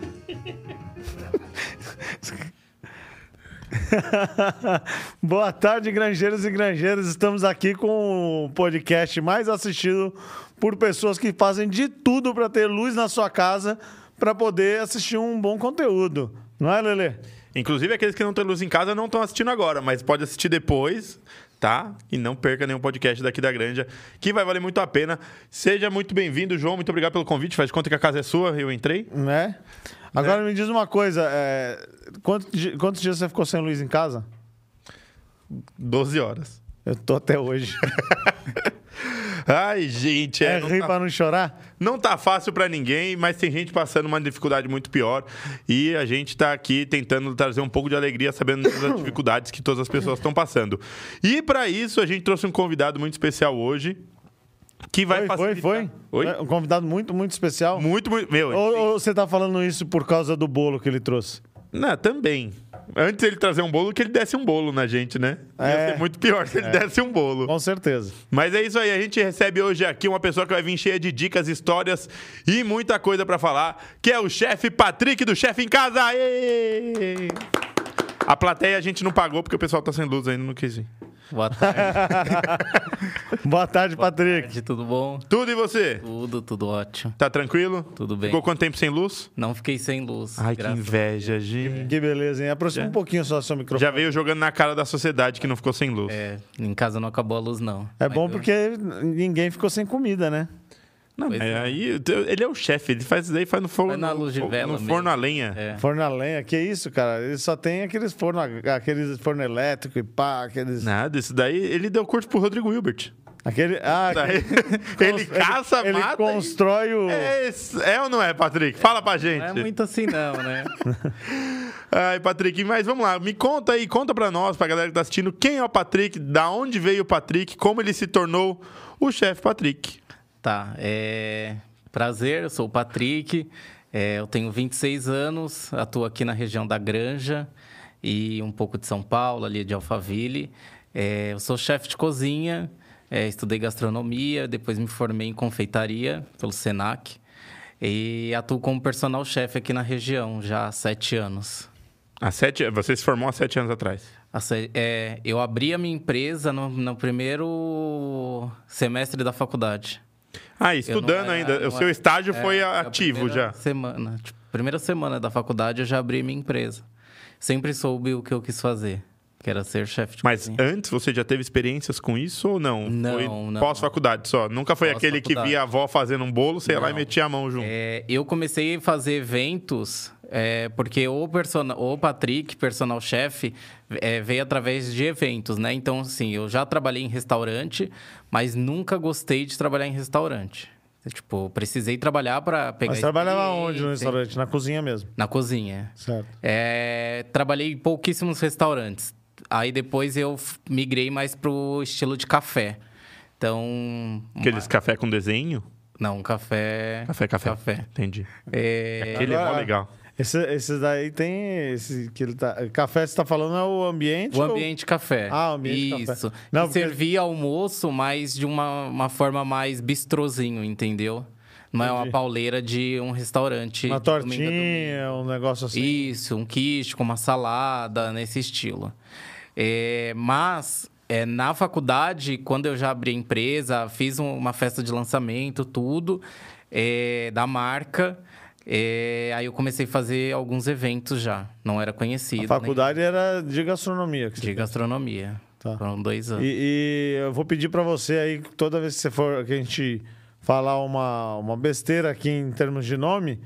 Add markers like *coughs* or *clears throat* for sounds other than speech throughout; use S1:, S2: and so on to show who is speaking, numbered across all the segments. S1: *laughs* Boa tarde, granjeiros e granjeiras. Estamos aqui com o podcast mais assistido por pessoas que fazem de tudo para ter luz na sua casa para poder assistir um bom conteúdo. Não é, Lelê?
S2: Inclusive, aqueles que não têm luz em casa não estão assistindo agora, mas pode assistir depois, tá? E não perca nenhum podcast daqui da Granja, que vai valer muito a pena. Seja muito bem-vindo, João. Muito obrigado pelo convite. Faz de conta que a casa é sua, eu entrei.
S1: Né? Agora me diz uma coisa: é, quanto di- quantos dias você ficou sem luz em casa?
S2: 12 horas.
S1: Eu tô até hoje.
S2: Ai, gente,
S1: É,
S2: *laughs* é,
S1: rir
S2: não, tá,
S1: pra não chorar?
S2: não tá fácil pra ninguém, mas tem gente passando uma dificuldade muito pior. E a gente tá aqui tentando trazer um pouco de alegria, sabendo
S1: *coughs*
S2: das dificuldades que todas as pessoas estão passando. E pra isso, a gente trouxe um convidado muito especial hoje. Que vai
S1: foi, foi,
S2: facilitar-
S1: foi.
S2: Oi?
S1: É Um convidado muito, muito especial.
S2: Muito, muito. Meu,
S1: Ou, ou você tá falando isso por causa do bolo que ele trouxe?
S2: Não, também. Antes ele trazer um bolo, que ele desse um bolo na gente, né?
S1: É.
S2: Ia ser muito pior se ele desse um bolo.
S1: Com certeza.
S2: Mas é isso aí, a gente recebe hoje aqui uma pessoa que vai vir cheia de dicas, histórias e muita coisa pra falar, que é o chefe Patrick do Chefe em Casa. Aê! A plateia a gente não pagou porque o pessoal tá sem luz ainda, não quis vir.
S3: Boa tarde,
S1: *laughs* Boa tarde, Patrick.
S3: tudo bom?
S2: Tudo e você?
S3: Tudo, tudo ótimo.
S2: Tá tranquilo?
S3: Tudo bem.
S2: Ficou quanto tempo sem luz?
S3: Não fiquei sem luz.
S2: Ai, que
S3: graças a
S2: inveja, gente.
S1: Que beleza, hein? Aproxima um pouquinho só seu microfone.
S2: Já veio jogando na cara da sociedade que não ficou sem luz.
S3: É, em casa não acabou a luz, não.
S1: É
S3: Mas
S1: bom
S3: eu-
S1: porque ninguém ficou sem comida, né?
S2: Não,
S3: Pois
S2: mas
S3: é.
S2: aí ele é o chefe, ele faz isso daí, faz no forno.
S3: Faz na luz de
S2: no
S3: vela mesmo.
S2: forno a lenha.
S3: É.
S1: Forno a lenha, que isso, cara? Eles só tem aqueles forno, aqueles forno elétrico e pá, aqueles.
S2: Nada, isso daí ele deu curso pro Rodrigo Hilbert.
S1: Aquele, ah,
S2: Daí,
S1: aquele-
S2: ele
S1: cons-
S2: caça,
S1: ele,
S2: mata.
S1: Ele constrói o.
S2: e- É, esse- é ou não é, Patrick? Fala pra gente.
S3: Não é muito assim, não, né?
S2: Ai, Patrick, mas vamos lá, me conta aí, conta pra nós, pra galera que tá assistindo, quem é o Patrick, da onde veio o Patrick, como ele se tornou o chefe Patrick.
S3: Tá, é... Prazer, eu sou o Patrick, é, eu tenho 26 anos, atuo aqui na região da Granja e um pouco de São Paulo, ali de Alphaville. É, eu sou chefe de cozinha, é, estudei gastronomia, depois me formei em confeitaria pelo SENAC e atuo como personal chefe aqui na região já há sete anos.
S2: Há sete, você se formou há sete anos atrás.
S3: A se- é, eu abri a minha empresa no- no primeiro semestre da faculdade.
S2: Ah,
S3: Eu não
S2: estudando
S3: era-
S2: ainda,
S3: não
S2: o seu
S3: era-
S2: estágio
S3: é,
S2: foi
S3: a
S2: ativo
S3: primeira
S2: já.
S3: Semana, tipo, primeira semana da faculdade eu já abri minha empresa. Sempre soube o que eu quis fazer, que era ser chefe de
S2: Mas
S3: cozinha.
S2: antes você já teve experiências com isso ou não?
S3: Tipo assim. Não,
S2: foi
S3: não.
S2: pós-faculdade só. Nunca foi aquele que
S3: Pós-faculdade.
S2: via a avó fazendo um bolo, sei lá, e
S3: Não.
S2: metia a mão junto.
S3: É, eu comecei a fazer eventos é, porque o, persona, o Patrick, personal chefe, é, veio através de eventos, né? Então, assim, eu já trabalhei em restaurante, mas nunca gostei de trabalhar em restaurante. Tipo, precisei trabalhar para pegar.
S1: Mas trabalhava onde no
S3: experiência.
S1: restaurante? Na cozinha mesmo.
S3: Na cozinha.
S1: Certo.
S3: É, trabalhei em pouquíssimos restaurantes. Aí depois eu f- migrei mais pro estilo de café. Então.
S2: Aqueles café com desenho?
S3: Não, café.
S2: Café, café.
S3: Café.
S2: Entendi.
S3: É,
S2: Aquele é mó
S1: Agora-
S2: legal.
S1: Esse, esse daí tem. Esse que ele tá. Café, você tá falando é o ambiente?
S3: o
S1: ou-
S3: ambiente café.
S1: Ah, o ambiente café.
S3: Isso.
S1: Não,
S3: que
S1: porque-
S3: servia almoço, mas de uma, uma forma mais bistrozinho, entendeu? Não é uma
S1: Entendi.
S3: pauleira de um restaurante.
S1: Uma
S3: de domingo a domingo.
S1: tortinha, um negócio assim.
S3: Isso, um quiche com uma salada, nesse estilo. É, mas é, na faculdade, quando eu já abri a empresa, fiz um- uma festa de lançamento, tudo, é, da marca. é, aí eu comecei a fazer alguns eventos já. Não era
S1: A
S3: conhecido. né?
S1: faculdade era de gastronomia. Que você
S3: De gastronomia.
S1: Tá.
S3: Foram dois anos.
S1: E, e eu vou pedir pra você aí, toda vez que você for que a gente falar uma, uma besteira aqui em termos de nome,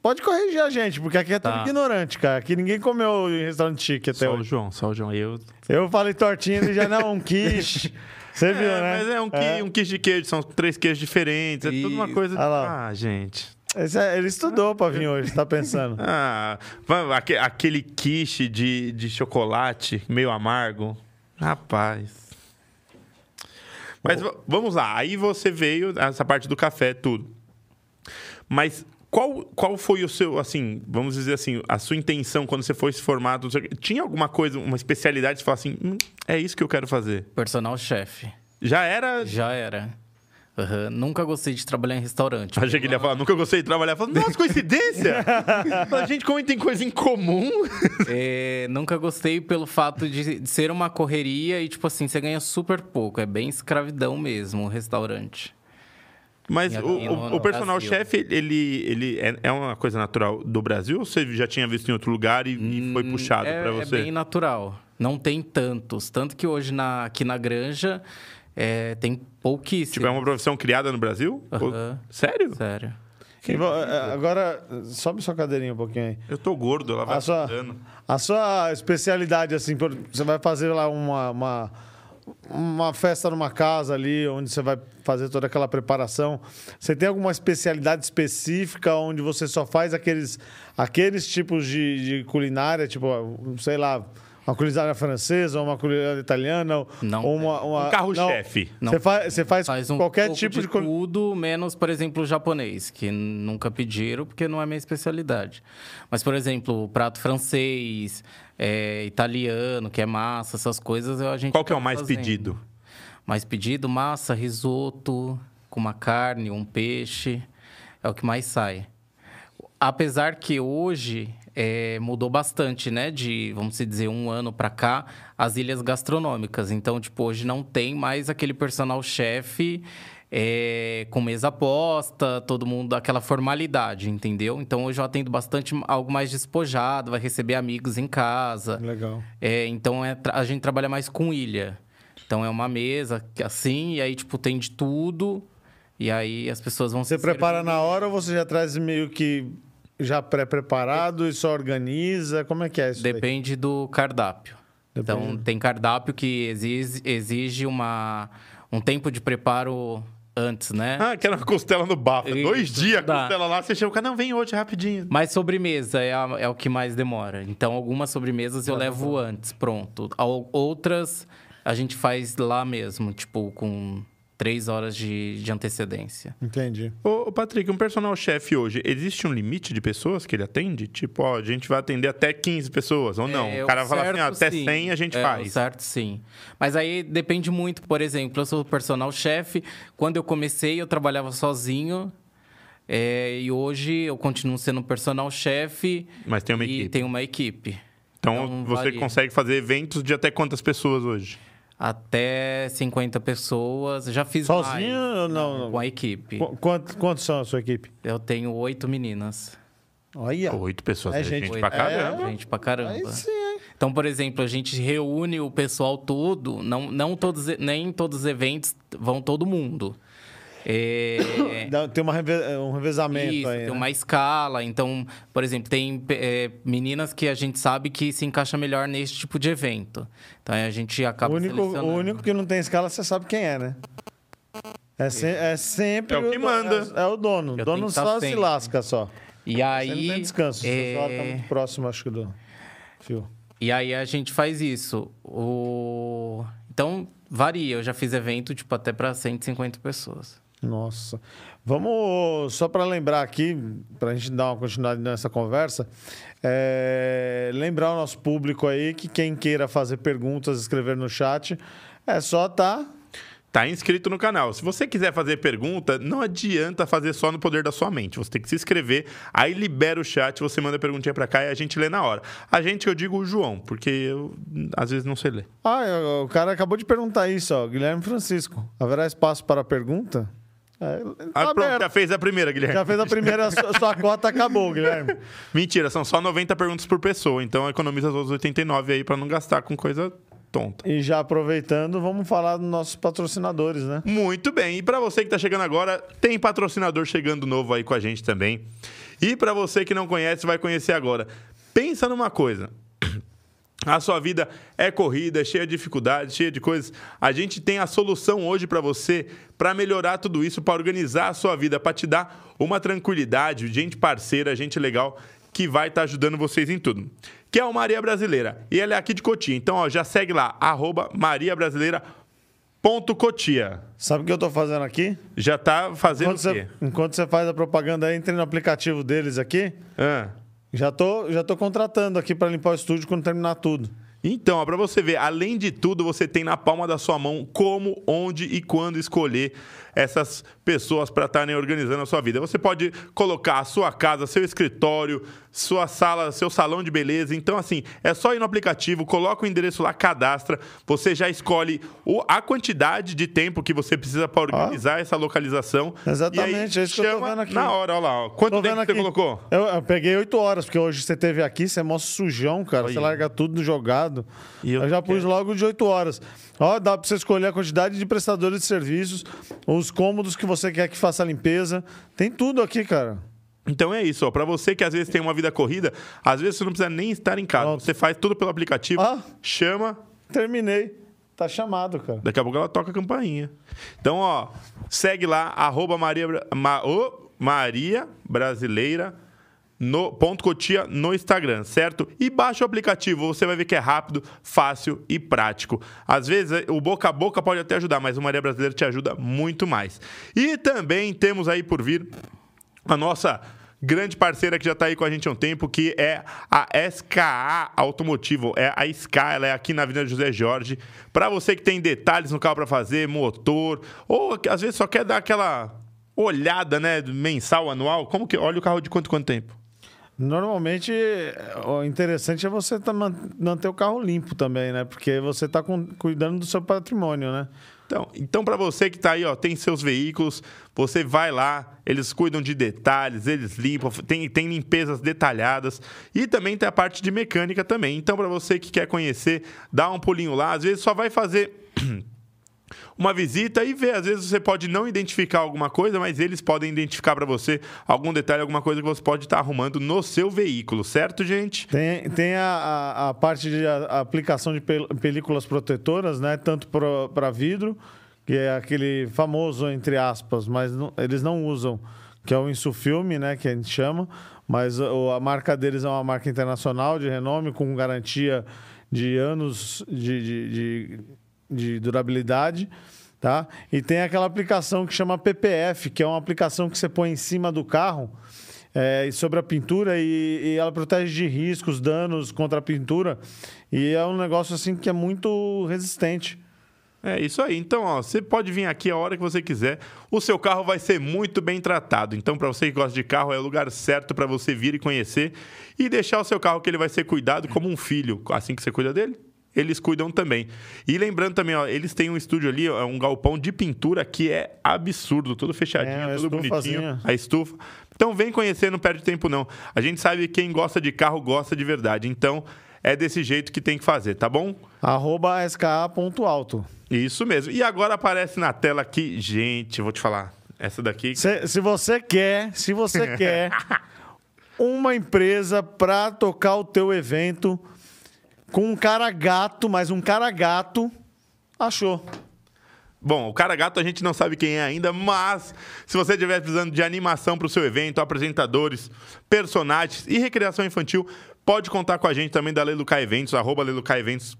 S1: pode corrigir a gente, porque aqui é tudo
S3: Tá.
S1: ignorante, cara. Aqui ninguém comeu em restaurante chique até
S2: Só o
S1: hoje.
S2: João, só o João. Eu...
S1: Eu falei tortinha, ele já
S2: *laughs*
S1: não, um quiche. Você viu,
S2: é,
S1: né?
S2: Mas é um, qui- um quiche de queijo, são três queijos diferentes. É tudo uma
S3: Isso.
S2: coisa.
S1: Ah lá.
S2: Ah, gente.
S1: Esse é- ele estudou pra vir hoje, tá
S2: *laughs*
S1: pensando.
S2: Ah, va- aque- aquele quiche de, de chocolate meio amargo. Rapaz. Mas va- vamos lá, aí você veio, essa parte do café, tudo. Mas qual, qual foi o seu, assim, vamos dizer assim, a sua intenção quando você foi se formar? não sei o quê? Tinha alguma coisa, uma especialidade, que você falou assim, "Hum, é isso que eu quero fazer?
S3: Personal chefe.
S2: Já era
S3: Já era. Aham. Nunca gostei de trabalhar em
S2: *laughs*
S3: restaurante.
S2: Achei que ele ia falar, nunca gostei de trabalhar. Eu Falei, nossa, coincidência! a gente, como tem coisa em comum.
S3: É, nunca gostei pelo fato de de ser uma correria e, tipo assim, você ganha super pouco. É bem escravidão mesmo o restaurante.
S2: Mas
S3: Em-
S2: o,
S3: em-
S2: o-
S3: no
S2: o personal
S3: Brasil.
S2: chefe, ele, ele é, é uma coisa natural do Brasil? Ou você já tinha visto em outro lugar e, e foi puxado
S3: é,
S2: Ah, pra você?
S3: É bem natural. Não tem tantos. Tanto que hoje na- aqui na Granja é, tem pouquíssimos.
S2: Tipo, é uma profissão criada no Brasil? Ou-
S3: Aham.
S2: Sério?
S3: Sério.
S1: E vo- é, Agora, sobe sua cadeirinha um pouquinho aí.
S2: Eu tô gordo, ela vai
S1: A sua,
S2: dando.
S1: a sua especialidade, assim, por- você vai fazer lá uma, uma, uma festa numa casa ali, onde você vai fazer toda aquela preparação. Você tem alguma especialidade específica onde você só faz aqueles, aqueles tipos de, de culinária, tipo, sei lá, uma culinária francesa, ou uma culinária italiana, ou,
S3: Não
S1: ou uma, uma-
S2: Um carro-chefe.
S1: não.
S3: Não.
S1: Você faz, você faz,
S3: Faz um
S1: qualquer
S3: pouco
S1: tipo de, cul-
S3: tudo, menos, por exemplo, o japonês, que nunca pediram porque não é minha especialidade. Mas, por exemplo, prato francês, é, italiano, que é massa, essas coisas, eu- a gente
S2: Qual que é o
S3: acaba
S2: mais
S3: fazendo.
S2: pedido?
S3: Mais pedido, massa, risoto, com uma carne, um peixe. É o que mais sai. Apesar que hoje é, mudou bastante, né? De, vamos dizer, um ano pra cá, as ilhas gastronômicas. Então, tipo, hoje não tem mais aquele personal chefe é, com mesa posta, todo mundo daquela formalidade, entendeu? Então, hoje eu atendo bastante algo mais despojado, vai receber amigos em casa.
S1: Legal.
S3: É, então é tra- a gente trabalha mais com ilha. Então é uma mesa que- assim, e aí tipo tem de tudo. E aí as pessoas vão
S1: Você
S3: se
S1: prepara na hora ou você já traz meio que já pré-preparado e só organiza? Como é que é isso? daí?
S3: Depende do cardápio. Então,
S1: Depende.
S3: tem cardápio que exige, exige uma, um tempo de preparo antes, né?
S2: Ah, quero uma costela no bafo. É
S3: Isso,
S2: Dois dias, a
S3: dá.
S2: costela lá, você chama o cara, não, vem hoje rapidinho.
S3: Mas sobremesa é, a- é o que mais demora. Então, algumas sobremesas eu levo antes, pronto. Al- Outras a gente faz lá mesmo, tipo, com três horas de, de antecedência.
S1: Entendi.
S2: Ô, ô, Patrick, um personal chefe hoje, existe um limite de pessoas que ele atende? Tipo, ó, a gente vai atender até 15 pessoas, ou não?
S3: É,
S2: o cara fala
S3: certo,
S2: assim, ó, até
S3: sim.
S2: 100 a gente
S3: É, o
S2: faz.
S3: certo, sim. Mas aí depende muito, por exemplo, eu sou personal chefe. Quando eu comecei, eu trabalhava sozinho. é, e hoje eu continuo sendo personal chefe.
S2: Mas tem uma
S3: e
S2: equipe.
S3: tem uma equipe.
S2: Então,
S3: Então,
S2: você
S3: varia.
S2: consegue fazer eventos de até quantas pessoas hoje?
S3: Até 50 pessoas. Já fiz
S1: Sozinho
S3: mais,
S1: ou não?
S3: com a equipe.
S1: Qu- quanto- quantos são a sua equipe?
S3: Eu tenho oito meninas.
S1: Olha.
S2: Oito pessoas,
S1: É
S2: é
S1: gente.
S2: gente,
S3: Oito.
S2: pra caramba.
S3: É, gente pra caramba.
S1: Aí sim, hein?
S3: Então, por exemplo, a gente reúne o pessoal todo, não, não todos, nem todos os eventos vão todo mundo.
S1: *coughs*
S3: É,
S1: Dá- Tem uma reve- um revezamento
S3: isso,
S1: aí.
S3: tem
S1: né?
S3: uma escala. Então, por exemplo, tem é, meninas que a gente sabe que se encaixa melhor nesse tipo de evento. Então, aí a gente
S1: o,
S3: acaba
S1: único,
S3: selecionando.
S1: o único que não tem escala, você sabe quem é, né? É, se- é sempre.
S2: É o que
S1: do-
S2: manda.
S1: É, é o dono. O
S3: Eu
S1: dono
S3: tenho que tá
S1: só se
S3: sempre.
S1: lasca só.
S3: E
S1: Aí, não tem
S3: aí,
S1: descanso. Você só tá
S3: é,
S1: muito próximo, acho que, do fio.
S3: E aí a gente faz isso. O... Então, varia. Eu já fiz evento, tipo, até para 150 pessoas.
S1: Nossa. Vamos, só para lembrar aqui, para a gente dar uma continuidade nessa conversa, é, lembrar o nosso público aí que quem queira fazer perguntas, escrever no chat, é só tá.
S2: Tá inscrito no canal. Se você quiser fazer pergunta, não adianta fazer só no poder da sua mente. Você tem que se inscrever, aí libera o chat, você manda a perguntinha pra cá e a gente lê na hora. A gente, eu digo o João, porque eu às vezes não sei ler.
S1: Ah, eu- o cara acabou de perguntar isso, ó, Guilherme Francisco. Haverá espaço para pergunta? É, tá
S2: Ah, pronto,
S1: aberto.
S2: já fez a primeira, Guilherme.
S1: Já fez a primeira, sua, sua cota acabou, Guilherme.
S2: Mentira, são só 90 perguntas por pessoa, então economiza as outras 89 aí pra não gastar com coisa tonta.
S1: E já aproveitando, vamos falar dos nossos patrocinadores, né?
S2: Muito bem. E para você que tá chegando agora, tem patrocinador chegando novo aí com a gente também. E para você que não conhece, vai conhecer agora. Pensa numa coisa. *clears throat* A sua vida é corrida, cheia de dificuldades, cheia de coisas. A gente tem a solução hoje para você, para melhorar tudo isso, para organizar a sua vida, para te dar uma tranquilidade, gente parceira, gente legal que vai estar ajudando vocês em tudo. Que é o Maria Brasileira. E ela é aqui de Cotia. Então, ó, já segue lá, arroba mariabrasileira.cotia.
S1: Sabe o que eu tô fazendo aqui?
S2: Já tá fazendo
S1: Enquanto
S2: o quê?
S1: você, enquanto você faz a propaganda, entre no aplicativo deles aqui.
S2: Ah.
S1: Já tô, já tô contratando aqui para limpar o estúdio quando terminar tudo.
S2: Então, para você ver, além de tudo, você tem na palma da sua mão como, onde e quando escolher essas pessoas para estarem organizando a sua vida. Você pode colocar a sua casa, seu escritório, sua sala, seu salão de beleza. Então, assim, é só ir no aplicativo, coloca o endereço lá, cadastra. Você já escolhe o- a quantidade de tempo que você precisa para organizar essa localização.
S1: Exatamente,
S2: e aí
S1: é isso que eu tô
S2: chama
S1: vendo aqui.
S2: Na hora, olha lá. ó. Quanto
S1: Tô
S2: tempo
S1: vendo
S2: você
S1: aqui.
S2: colocou?
S1: Eu, eu peguei oito horas, porque hoje você teve aqui, você é mó sujão, cara. Você larga tudo jogado.
S2: E eu
S1: eu, já pus logo de oito horas. Ó, dá pra você escolher a quantidade de prestadores de serviços, os cômodos que você quer que faça a limpeza. Tem tudo aqui, cara.
S2: Então é isso, ó. Pra você que às vezes tem uma vida corrida, às vezes você não precisa nem estar em casa.
S1: Pronto.
S2: Você faz tudo pelo aplicativo,
S1: Ah.
S2: chama,
S1: Terminei. Tá chamado, cara.
S2: daqui a pouco ela toca a campainha. Então, ó, segue lá, arroba Maria, Bra- Ma- ô, Maria Brasileira no ponto Cotia no Instagram, certo? E baixa o aplicativo, você vai ver que é rápido, fácil e prático. Às vezes eh, o boca a boca pode até ajudar, mas o Maria Brasileira te ajuda muito mais. E também temos aí por vir a nossa grande parceira que já está aí com a gente há um tempo, que é a SKA Automotivo. É a SKA, ela é aqui na Avenida José Jorge. Para você que tem detalhes no carro para fazer, motor, ou que às vezes só quer dar aquela olhada, né, mensal, anual, como que olha o carro de quanto quanto tempo?
S1: Normalmente, o interessante é você tá man- manter o carro limpo também, né? Porque você tá com- cuidando do seu patrimônio, né?
S2: Então, então para você que tá aí, ó, tem seus veículos, você vai lá, eles cuidam de detalhes, eles limpam, tem, tem limpezas detalhadas e também tem a parte de mecânica também. Então, para você que quer conhecer, dá um pulinho lá, às vezes só vai fazer *clears throat* uma visita e ver. Às vezes você pode não identificar alguma coisa, mas eles podem identificar para você algum detalhe, alguma coisa que você pode estar arrumando no seu veículo, certo, gente?
S1: Tem, tem a, a- a parte de a- a aplicação de pel- películas protetoras, né? Tanto para vidro, que é aquele famoso, entre aspas, mas não- eles não usam, que é o Insufilme, né? Que a gente chama. Mas o- a marca deles é uma marca internacional de renome, com garantia de anos de, de- de- de durabilidade. Tá? E tem aquela aplicação que chama PPF, que é uma aplicação que você põe em cima do carro é, e sobre a pintura e, e ela protege de riscos, danos contra a pintura. E é um negócio assim que é muito resistente.
S2: É isso aí. Então, ó, você pode vir aqui a hora que você quiser. O seu carro vai ser muito bem tratado. Então, para você que gosta de carro, é o lugar certo para você vir e conhecer e deixar o seu carro que ele vai ser cuidado como um filho, assim que você cuida dele. Eles cuidam também. E lembrando também, ó, eles têm um estúdio ali, ó, um galpão de pintura que é absurdo, todo fechadinho,
S1: É, a
S2: todo bonitinho
S1: estufazinha.
S2: a estufa. Então vem conhecer, não perde tempo não. A gente sabe que quem gosta de carro gosta de verdade. Então é desse jeito que tem que fazer, tá bom?
S1: Arroba SKA.alto.
S2: Isso mesmo. E agora aparece na tela aqui, gente, eu vou te falar. Essa daqui.
S1: Se, se você quer, se você quer uma empresa para tocar o teu evento com um cara gato, mas um cara gato, achou.
S2: Bom, o cara gato a gente não sabe quem é ainda, mas se você estiver precisando de animação para o seu evento, apresentadores, personagens e recreação infantil, pode contar com a gente também da Leluca Eventos, arroba Leluca Eventos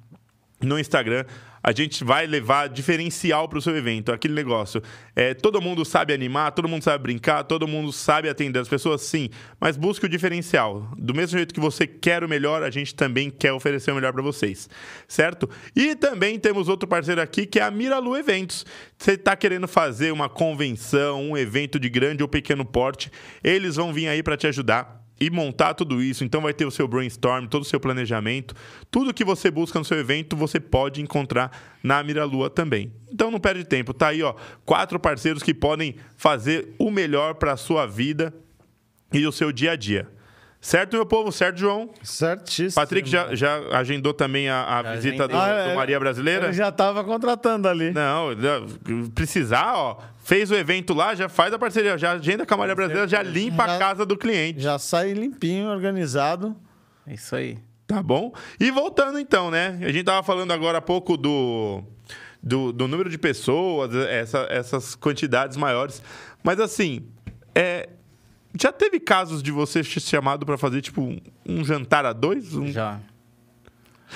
S2: no Instagram. A gente vai levar diferencial para o seu evento, aquele negócio. É, todo mundo sabe animar, todo mundo sabe brincar, todo mundo sabe atender as pessoas, sim, mas busque o diferencial. Do mesmo jeito que você quer o melhor, a gente também quer oferecer o melhor para vocês, certo? E também temos outro parceiro aqui que é a Miralu Eventos. Você está querendo fazer uma convenção, um evento de grande ou pequeno porte, eles vão vir aí para te ajudar e montar tudo isso. Então vai ter o seu brainstorm, todo o seu planejamento, tudo que você busca no seu evento, você pode encontrar na Mira Lua também. Então não perde tempo, tá aí, ó, quatro parceiros que podem fazer o melhor para a sua vida e o seu dia a dia. Certo, meu povo? Certo, João?
S1: Certíssimo.
S2: Patrick já, já agendou também a, a
S3: Já
S2: visita do,
S3: agendei.
S1: Ah, é.
S2: do Maria Brasileira?
S1: Ele já tava contratando ali.
S2: Não, não, precisar, ó. Fez o evento lá, já faz a parceria, já agenda com a Maria Brasileira, já limpa a
S1: Já-
S2: casa do cliente.
S1: Já sai limpinho, organizado.
S3: É isso aí.
S2: Tá bom? E voltando então, né? A gente tava falando agora há pouco do, do, do número de pessoas, essa- essas quantidades maiores. Mas assim, é, já teve casos de você ser chamado para fazer, tipo, um- um jantar a dois? Um-
S3: Já.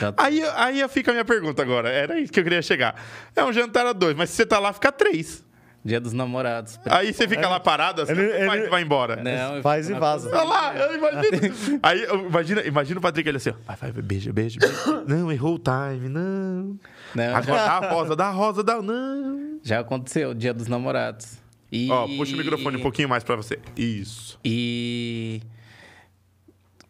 S3: Já tá
S2: Aí, aí fica a minha pergunta agora. Era isso que eu queria chegar. É um jantar a dois, mas se você tá lá, fica três.
S3: Dia dos namorados.
S2: Aí você fica lá parado, assim,
S1: É. Ele-
S2: como faz
S1: ele-
S2: e vai embora.
S3: Não, eu
S1: Faz e
S3: fico na
S1: vaza.
S2: Olha lá, eu imagino.
S3: *laughs*
S2: Aí, eu- imagina, imagina o Patrick ele assim, ó. Vai, vai, beijo, beijo, beijo. Não, errou o time, não.
S3: Não.
S2: Agora dá a rosa, dá a rosa, dá. Não.
S3: Já aconteceu, Dia dos Namorados. E...
S2: Ó, puxa o microfone um pouquinho mais pra você. Isso.
S3: E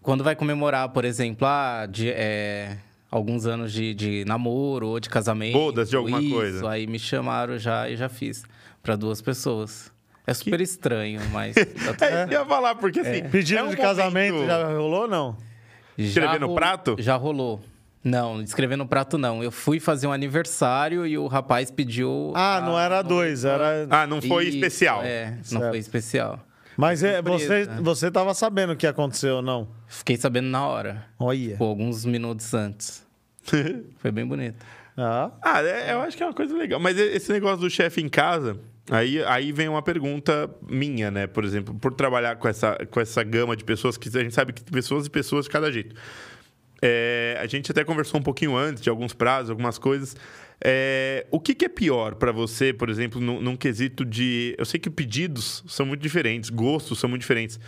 S3: quando vai comemorar, por exemplo, ah, de- é, alguns anos de, de namoro ou de casamento.
S2: Bodas de alguma
S3: isso,
S2: coisa.
S3: Aí me chamaram já e já fiz. Pra duas pessoas. É super estranho,
S2: *laughs*
S3: mas. tá tudo
S2: É,
S3: certo.
S2: eu ia falar, porque assim.
S1: Pedido
S2: é um
S1: de casamento
S2: momento-
S1: já rolou ou não?
S2: É, Escrever
S3: Já
S2: no
S3: ro-
S2: prato?
S3: Já rolou. Não, escrever no prato não. Eu fui fazer um aniversário e o rapaz pediu.
S1: Ah, não era dois, era.
S2: Ah, não foi
S3: Isso,
S2: especial.
S3: É, não
S1: Certo.
S3: foi especial.
S1: Mas é, você,
S3: surpresa.
S1: você tava sabendo o que aconteceu ou não?
S3: Fiquei sabendo na hora.
S1: Olha.
S3: Pô, alguns minutos antes. Foi bem bonito.
S1: Ah,
S2: *laughs* Ah, é- eu acho que é uma coisa legal. Mas e- esse negócio do chefe em casa, aí, aí vem uma pergunta minha, né? Por exemplo, por trabalhar com essa, com essa gama de pessoas que a gente sabe que pessoas e pessoas de cada jeito. É, a gente até conversou um pouquinho antes de alguns prazos, algumas coisas. É, o que, que é pior pra você, por exemplo, num, num quesito de. Eu sei que pedidos são muito diferentes, gostos são muito diferentes.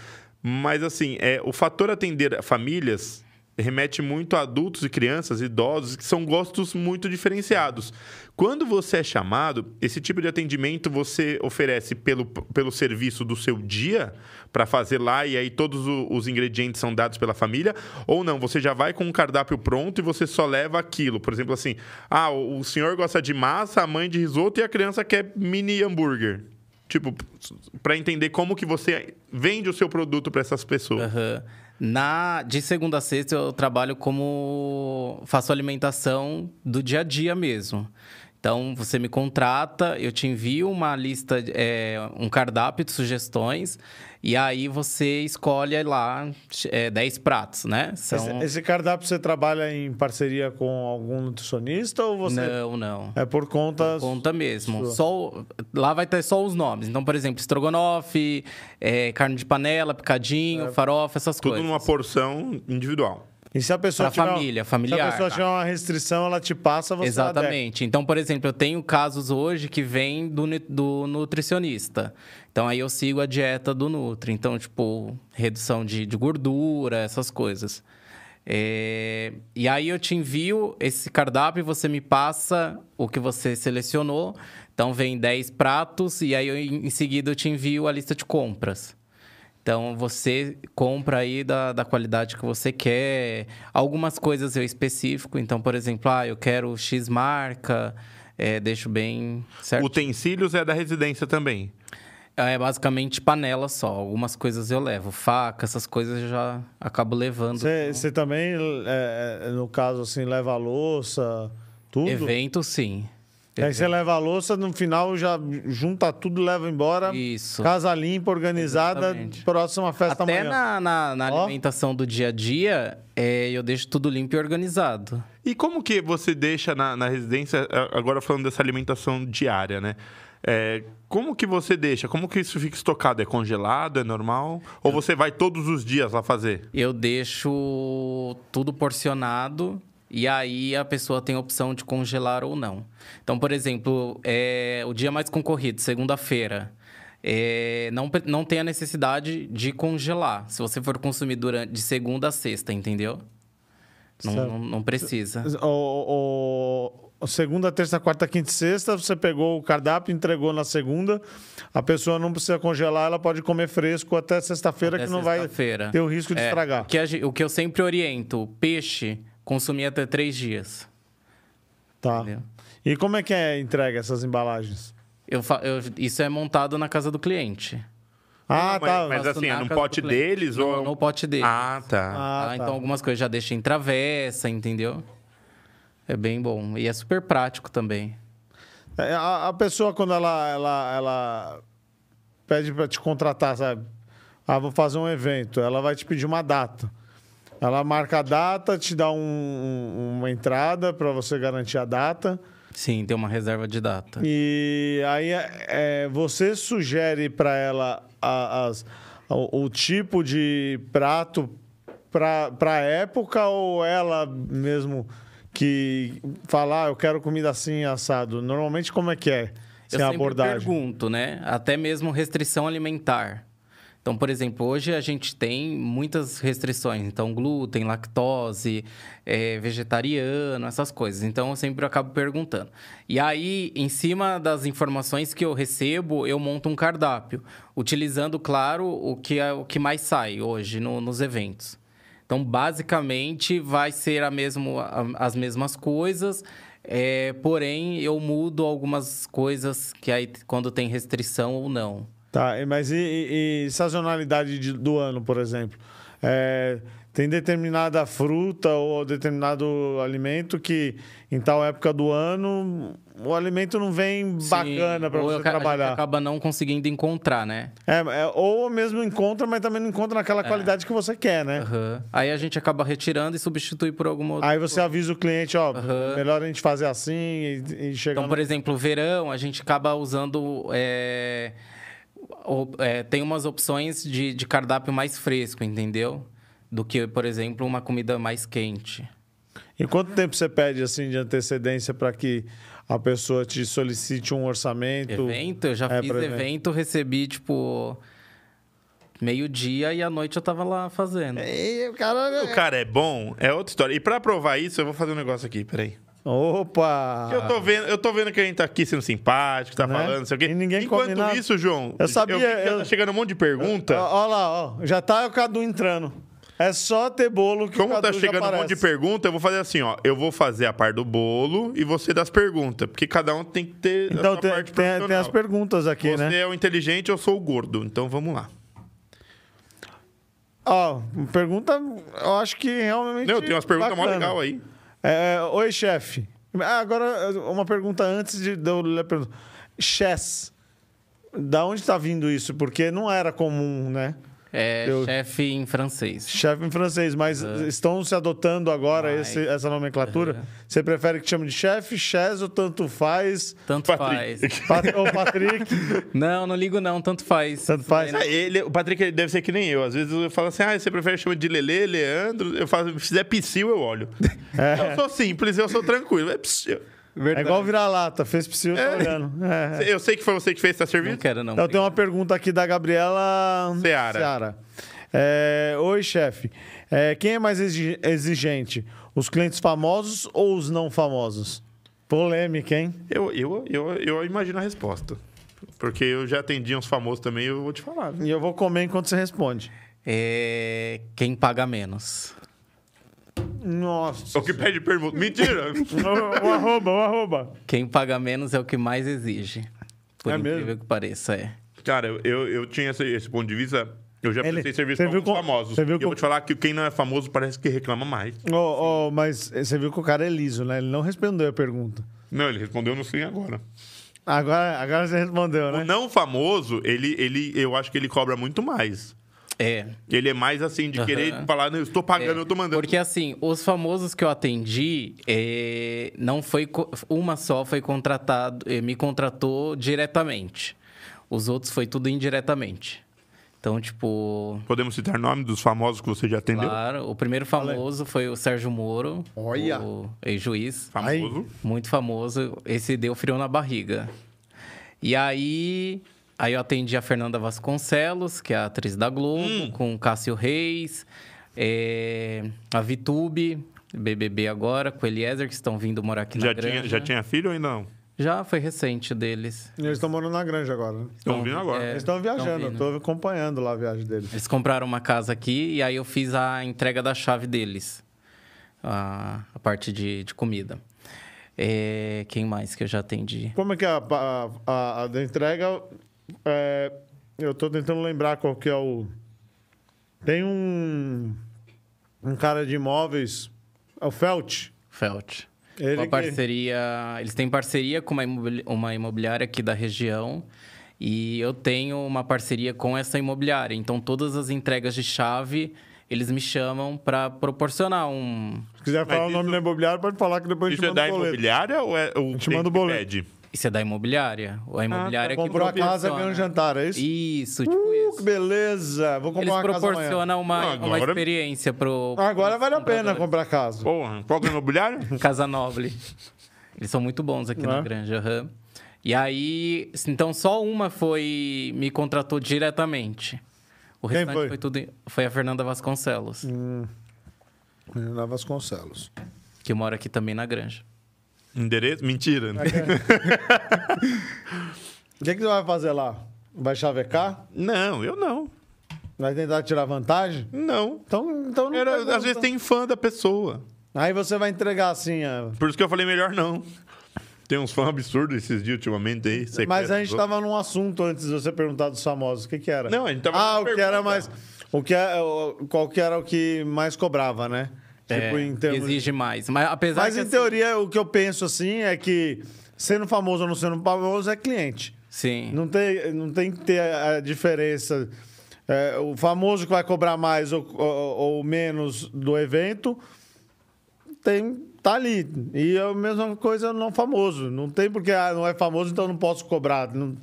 S2: Mas, assim, é, o fator atender a famílias remete muito a adultos e crianças, idosos, que são gostos muito diferenciados. Quando você é chamado, esse tipo de atendimento você oferece pelo, pelo serviço do seu dia para fazer lá e aí todos o- os ingredientes são dados pela família ou não, você já vai com um cardápio pronto e você só leva aquilo. Por exemplo, assim, ah, o o senhor gosta de massa, a mãe de risoto e a criança quer mini hambúrguer. Tipo, para entender como que você vende o seu produto para essas pessoas.
S3: Aham. Na, de segunda a sexta eu trabalho como. faço alimentação do dia a dia mesmo. Então você me contrata, eu te envio uma lista, é, um cardápio de sugestões, e aí você escolhe lá é, 10 pratos, né?
S1: esse,
S3: São...
S1: então, esse cardápio você trabalha em parceria com algum nutricionista ou você.
S3: Não, não.
S1: É por conta.
S3: Conta mesmo.
S1: sua.
S3: Só, o- lá vai ter só os nomes. Então, por exemplo, estrogonofe, é, carne de panela, picadinho, farofa, essas
S2: Tudo
S3: coisas.
S2: numa porção individual.
S1: E se a pessoa
S3: Pra
S1: tiver. uma-
S3: família, familiar,
S1: Se a pessoa
S3: tá.
S1: tiver uma restrição, ela te passa, você é adequa.
S3: Exatamente. Então, por exemplo, eu tenho casos hoje que vêm do, nu- do nutricionista. Então, aí eu sigo a dieta do Nutri. Então, tipo, redução de, de gordura, essas coisas. É, E aí eu te envio esse cardápio e você me passa o que você selecionou. Então, vem 10 pratos e aí eu, em em seguida eu te envio a lista de compras. Então você compra aí da, da qualidade que você quer. Algumas coisas eu específico. Então, por exemplo, ah, eu quero X marca, é, deixo bem certo.
S2: Utensílios é da residência também.
S3: É basicamente panela só. Algumas coisas eu levo. Faca, essas coisas eu já acabo levando.
S1: Você, você também, é, é, no caso, assim, leva a louça, tudo.
S3: Evento, sim.
S1: Aí
S3: É.
S1: você leva a louça, no final já junta tudo, leva embora.
S3: Isso.
S1: Casa limpa, organizada,
S3: Exatamente.
S1: próxima festa
S3: Até
S1: amanhã.
S3: na, na, na
S1: Ó.
S3: alimentação do dia a dia, é, eu deixo tudo limpo e organizado.
S2: E como que você deixa na, na residência, a- agora falando dessa alimentação diária, né? É, como que você deixa? Como que isso fica estocado? É congelado? É normal? Ou você vai todos os dias lá fazer?
S3: Eu deixo tudo porcionado e aí a pessoa tem a opção de congelar ou não. Então, por exemplo, é, o dia mais concorrido, segunda-feira, é, não, pre- não tem a necessidade de congelar. Se você for consumir durante, de segunda a sexta, entendeu? Não,
S1: Certo.
S3: não, não precisa.
S1: O, o- o- segunda, terça, quarta, quinta e sexta, você pegou o cardápio, entregou na segunda. A pessoa não precisa congelar, ela pode comer fresco até sexta-feira,
S3: Até
S1: que não vai
S3: sexta-feira.
S1: ter o risco de
S3: É,
S1: estragar.
S3: o que a gen- o que eu sempre oriento, peixe, consumir até três dias.
S1: Tá.
S3: Entendeu?
S1: E como é que é a entrega essas embalagens?
S3: Eu fa- eu- isso é montado na casa do cliente.
S1: Ah,
S2: Não, mas-
S1: tá.
S2: mas-
S3: Faço
S2: assim, é
S3: na
S2: num
S3: casa
S2: pote
S3: do cliente.
S2: deles
S3: Não,
S2: ou-
S3: No pote deles.
S2: Ah, tá.
S1: Ah,
S3: Ah,
S1: tá.
S3: Então algumas coisas já deixa em travessa, entendeu? É bem bom. E é super prático também.
S1: É, A, a pessoa, quando ela, ela, ela pede para te contratar, sabe? Ah, vou fazer um evento. Ela vai te pedir uma data. Ela marca a data, te dá um- um- uma entrada para você garantir a data.
S3: Sim, tem uma reserva de data.
S1: E aí é, você sugere para ela a- as- o, o tipo de prato para a época ou ela mesmo que falar eu quero comida assim assado? Normalmente como é que é?
S3: Eu
S1: Sem
S3: sempre
S1: abordagem.
S3: pergunto, né? Até mesmo restrição alimentar. Então, por exemplo, hoje a gente tem muitas restrições. Então, glúten, lactose, é, vegetariano, essas coisas. Então, eu sempre acabo perguntando. E aí, em cima das informações que eu recebo, eu monto um cardápio. Utilizando, claro, o que, é, o que mais sai hoje no- nos eventos. Então, basicamente, vai ser a mesmo, a- as mesmas coisas, é, porém, eu mudo algumas coisas que aí, quando tem restrição ou não.
S1: Tá, e- mas e, e- e sazonalidade de- do ano, por exemplo? É, tem determinada fruta ou determinado alimento que em tal época do ano o alimento não vem bacana para
S3: Ou eu
S1: você
S3: ca- a gente
S1: trabalhar.
S3: acaba não conseguindo encontrar, né?
S1: É, é, ou mesmo encontra, mas também não encontra naquela qualidade que você quer, né?
S3: É. Aham. Aí a gente acaba retirando e substitui por alguma outra.
S1: Aí você avisa o cliente, ó,
S3: Aham.
S1: melhor a gente fazer assim e, e chegar
S3: Então, por exemplo, verão, a gente acaba usando. é, o- é, tem umas opções de, de cardápio mais fresco, entendeu? Do que, por exemplo, uma comida mais quente.
S1: E quanto tempo você pede assim de antecedência para que a pessoa te solicite um orçamento?
S3: Evento? Eu já
S1: É,
S3: fiz
S1: pra
S3: evento.
S1: evento.
S3: recebi, tipo, meio-dia e à noite eu tava lá fazendo. É,
S1: E o cara.
S2: O cara é bom, é outra história. E pra provar isso, eu vou fazer um negócio aqui, peraí.
S1: Opa!
S2: Eu tô vendo, eu tô vendo que a gente tá aqui sendo simpático, tá
S1: Ah. Né?
S2: falando, não sei o quê.
S1: E ninguém
S2: Enquanto
S1: combinava.
S2: isso, João,
S1: Eu sabia,
S2: vi que já
S1: eu-
S2: tá chegando um monte de pergunta.
S1: Olha lá, ó. Já tá o Cadu entrando. É só ter bolo que o
S2: Como
S1: Cadu
S2: tá
S1: já
S2: chegando um monte de
S1: aparece.
S2: pergunta, eu vou fazer assim, ó. Eu vou fazer a par do bolo e você das perguntas. Porque cada um tem que ter a
S1: Então
S2: sua
S1: tem,
S2: parte
S1: tem- tem
S2: profissional.
S1: as perguntas aqui,
S2: Você
S1: né?
S2: é o inteligente, eu sou o gordo. Então vamos lá.
S1: Ó, pergunta, eu acho que realmente.
S2: Não, tem umas perguntas mó
S1: bacana.
S2: legal aí.
S1: É, Oi, chefe. Ah, agora, uma pergunta antes de de eu lhe perguntar. Chess, da onde tá vindo isso? Porque não era comum, né?
S3: É
S1: Eu-
S3: chefe em francês.
S1: Chefe em francês, mas estão se adotando agora
S3: Mas-
S1: esse- essa nomenclatura? Você prefere que te chame de chefe, chess ou tanto faz?
S3: Tanto
S2: Patrick.
S3: faz.
S1: Pat- ou Patrick,
S3: Não, não ligo não, tanto faz. É
S1: tanto faz. É
S2: Ah, ele- o Patrick ele deve ser que nem eu. Às vezes eu falo assim, ah, você prefere chamar de Lele, Leandro? Eu falo, se fizer psil,
S1: *laughs*
S2: eu olho. É. Eu sou simples, eu sou tranquilo. É psil.
S1: É igual vira-lata, fez psiu, tá olhando. É, é.
S2: Eu sei que foi você que fez essa
S3: Não
S2: serviço.
S3: quero não.
S1: Então tem uma pergunta aqui da Gabriela
S2: Seara.
S1: É, Oi, chefe. É, quem é mais exi- exigente? Os clientes famosos ou os não famosos? Polêmica, hein?
S2: Eu, eu, eu, eu imagino a resposta. Porque eu já atendi uns famosos também, eu vou te falar.
S1: E eu vou comer enquanto você responde.
S3: É, quem paga menos.
S1: Nossa.
S2: O que pede permuta.
S1: *laughs*
S2: Mentira!
S1: o, o arroba, o arroba.
S3: Quem paga menos é o que mais exige. Por
S1: É
S3: incrível
S1: mesmo?
S3: que pareça, é.
S2: Cara, eu- eu, eu tinha esse, esse ponto de vista. Eu já
S1: Ele-
S2: prestei serviço
S1: você
S2: pra
S1: viu
S2: alguns
S1: com-
S2: famosos.
S1: você viu
S2: E eu
S1: com-
S2: vou te falar que quem não é famoso parece que reclama mais.
S1: Ô, ô, mas você viu que o cara é liso, né? Ele não respondeu a pergunta.
S2: Não, ele respondeu no sim agora.
S1: Agora, agora você respondeu,
S2: O
S1: né?
S2: não famoso, ele, ele, eu acho que ele cobra muito mais.
S3: É.
S2: Ele é mais assim, de querer falar, não, eu estou pagando, eu estou mandando.
S3: Porque assim, os famosos que eu atendi, eh, não foi co- uma só foi contratado, eh, me contratou diretamente. Os outros foi tudo indiretamente. Então, tipo,
S2: Podemos citar nome dos famosos que você já atendeu?
S3: claro, o primeiro famoso foi o Sérgio Moro,
S1: Olha!
S3: o ex-juiz.
S2: Famoso.
S3: Muito famoso. Esse deu frio na barriga. E aí. Aí eu atendi a Fernanda Vasconcelos, que é a atriz da Globo,
S2: Hum.
S3: com o Cássio Reis, eh, a Vitube, BBB agora, com o Eliezer, que estão vindo morar aqui
S2: Já
S3: na
S2: tinha,
S3: Granja.
S2: já tinha filho ou ainda não?
S3: Já foi recente deles.
S1: Eles estão morando na granja agora. né?
S2: Estão vindo agora.
S3: é.
S1: Eles estão viajando, eu
S3: vindo.
S1: tô acompanhando lá a viagem deles.
S3: Eles compraram uma casa aqui e aí eu fiz a entrega da chave deles. A, a parte de, de comida. Eh, quem mais que eu já atendi?
S1: Como é que é a, a, a- a da entrega? é, eu tô tentando lembrar qual que é o. Tem um. Um cara de imóveis. É o Felt.
S3: Felt.
S1: Ele
S3: uma
S1: que-
S3: parceria. Eles têm parceria com uma, imobili- uma imobiliária aqui da região. E eu tenho uma parceria com essa imobiliária. Então, todas as entregas de chave, eles me chamam para proporcionar um.
S1: Se quiser falar o
S2: isso-
S1: nome da imobiliária, pode falar que depois a
S2: Isso
S1: gente
S2: é
S1: manda
S2: da
S1: o boleto.
S2: imobiliária ou é o
S1: te manda o
S2: cliente que
S1: boleto.
S2: pede?
S3: Isso é da imobiliária? Ou a imobiliária que
S1: Ah, tá. Comprou a casa,
S3: proporciona?
S1: ganhou um jantar, é isso?
S3: Isso, tipo
S1: Uh, que
S3: isso.
S1: beleza! Vou comprar
S3: Eles
S1: uma casa amanhã.
S3: proporcionam uma,
S2: Não,
S3: uma
S2: agora-
S3: experiência pro.
S1: Agora vale a pena comprar casa.
S2: Porra, qual que é
S1: *laughs*
S2: o imobiliário?
S3: Casa Noble. Eles são muito bons aqui
S1: Ah.
S3: na Granja. aham. E aí, s- então só uma foi me contratou diretamente. O
S1: Quem
S3: restante
S1: foi? Hum.
S3: foi? tudo. em- Foi a Fernanda Vasconcelos,
S1: Na Vasconcelos.
S3: que mora aqui também na granja.
S2: Endereço? Mentira.
S1: É. O que, é que você vai fazer lá? Vai chavecar?
S2: Não, eu não.
S1: Vai tentar tirar vantagem?
S2: Não.
S1: Então, então não
S2: Era-
S1: pergunta.
S2: às vezes tem fã da pessoa.
S1: Aí você vai entregar assim. a-
S2: Por isso que eu falei melhor não. Tem uns fãs absurdos esses dias ultimamente aí. sequestra
S1: Mas a
S2: os
S1: gente
S2: outros.
S1: tava num assunto antes de você perguntar dos famosos. O que, que era?
S2: Não, a gente tava
S1: Ah,
S2: numa
S1: o que era
S2: pergunta.
S1: mais. O que é, o- qual que era o que mais cobrava, né? tipo,
S3: É,
S1: em termos.
S3: Exige mais. Mas apesar
S1: Mas
S3: que,
S1: em
S3: assim,
S1: teoria, o que eu penso assim é que sendo famoso ou não sendo famoso é cliente.
S3: Sim.
S1: Não tem, não tem que ter a a diferença. É, o famoso que vai cobrar mais ou, ou- ou menos do evento tem, tá ali. E é a mesma coisa não famoso. Não tem porque ah, não é famoso, então não posso cobrar. Não-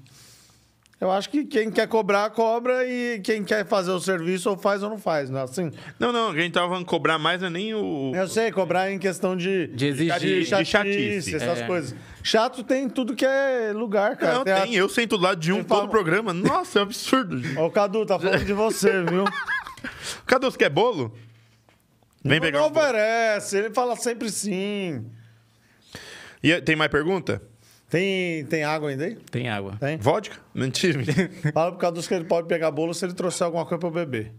S1: Eu acho que quem quer cobrar, cobra e quem quer fazer o serviço ou faz ou não faz. Não é assim?
S2: Não, não, a gente tava falando cobrar mais, não é nem o.
S1: Eu sei, cobrar em questão de.
S3: De exigir.
S1: De,
S2: De
S1: chatice,
S2: chatice.
S1: essas
S3: É.
S1: coisas. Chato tem em tudo que é lugar, cara.
S2: Não,
S1: a-
S2: tem. Eu sento do lado de um
S1: Ele
S2: todo
S1: fala-
S2: o programa. Nossa, é um absurdo. gente.
S1: Ó, o Cadu tá falando de você,
S2: *laughs*
S1: viu?
S2: Cadê os que é bolo? Vem pegar
S1: não
S2: um bolo.
S1: oferece, ele fala sempre sim.
S2: E tem mais pergunta?
S1: Tem, tem água ainda aí?
S3: Tem água.
S1: Tem?
S2: Vodka?
S1: *laughs*
S2: Mentira. mentira.
S1: Fala pro Cadu que ele pode pegar bolo se ele trouxer alguma coisa pra eu beber.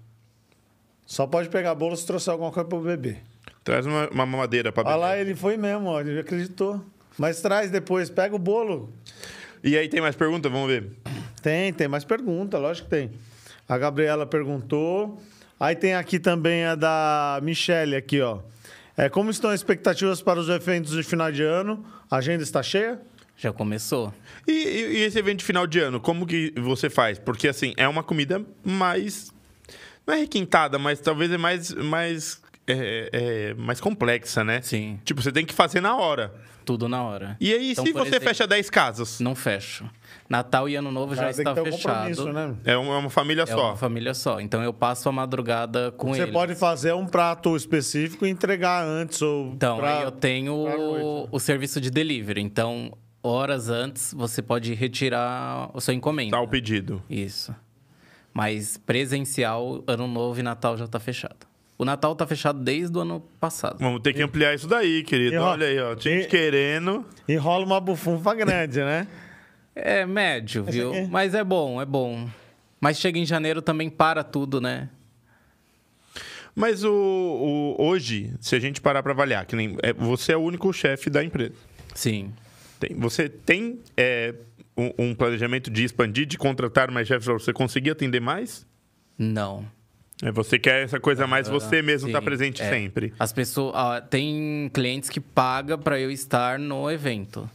S1: Só pode pegar bolo se trouxer alguma coisa pra eu beber.
S2: Traz uma, uma mamadeira pra
S1: Olha
S2: beber.
S1: lá, ele foi mesmo, ó, ele acreditou. Mas traz depois, pega o bolo.
S2: E aí tem mais pergunta? Vamos ver.
S1: Tem, tem mais pergunta, lógico que tem. A Gabriela perguntou. Aí tem aqui também a da Michelle aqui, ó. É, como estão as expectativas para os eventos de final de ano? A agenda está cheia?
S3: Já começou.
S2: E, e- e esse evento de final de ano, como que você faz? Porque, assim, é uma comida mais... Não é requintada, mas talvez é mais... mais... é- é mais complexa, né?
S3: Sim.
S2: Tipo, você tem que fazer na hora.
S3: Tudo na hora.
S2: E aí,
S3: Então,
S2: se
S3: por
S2: você
S3: exemplo,
S2: fecha 10 casas,
S3: Não fecho. Natal e Ano Novo já
S1: Cara, tem que
S3: está
S1: ter um
S3: fechado.
S1: compromisso, né?
S2: é uma, é uma família
S3: É
S2: só.
S3: uma família só. Então eu passo a madrugada com
S1: Você
S3: eles.
S1: pode fazer um prato específico e entregar antes ou
S3: Então,
S1: pra-
S3: aí eu tenho
S1: pra
S3: o,
S1: noite.
S3: o serviço de delivery. Então, horas antes, você pode retirar o seu encomenda.
S2: Tá o pedido.
S3: Isso. Mas presencial, ano novo e Natal já tá fechado. O Natal tá fechado desde o ano passado.
S2: Vamos ter que ampliar isso daí, querido.
S1: E, ó,
S2: Olha aí, ó. Gente
S1: e-
S2: querendo.
S1: E rola uma bufunfa grande, né?
S3: É médio, viu?
S1: aqui?
S3: Mas é bom, é bom. Mas chega em janeiro também para tudo, né?
S2: Mas o, o- hoje, se a gente parar pra avaliar, que nem, é, você é o único chefe da empresa.
S3: Sim.
S2: Tem- você tem é, um, um planejamento de expandir, de contratar mais chefes pra você conseguir atender mais?
S3: Não.
S2: É, você quer essa coisa mais, você mesmo
S3: Ah, Sim,
S2: tá presente
S3: é.
S2: sempre.
S3: As pessoas. ah, tem clientes que pagam para eu estar no evento.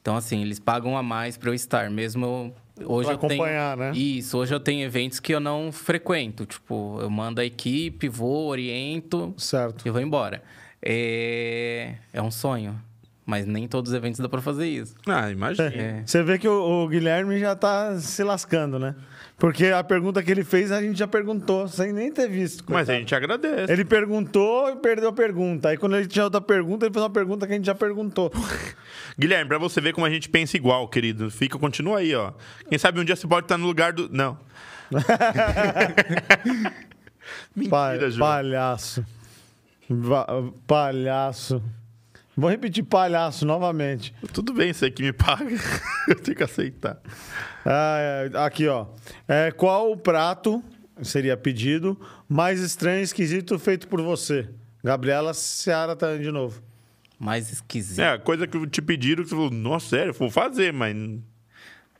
S3: Então, assim, eles pagam a mais para eu estar. Mesmo eu- hoje
S1: Pra
S3: eu tenho-
S1: acompanhar, né?
S3: Isso, hoje eu tenho eventos que eu não frequento. Tipo, eu mando a equipe, vou, oriento
S1: Certo.
S3: e vou embora. É, é um sonho. Mas nem todos os eventos dá para fazer isso.
S2: Ah, imagina.
S3: É,
S1: Você vê que o, o Guilherme já tá se lascando, né? Porque a pergunta que ele fez a gente já perguntou, sem nem ter visto.
S2: Mas a
S1: coitado.
S2: gente agradece.
S1: Ele perguntou e perdeu a pergunta. Aí quando ele tinha outra pergunta, ele fez uma pergunta que a gente já perguntou.
S2: Guilherme, pra você ver como a gente pensa igual, querido. Fica, continua aí, ó. Quem sabe um dia você pode estar no lugar do. Não.
S1: Pa-
S2: *laughs* Mentira, Ju.
S1: palhaço. Va- palhaço. Vou repetir palhaço novamente.
S2: Tudo bem, você que me paga. *laughs* Eu tenho que aceitar.
S1: Ah, é, aqui, ó. É, qual o prato, seria pedido, mais estranho e esquisito feito por você? Gabriela Seara tá de novo.
S3: Mais esquisito.
S2: É, a coisa que te pediram, que você falou, nossa, sério, vou fazer, mas.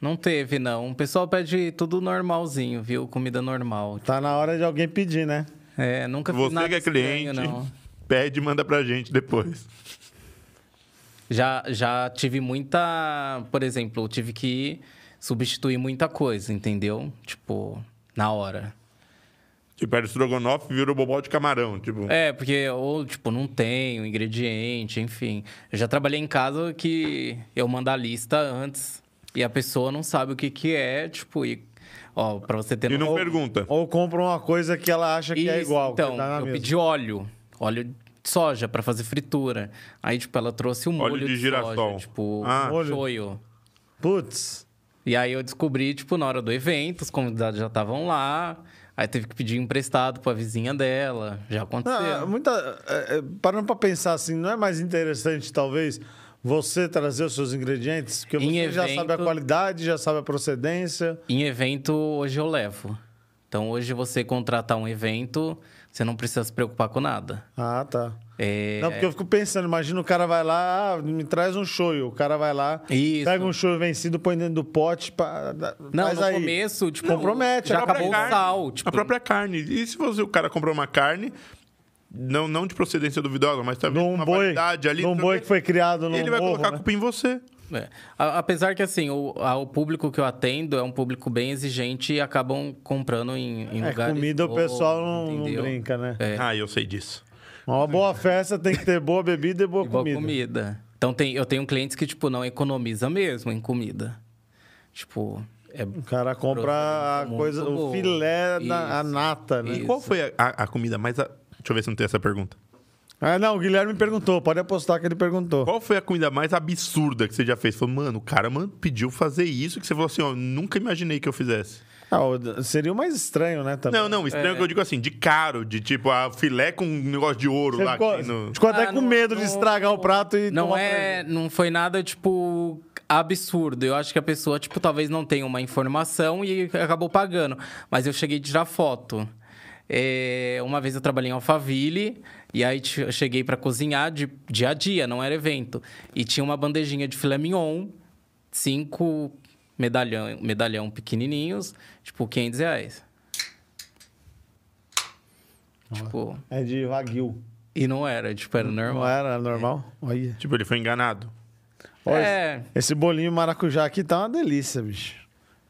S3: Não teve, não. O pessoal pede tudo normalzinho, viu? Comida normal.
S1: Tá na hora de alguém pedir, né?
S3: É, nunca fiz
S2: Você
S3: nada
S2: que é cliente,
S3: estranho, não.
S2: pede e manda pra gente depois.
S3: Já, já tive muita. Por exemplo, eu tive que substituir muita coisa, entendeu? Tipo, na hora.
S2: Tipo, era estrogonofe virou bobó de camarão. Tipo,
S3: É, porque, ou, tipo, não tem o ingrediente, enfim. Eu já trabalhei em casa que eu mando a lista antes e a pessoa não sabe o que, que é, tipo, e. Ó, pra você ter
S2: e não
S3: noção-
S2: pergunta.
S1: Ou compra uma coisa que ela acha que é
S3: Isso,
S1: igual. que
S3: Então,
S1: tá na
S3: eu
S1: mesa.
S3: pedi óleo. Óleo de soja pra fazer fritura. Aí, tipo, ela trouxe um
S2: Óleo
S3: molho
S2: de girassol.
S3: soja, tipo,
S2: Ah.
S3: um shoyu.
S1: Putz.
S3: E aí eu descobri, tipo, na hora do evento, os convidados já estavam lá. Aí teve que pedir emprestado pra vizinha dela. Já aconteceu.
S1: Ah, muita, é, é, parando para pensar assim, não é mais interessante, talvez, você trazer os seus ingredientes? Porque
S3: Em
S1: você já
S3: evento-
S1: sabe a qualidade, já sabe a procedência.
S3: Em evento, hoje eu levo. Então, hoje você contratar um evento, você não precisa se preocupar com nada.
S1: Ah, tá.
S3: É,
S1: Não, porque eu fico pensando, imagina o cara vai lá, ah, me traz um shoyu. O cara vai lá,
S3: Isso.
S1: pega um shoyu vencido, põe dentro do pote, pá, dá-
S3: Não,
S1: faz
S3: no
S1: aí. é
S3: começo, tipo,
S1: Compromete,
S3: já
S1: a
S3: acabou
S2: própria
S3: o
S2: carne.
S3: sal. Tipo,
S2: A própria carne. E se você, o cara comprou uma carne, não, não de procedência duvidosa, mas também
S1: Num
S2: uma
S1: boi,
S2: validade ali.
S1: num
S2: tudo
S1: boi
S2: bem,
S1: que foi criado num
S2: Ele vai
S1: morro,
S2: colocar a
S1: né?
S2: culpa em você.
S3: É. A- Apesar que, assim, o, a- o público que eu atendo é um público bem exigente e acabam comprando em, em
S1: É,
S3: lugares...
S1: comida o
S3: bons,
S1: pessoal não, não
S3: entendeu?
S1: brinca, né?
S3: É.
S2: Ah, eu sei disso.
S1: Uma boa festa tem que ter boa bebida e boa
S3: E boa
S1: comida.
S3: comida. Então, tem, eu tenho clientes que, tipo, não economiza mesmo em comida. Tipo, é...
S1: O cara compra a
S3: Muito
S1: coisa, o
S3: boa.
S1: filé, da, a
S3: Isso.
S1: nata, né?
S3: Isso.
S2: Qual foi a, a- a comida mais. a- Deixa eu ver se não tem essa pergunta.
S1: Ah, não, o Guilherme perguntou, pode apostar que ele perguntou.
S2: Qual foi a comida mais absurda que você já fez? Falou, mano, o cara mano, pediu fazer isso que você falou assim, ó, nunca imaginei que eu fizesse.
S1: Ah, o- seria o mais estranho, né? Também.
S2: Não, não,
S3: É.
S2: estranho que eu digo assim, de caro, de tipo, a filé com um negócio de ouro
S1: Você
S2: lá.
S1: ficou,
S2: que
S1: *laughs*
S2: no-
S1: ficou até
S3: Ah,
S1: com
S3: não-
S1: medo de
S3: não-
S1: estragar o prato *laughs* e
S3: Não
S1: tomar
S3: é,
S1: prejuízo.
S3: não foi nada tipo absurdo. Eu acho que a pessoa tipo talvez não tenha uma informação e acabou pagando. Mas eu cheguei de tirar foto. É, uma vez eu trabalhei em Alphaville e aí ti- eu cheguei pra cozinhar de dia a dia, não era evento. E tinha uma bandejinha de filé mignon, cinco medalhão, medalhão pequenininhos, tipo 500 reais. Tipo,
S1: É de Wagyu.
S3: e não era, tipo, era
S1: Não
S3: normal.
S1: era normal? Olha.
S2: Tipo, ele foi enganado.
S1: Olha,
S3: É.
S1: Esse bolinho maracujá aqui tá uma delícia, bicho.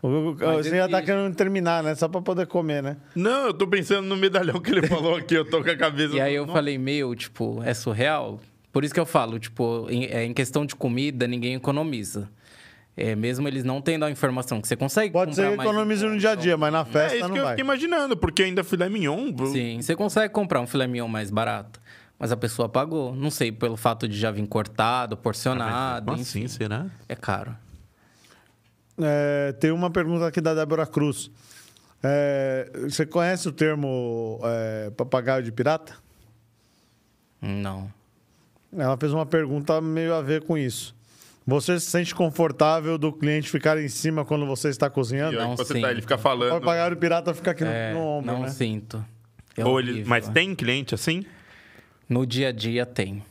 S1: O- o-
S3: Mas
S1: Você já tá
S3: existe.
S1: querendo terminar, né? Só pra poder comer, né?
S2: Não, eu tô pensando no medalhão que ele falou aqui, eu tô com a cabeça.
S3: *laughs* E aí eu
S2: Não,
S3: falei, meu, tipo, é surreal? Por isso que eu falo, tipo, em, é, em questão de comida, ninguém economiza. É, mesmo eles não tendo a informação que você consegue
S1: Pode
S3: comprar
S1: ser que
S3: mais...
S1: economize no dia a dia, mas na
S2: É
S1: festa
S2: isso
S1: não
S2: que eu
S1: vai.
S2: fiquei imaginando, porque ainda filé mignon. bro.
S3: Sim, você consegue comprar um filé mignon mais barato. Mas a pessoa pagou. Não sei, pelo fato de já vir cortado, porcionado,
S2: Como
S3: enfim.
S2: assim, será?
S3: É caro.
S1: É, tem uma pergunta aqui da Débora Cruz. É, você conhece o termo é, papagaio de pirata?
S3: Não.
S1: Ela fez uma pergunta meio a ver com isso. Você se sente confortável do cliente ficar em cima quando você está cozinhando?
S2: E aí,
S3: Não
S2: você
S3: sinto.
S2: tá, ele fica falando.
S1: O papagaio de pirata fica aqui no-
S3: É,
S1: no, ombro,
S3: não
S1: né?
S3: sinto. É
S2: Ou ele,
S3: horrível.
S2: mas tem cliente assim?
S3: No dia a dia tem.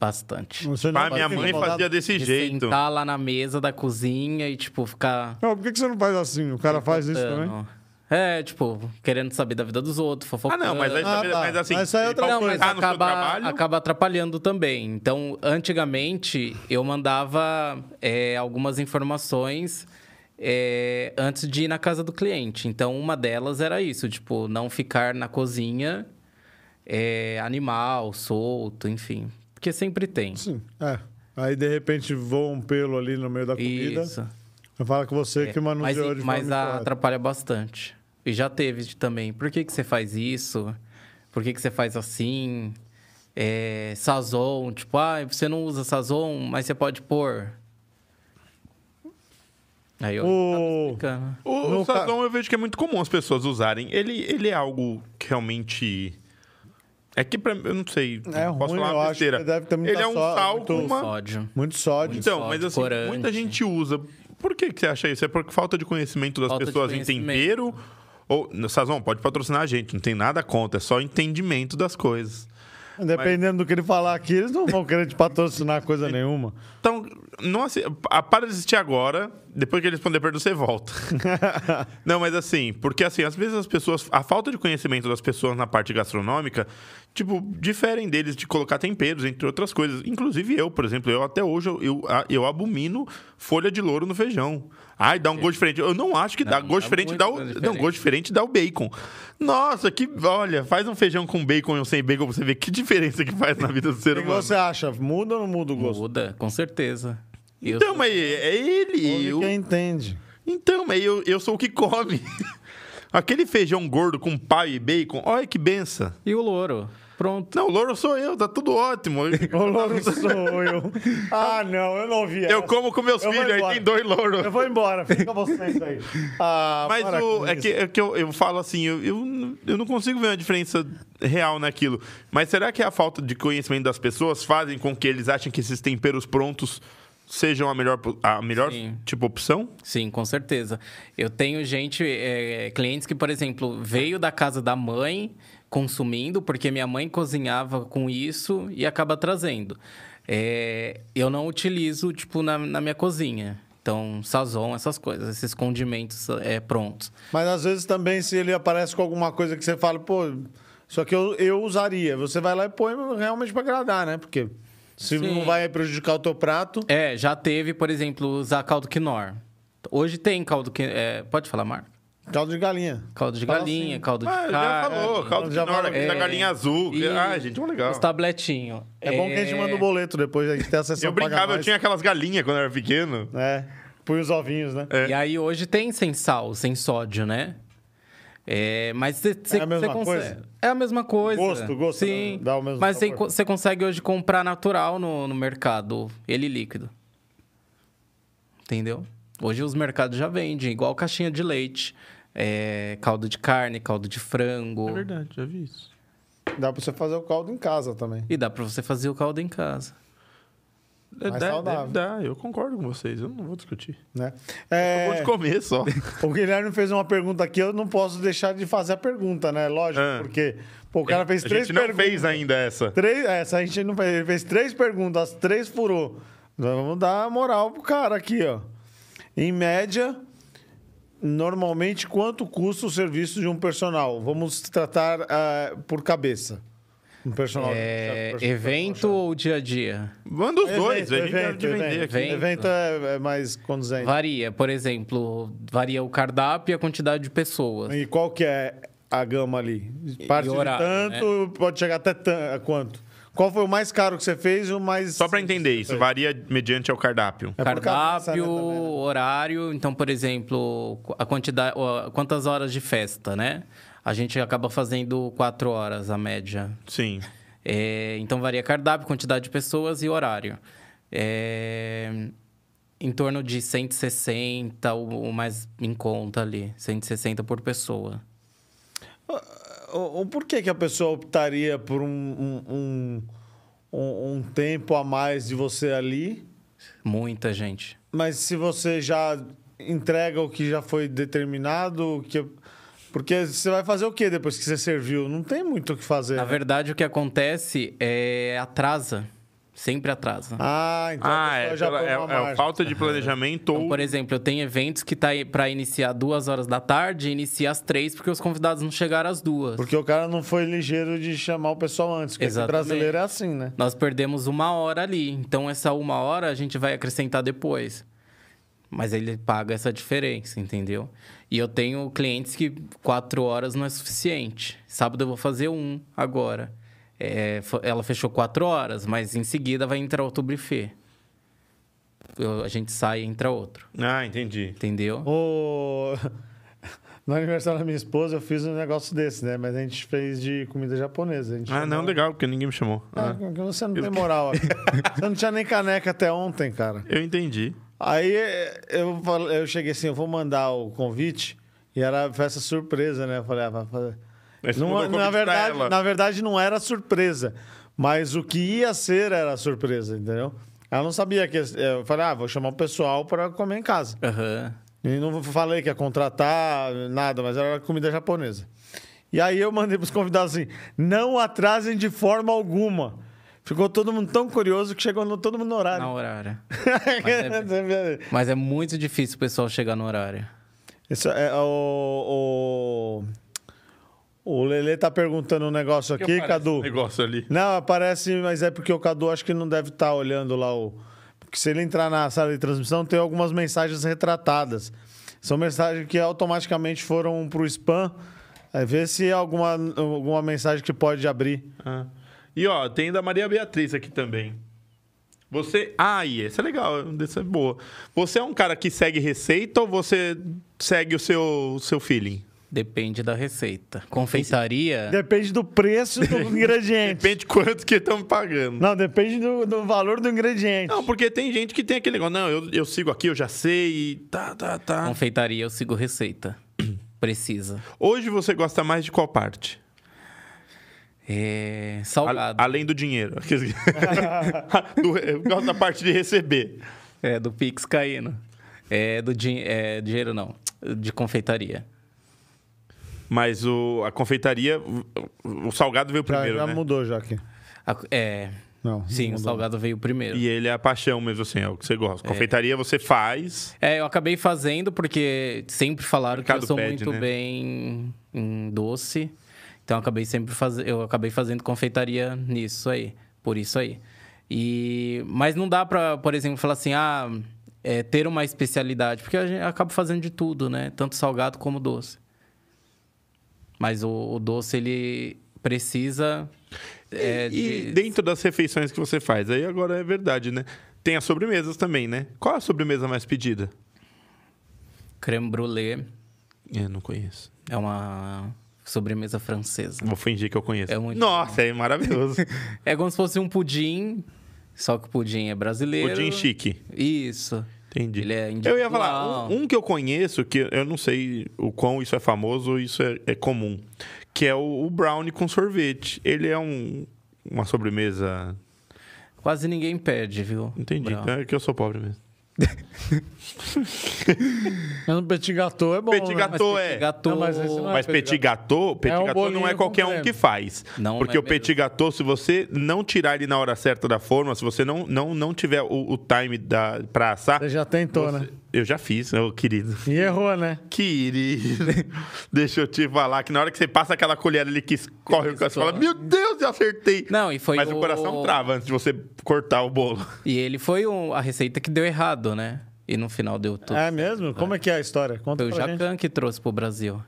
S3: Bastante.
S1: Você não
S2: Pá, minha
S1: fica
S2: mãe
S1: incomodado?
S2: fazia desse
S3: De
S2: jeito.
S3: sentar lá na mesa da cozinha e, tipo, ficar...
S1: Não, por que que você não faz assim? O cara faz isso também?
S3: Então, Não. É, tipo, querendo saber da vida dos outros,
S2: Ah,
S3: fofocando.
S2: não, mas, aí,
S1: Ah,
S2: sabe-
S1: tá.
S2: mas assim,
S1: Mas isso aí é
S2: ele
S1: outra
S2: vai
S3: Não, mas
S2: focar no seu
S3: acaba,
S2: trabalho.
S3: acaba atrapalhando também. Então, antigamente, eu mandava é, algumas informações é, antes de ir na casa do cliente. Então, uma delas era isso, tipo, não ficar na cozinha é, animal, solto, enfim. Porque sempre tem.
S1: Sim, é. Aí, de repente, voa um pelo ali no meio da comida.
S3: Isso. É,
S1: Eu falo com você que
S3: Mas,
S1: manuseou de forma
S3: mas a-
S1: incorreta.
S3: atrapalha bastante. E já teve de também. Por que, que você faz isso? Por que, que você faz assim? É, sazon, tipo, ah, você não usa sazon, mas você pode pôr. Aí eu
S1: O-
S3: explicando.
S2: O, o
S1: Nunca-
S2: sazon eu vejo que é muito comum as pessoas usarem. Ele, ele é algo que realmente. É que pra, eu não sei.
S1: É
S2: posso
S1: ruim,
S2: falar
S1: eu
S2: uma
S1: acho
S2: besteira.
S1: que deve ter muita
S2: ele é um
S1: só-
S2: sal
S1: muito
S2: com uma.
S3: Sódio.
S1: Muito sódio.
S2: Então,
S3: sal,
S2: mas assim,
S3: corante.
S2: muita gente usa. Por que, que você acha isso? É por falta de conhecimento das
S3: Falta de
S2: pessoas em
S3: conhecimento.
S2: tempero? Ou, Sazon, pode patrocinar a gente, não tem nada contra, é só entendimento das coisas.
S1: Dependendo do que ele falar aqui, eles não vão querer te patrocinar coisa nenhuma.
S2: Então, não assi- a- para de assistir agora, depois que ele responder a pergunta, você volta. não, mas assim, porque assim, às vezes as pessoas, a falta de conhecimento das pessoas na parte gastronômica, tipo, diferem deles de colocar temperos, entre outras coisas. Inclusive eu, por exemplo, eu até hoje, eu, eu, a- eu abomino folha de louro no feijão. Ai, dá um gosto diferente. Eu não acho que dá.
S3: Não,
S2: Gosto
S3: dá
S2: diferente
S3: muito
S2: dá o.
S3: gosto
S2: Não,
S3: diferente.
S2: gosto diferente dá o bacon. Nossa, que. Olha, faz um feijão com bacon e um sem bacon pra você ver que *laughs* diferença que faz na vida do
S1: O
S2: ser
S1: que que
S2: humano.
S1: você acha? Muda ou não muda o gosto?
S3: Muda, com certeza. E eu
S2: Então,
S3: sou-
S2: mas é ele.
S1: Ouve
S2: o-
S1: Quem entende.
S2: Então, mas eu, eu sou o que *laughs* come. Aquele feijão gordo com pai e bacon, olha que benção.
S3: E o louro? Pronto.
S2: Não, o louro sou eu, tá tudo ótimo.
S1: *laughs* O louro sou eu. Ah, não, eu não ouvi.
S2: Eu
S1: essa.
S2: como com meus
S1: Eu vou
S2: filhos, aí
S1: embora.
S2: tem dois louros.
S1: Eu vou embora, fica vocês aí. Ah,
S2: Mas
S1: para
S2: o-
S1: com
S2: é
S1: isso.
S2: que, é que eu, eu falo assim, eu, eu, n- eu não consigo ver uma diferença real naquilo. Mas será que a falta de conhecimento das pessoas fazem com que eles achem que esses temperos prontos sejam a melhor, po- a melhor
S3: Sim.
S2: tipo opção?
S3: Sim, com certeza. Eu tenho gente, é, clientes que, por exemplo, veio da casa da mãe consumindo, porque minha mãe cozinhava com isso e acaba trazendo. É, eu não utilizo, tipo, na, na minha cozinha. Então, sazon, essas coisas, esses condimentos é, prontos.
S1: Mas às vezes também, se ele aparece com alguma coisa que você fala, pô, isso aqui eu, eu usaria. Você vai lá e põe realmente pra agradar, né? Porque se
S3: Sim.
S1: não vai prejudicar o teu prato.
S3: É, já teve, por exemplo, usar caldo quinor. Hoje tem caldo que é, Pode falar, Marco?
S1: Caldo de galinha.
S3: Caldo de
S1: Fala
S3: galinha, caldo de
S2: Ah, já
S3: carne.
S2: falou, caldo de
S1: já
S2: nora,
S1: falou.
S2: da
S3: É,
S2: galinha azul.
S3: e
S2: Ah, gente, muito legal.
S3: Os tabletinhos.
S1: É, bom que a gente manda o boleto depois, a gente tem a sessão
S2: Eu brincava,
S1: paga
S2: eu tinha aquelas galinhas quando eu era pequeno.
S1: mais. É, põe os ovinhos, né?
S2: É.
S3: E aí hoje tem sem sal, sem sódio, né? É, mas você
S1: É a mesma coisa?
S3: É a mesma coisa.
S1: Gosto, gosto, né?
S3: Sim.
S1: Dá o mesmo
S3: mas você
S1: sabor.
S3: co- você consegue hoje comprar natural no, no mercado, ele líquido. Entendeu? Hoje os mercados já vendem, igual caixinha de leite, é, caldo de carne, caldo de
S1: É
S3: frango.
S2: É verdade, já vi isso. É.
S1: Dá pra você fazer o caldo em casa também.
S3: e dá pra você fazer o caldo em casa.
S1: Mais saudável.
S2: É, dá, eu concordo com vocês, eu não vou discutir.
S1: Né?
S2: Eu
S1: É,
S2: vou de comer só.
S1: o Guilherme fez uma pergunta aqui, eu não posso deixar de fazer a pergunta, né? Lógico,
S2: Ah.
S1: porque pô, *laughs* o cara fez
S2: a
S1: três
S2: gente não
S1: perguntas.
S2: fez ainda essa.
S1: Três, é, essa a gente não fez. Ele fez três perguntas, as três furou. Nós vamos dar moral pro cara aqui, ó. Em média, normalmente, quanto custa o serviço de um personal? Vamos tratar ah, por cabeça. Um personal.
S3: É,
S1: personal-
S3: evento ou dia a dia?
S2: Manda os
S1: Evento,
S2: dois, a gente deve
S1: evento,
S2: de vender
S1: evento.
S2: aqui.
S3: Vem.
S1: Evento é, é mais conduzente.
S3: Varia, por exemplo, varia o cardápio e a quantidade de pessoas.
S1: E qual que é a gama ali? Parte
S3: e né? horário,
S1: de tanto, pode chegar até tan- quanto? Qual foi o mais caro que você fez e o mais...
S2: Só pra entender, isso varia mediante ao cardápio.
S1: É por cabeça, né,
S3: Cardápio,
S1: também, né?
S3: horário, então, por exemplo, a quantidade, ó, quantas horas de festa, né? A gente acaba fazendo quatro horas a média.
S2: Sim.
S3: É, então varia cardápio, quantidade de pessoas e horário. É, em torno de 160, o, o mais em conta ali, 160 por pessoa.
S1: Ah, O, o porquê que a pessoa optaria por um, um, um, um- um tempo a mais de você ali,
S3: Muita gente.
S1: mas se você já entrega o que já foi determinado, o que... Porque você vai fazer o que depois que você serviu? Não tem muito o que fazer.
S3: Na
S1: né?
S3: verdade, o que acontece é atrasa. Sempre atrasa.
S1: Ah, então a
S2: Ah,
S1: pessoa
S2: é,
S1: já
S2: pela-
S1: põe
S2: é-
S1: uma
S2: é
S1: margem.
S2: falta de planejamento
S3: Então,
S2: ou...
S3: por exemplo, eu tenho eventos que tá para iniciar duas horas da tarde e inicia às três porque os convidados não chegaram às duas.
S1: Porque o cara não foi ligeiro de chamar o pessoal antes. Porque o
S3: Exatamente.
S1: brasileiro é assim, né?
S3: Nós perdemos uma hora ali, então essa uma hora a gente vai acrescentar depois. Mas ele paga essa diferença, entendeu? E eu tenho clientes que quatro horas não é suficiente. Sábado eu vou fazer um agora. É, fo- ela fechou quatro horas, mas em seguida vai entrar outro buffet. Eu- a gente sai e entra outro,
S2: Ah, entendi.
S3: entendeu?
S1: O... *laughs* No aniversário da minha esposa, eu fiz um negócio desse, né? Mas a gente fez de comida japonesa. A gente
S2: Ah,
S1: chamou-
S3: um-
S2: não, legal, porque ninguém me chamou.
S1: Ah,
S3: Tá.
S2: Ah,
S1: que você não tem moral. aqui. você não tinha nem caneca até ontem, cara.
S2: eu entendi.
S1: Aí eh, eu, fal- eu cheguei assim, eu vou mandar o convite. E era festa surpresa, né? Eu falei, ah, vai fazer...
S2: Mas
S1: Não- é,
S2: mandou convite
S1: na,
S2: pra
S1: verdade,
S2: ela.
S1: na verdade, não era surpresa. Mas o que ia ser era surpresa, entendeu? Ela não sabia que... Eu falei, ah, vou chamar o pessoal para comer em casa.
S3: Aham.
S1: E não falei que ia contratar, nada, mas era comida japonesa. E aí eu mandei pros convidados assim: não atrasem de forma alguma. Ficou todo mundo tão curioso que chegou no, todo mundo no *laughs*
S3: Na
S1: horário.
S3: horária. Mas Mas é muito difícil o pessoal chegar no horário.
S1: Isso é o. O, o Lele tá perguntando um negócio aqui, Cadu.
S2: um Negócio ali.
S1: Não, aparece, mas é porque o Cadu acho que não deve estar olhando lá o. Porque se ele entrar na sala de transmissão, tem algumas mensagens retratadas. São mensagens que automaticamente foram para o spam. É, vê se alguma, alguma mensagem que pode abrir.
S2: Ah. E ó, tem da Maria Beatriz aqui também. Você. Ah, e essa é legal, essa é boa. Você é um cara que segue receita ou você segue o seu, o seu feeling?
S3: Depende da receita. Confeitaria.
S1: Depende do preço
S2: *laughs*
S1: do ingrediente.
S2: Depende de quanto que estão pagando.
S1: Não, depende do, do valor do ingrediente.
S2: Não, porque tem gente que tem aquele negócio, não, eu, eu sigo aqui, eu já sei, e tá, tá, tá.
S3: Confeitaria, eu
S1: *clears throat*
S3: sigo receita. Precisa.
S2: Hoje você gosta mais de qual parte?
S3: É,
S2: A-
S3: salgado.
S2: além do dinheiro. *laughs* do, re- eu gosto da parte de receber.
S3: É, do Pix caindo. É, do din- é, dinheiro não. De confeitaria.
S2: Mas o, a confeitaria, o, o salgado veio
S1: Já,
S2: primeiro,
S1: já
S2: né?
S1: mudou já aqui.
S3: A- é.
S1: Não, não
S3: Sim, o
S1: mudou.
S3: salgado veio primeiro.
S2: E ele é a paixão mesmo, assim, é o que você gosta. Confeitaria você faz,
S3: É, eu acabei fazendo porque sempre falaram que eu
S2: mercado
S3: sou
S2: pede,
S3: muito
S2: né?
S3: bem em doce. Então eu acabei sempre faz... eu acabei fazendo confeitaria nisso aí, por isso aí. E mas não dá pra, por exemplo, falar assim, ah, é, ter uma especialidade, porque a gente acaba fazendo de tudo, né? Tanto salgado como doce. Mas o, o doce ele precisa é,
S2: E
S3: de-
S2: dentro das refeições que você faz, aí agora é verdade, né? Tem as sobremesas também, né? Qual a sobremesa mais pedida?
S3: creme brulee
S2: Eu não conheço.
S3: é uma sobremesa francesa.
S2: Vou fingir que eu conheço.
S3: É muito
S2: Nossa, é
S3: *laughs*
S2: maravilhoso.
S3: É como se fosse um pudim, só que o pudim é brasileiro.
S2: Pudim chique.
S3: Isso.
S2: Entendi.
S3: Ele é
S2: eu ia falar,
S3: individual.
S2: um, um que eu conheço, que eu não sei o quão isso é famoso ou isso é, é comum, que é o, o brownie com sorvete. Ele é um, uma sobremesa...
S3: Quase ninguém pede, viu?
S2: Entendi,
S3: Brau?
S2: então é que eu sou pobre mesmo.
S1: Mas no petit gâteau é bom.
S2: Petit
S1: né?
S2: gâteau.
S3: Mas
S2: é.
S3: petit gâteau-
S1: Não, mas esse não é-
S2: Mas petit gâteau, petit
S1: É um
S2: gâteau não é
S1: bolinho
S2: qualquer
S1: com
S2: um
S1: creme.
S2: que faz.
S3: Não,
S2: porque
S3: não é
S2: o petit
S3: mesmo.
S2: gâteau, se você não tirar ele na hora certa da forma, se você não, não, não tiver o, o time da, pra assar...
S1: Você já tentou,
S2: você-
S1: né?
S2: Eu já fiz, ô querido.
S1: E errou, né?
S2: Querido, *laughs* deixa eu te falar que na hora que você passa aquela colher ali que escorre o
S3: Que
S2: cara, você fala,
S3: escorre.
S2: meu Deus, eu acertei.
S3: Não, e foi
S2: Mas o
S3: o-
S2: coração trava antes de você cortar o bolo.
S3: E ele foi um- a receita que deu errado, né? E no final deu tudo.
S1: É mesmo? Como é que é a história? Conta
S3: Foi o
S1: pra gente.
S3: Jacan que trouxe pro Brasil.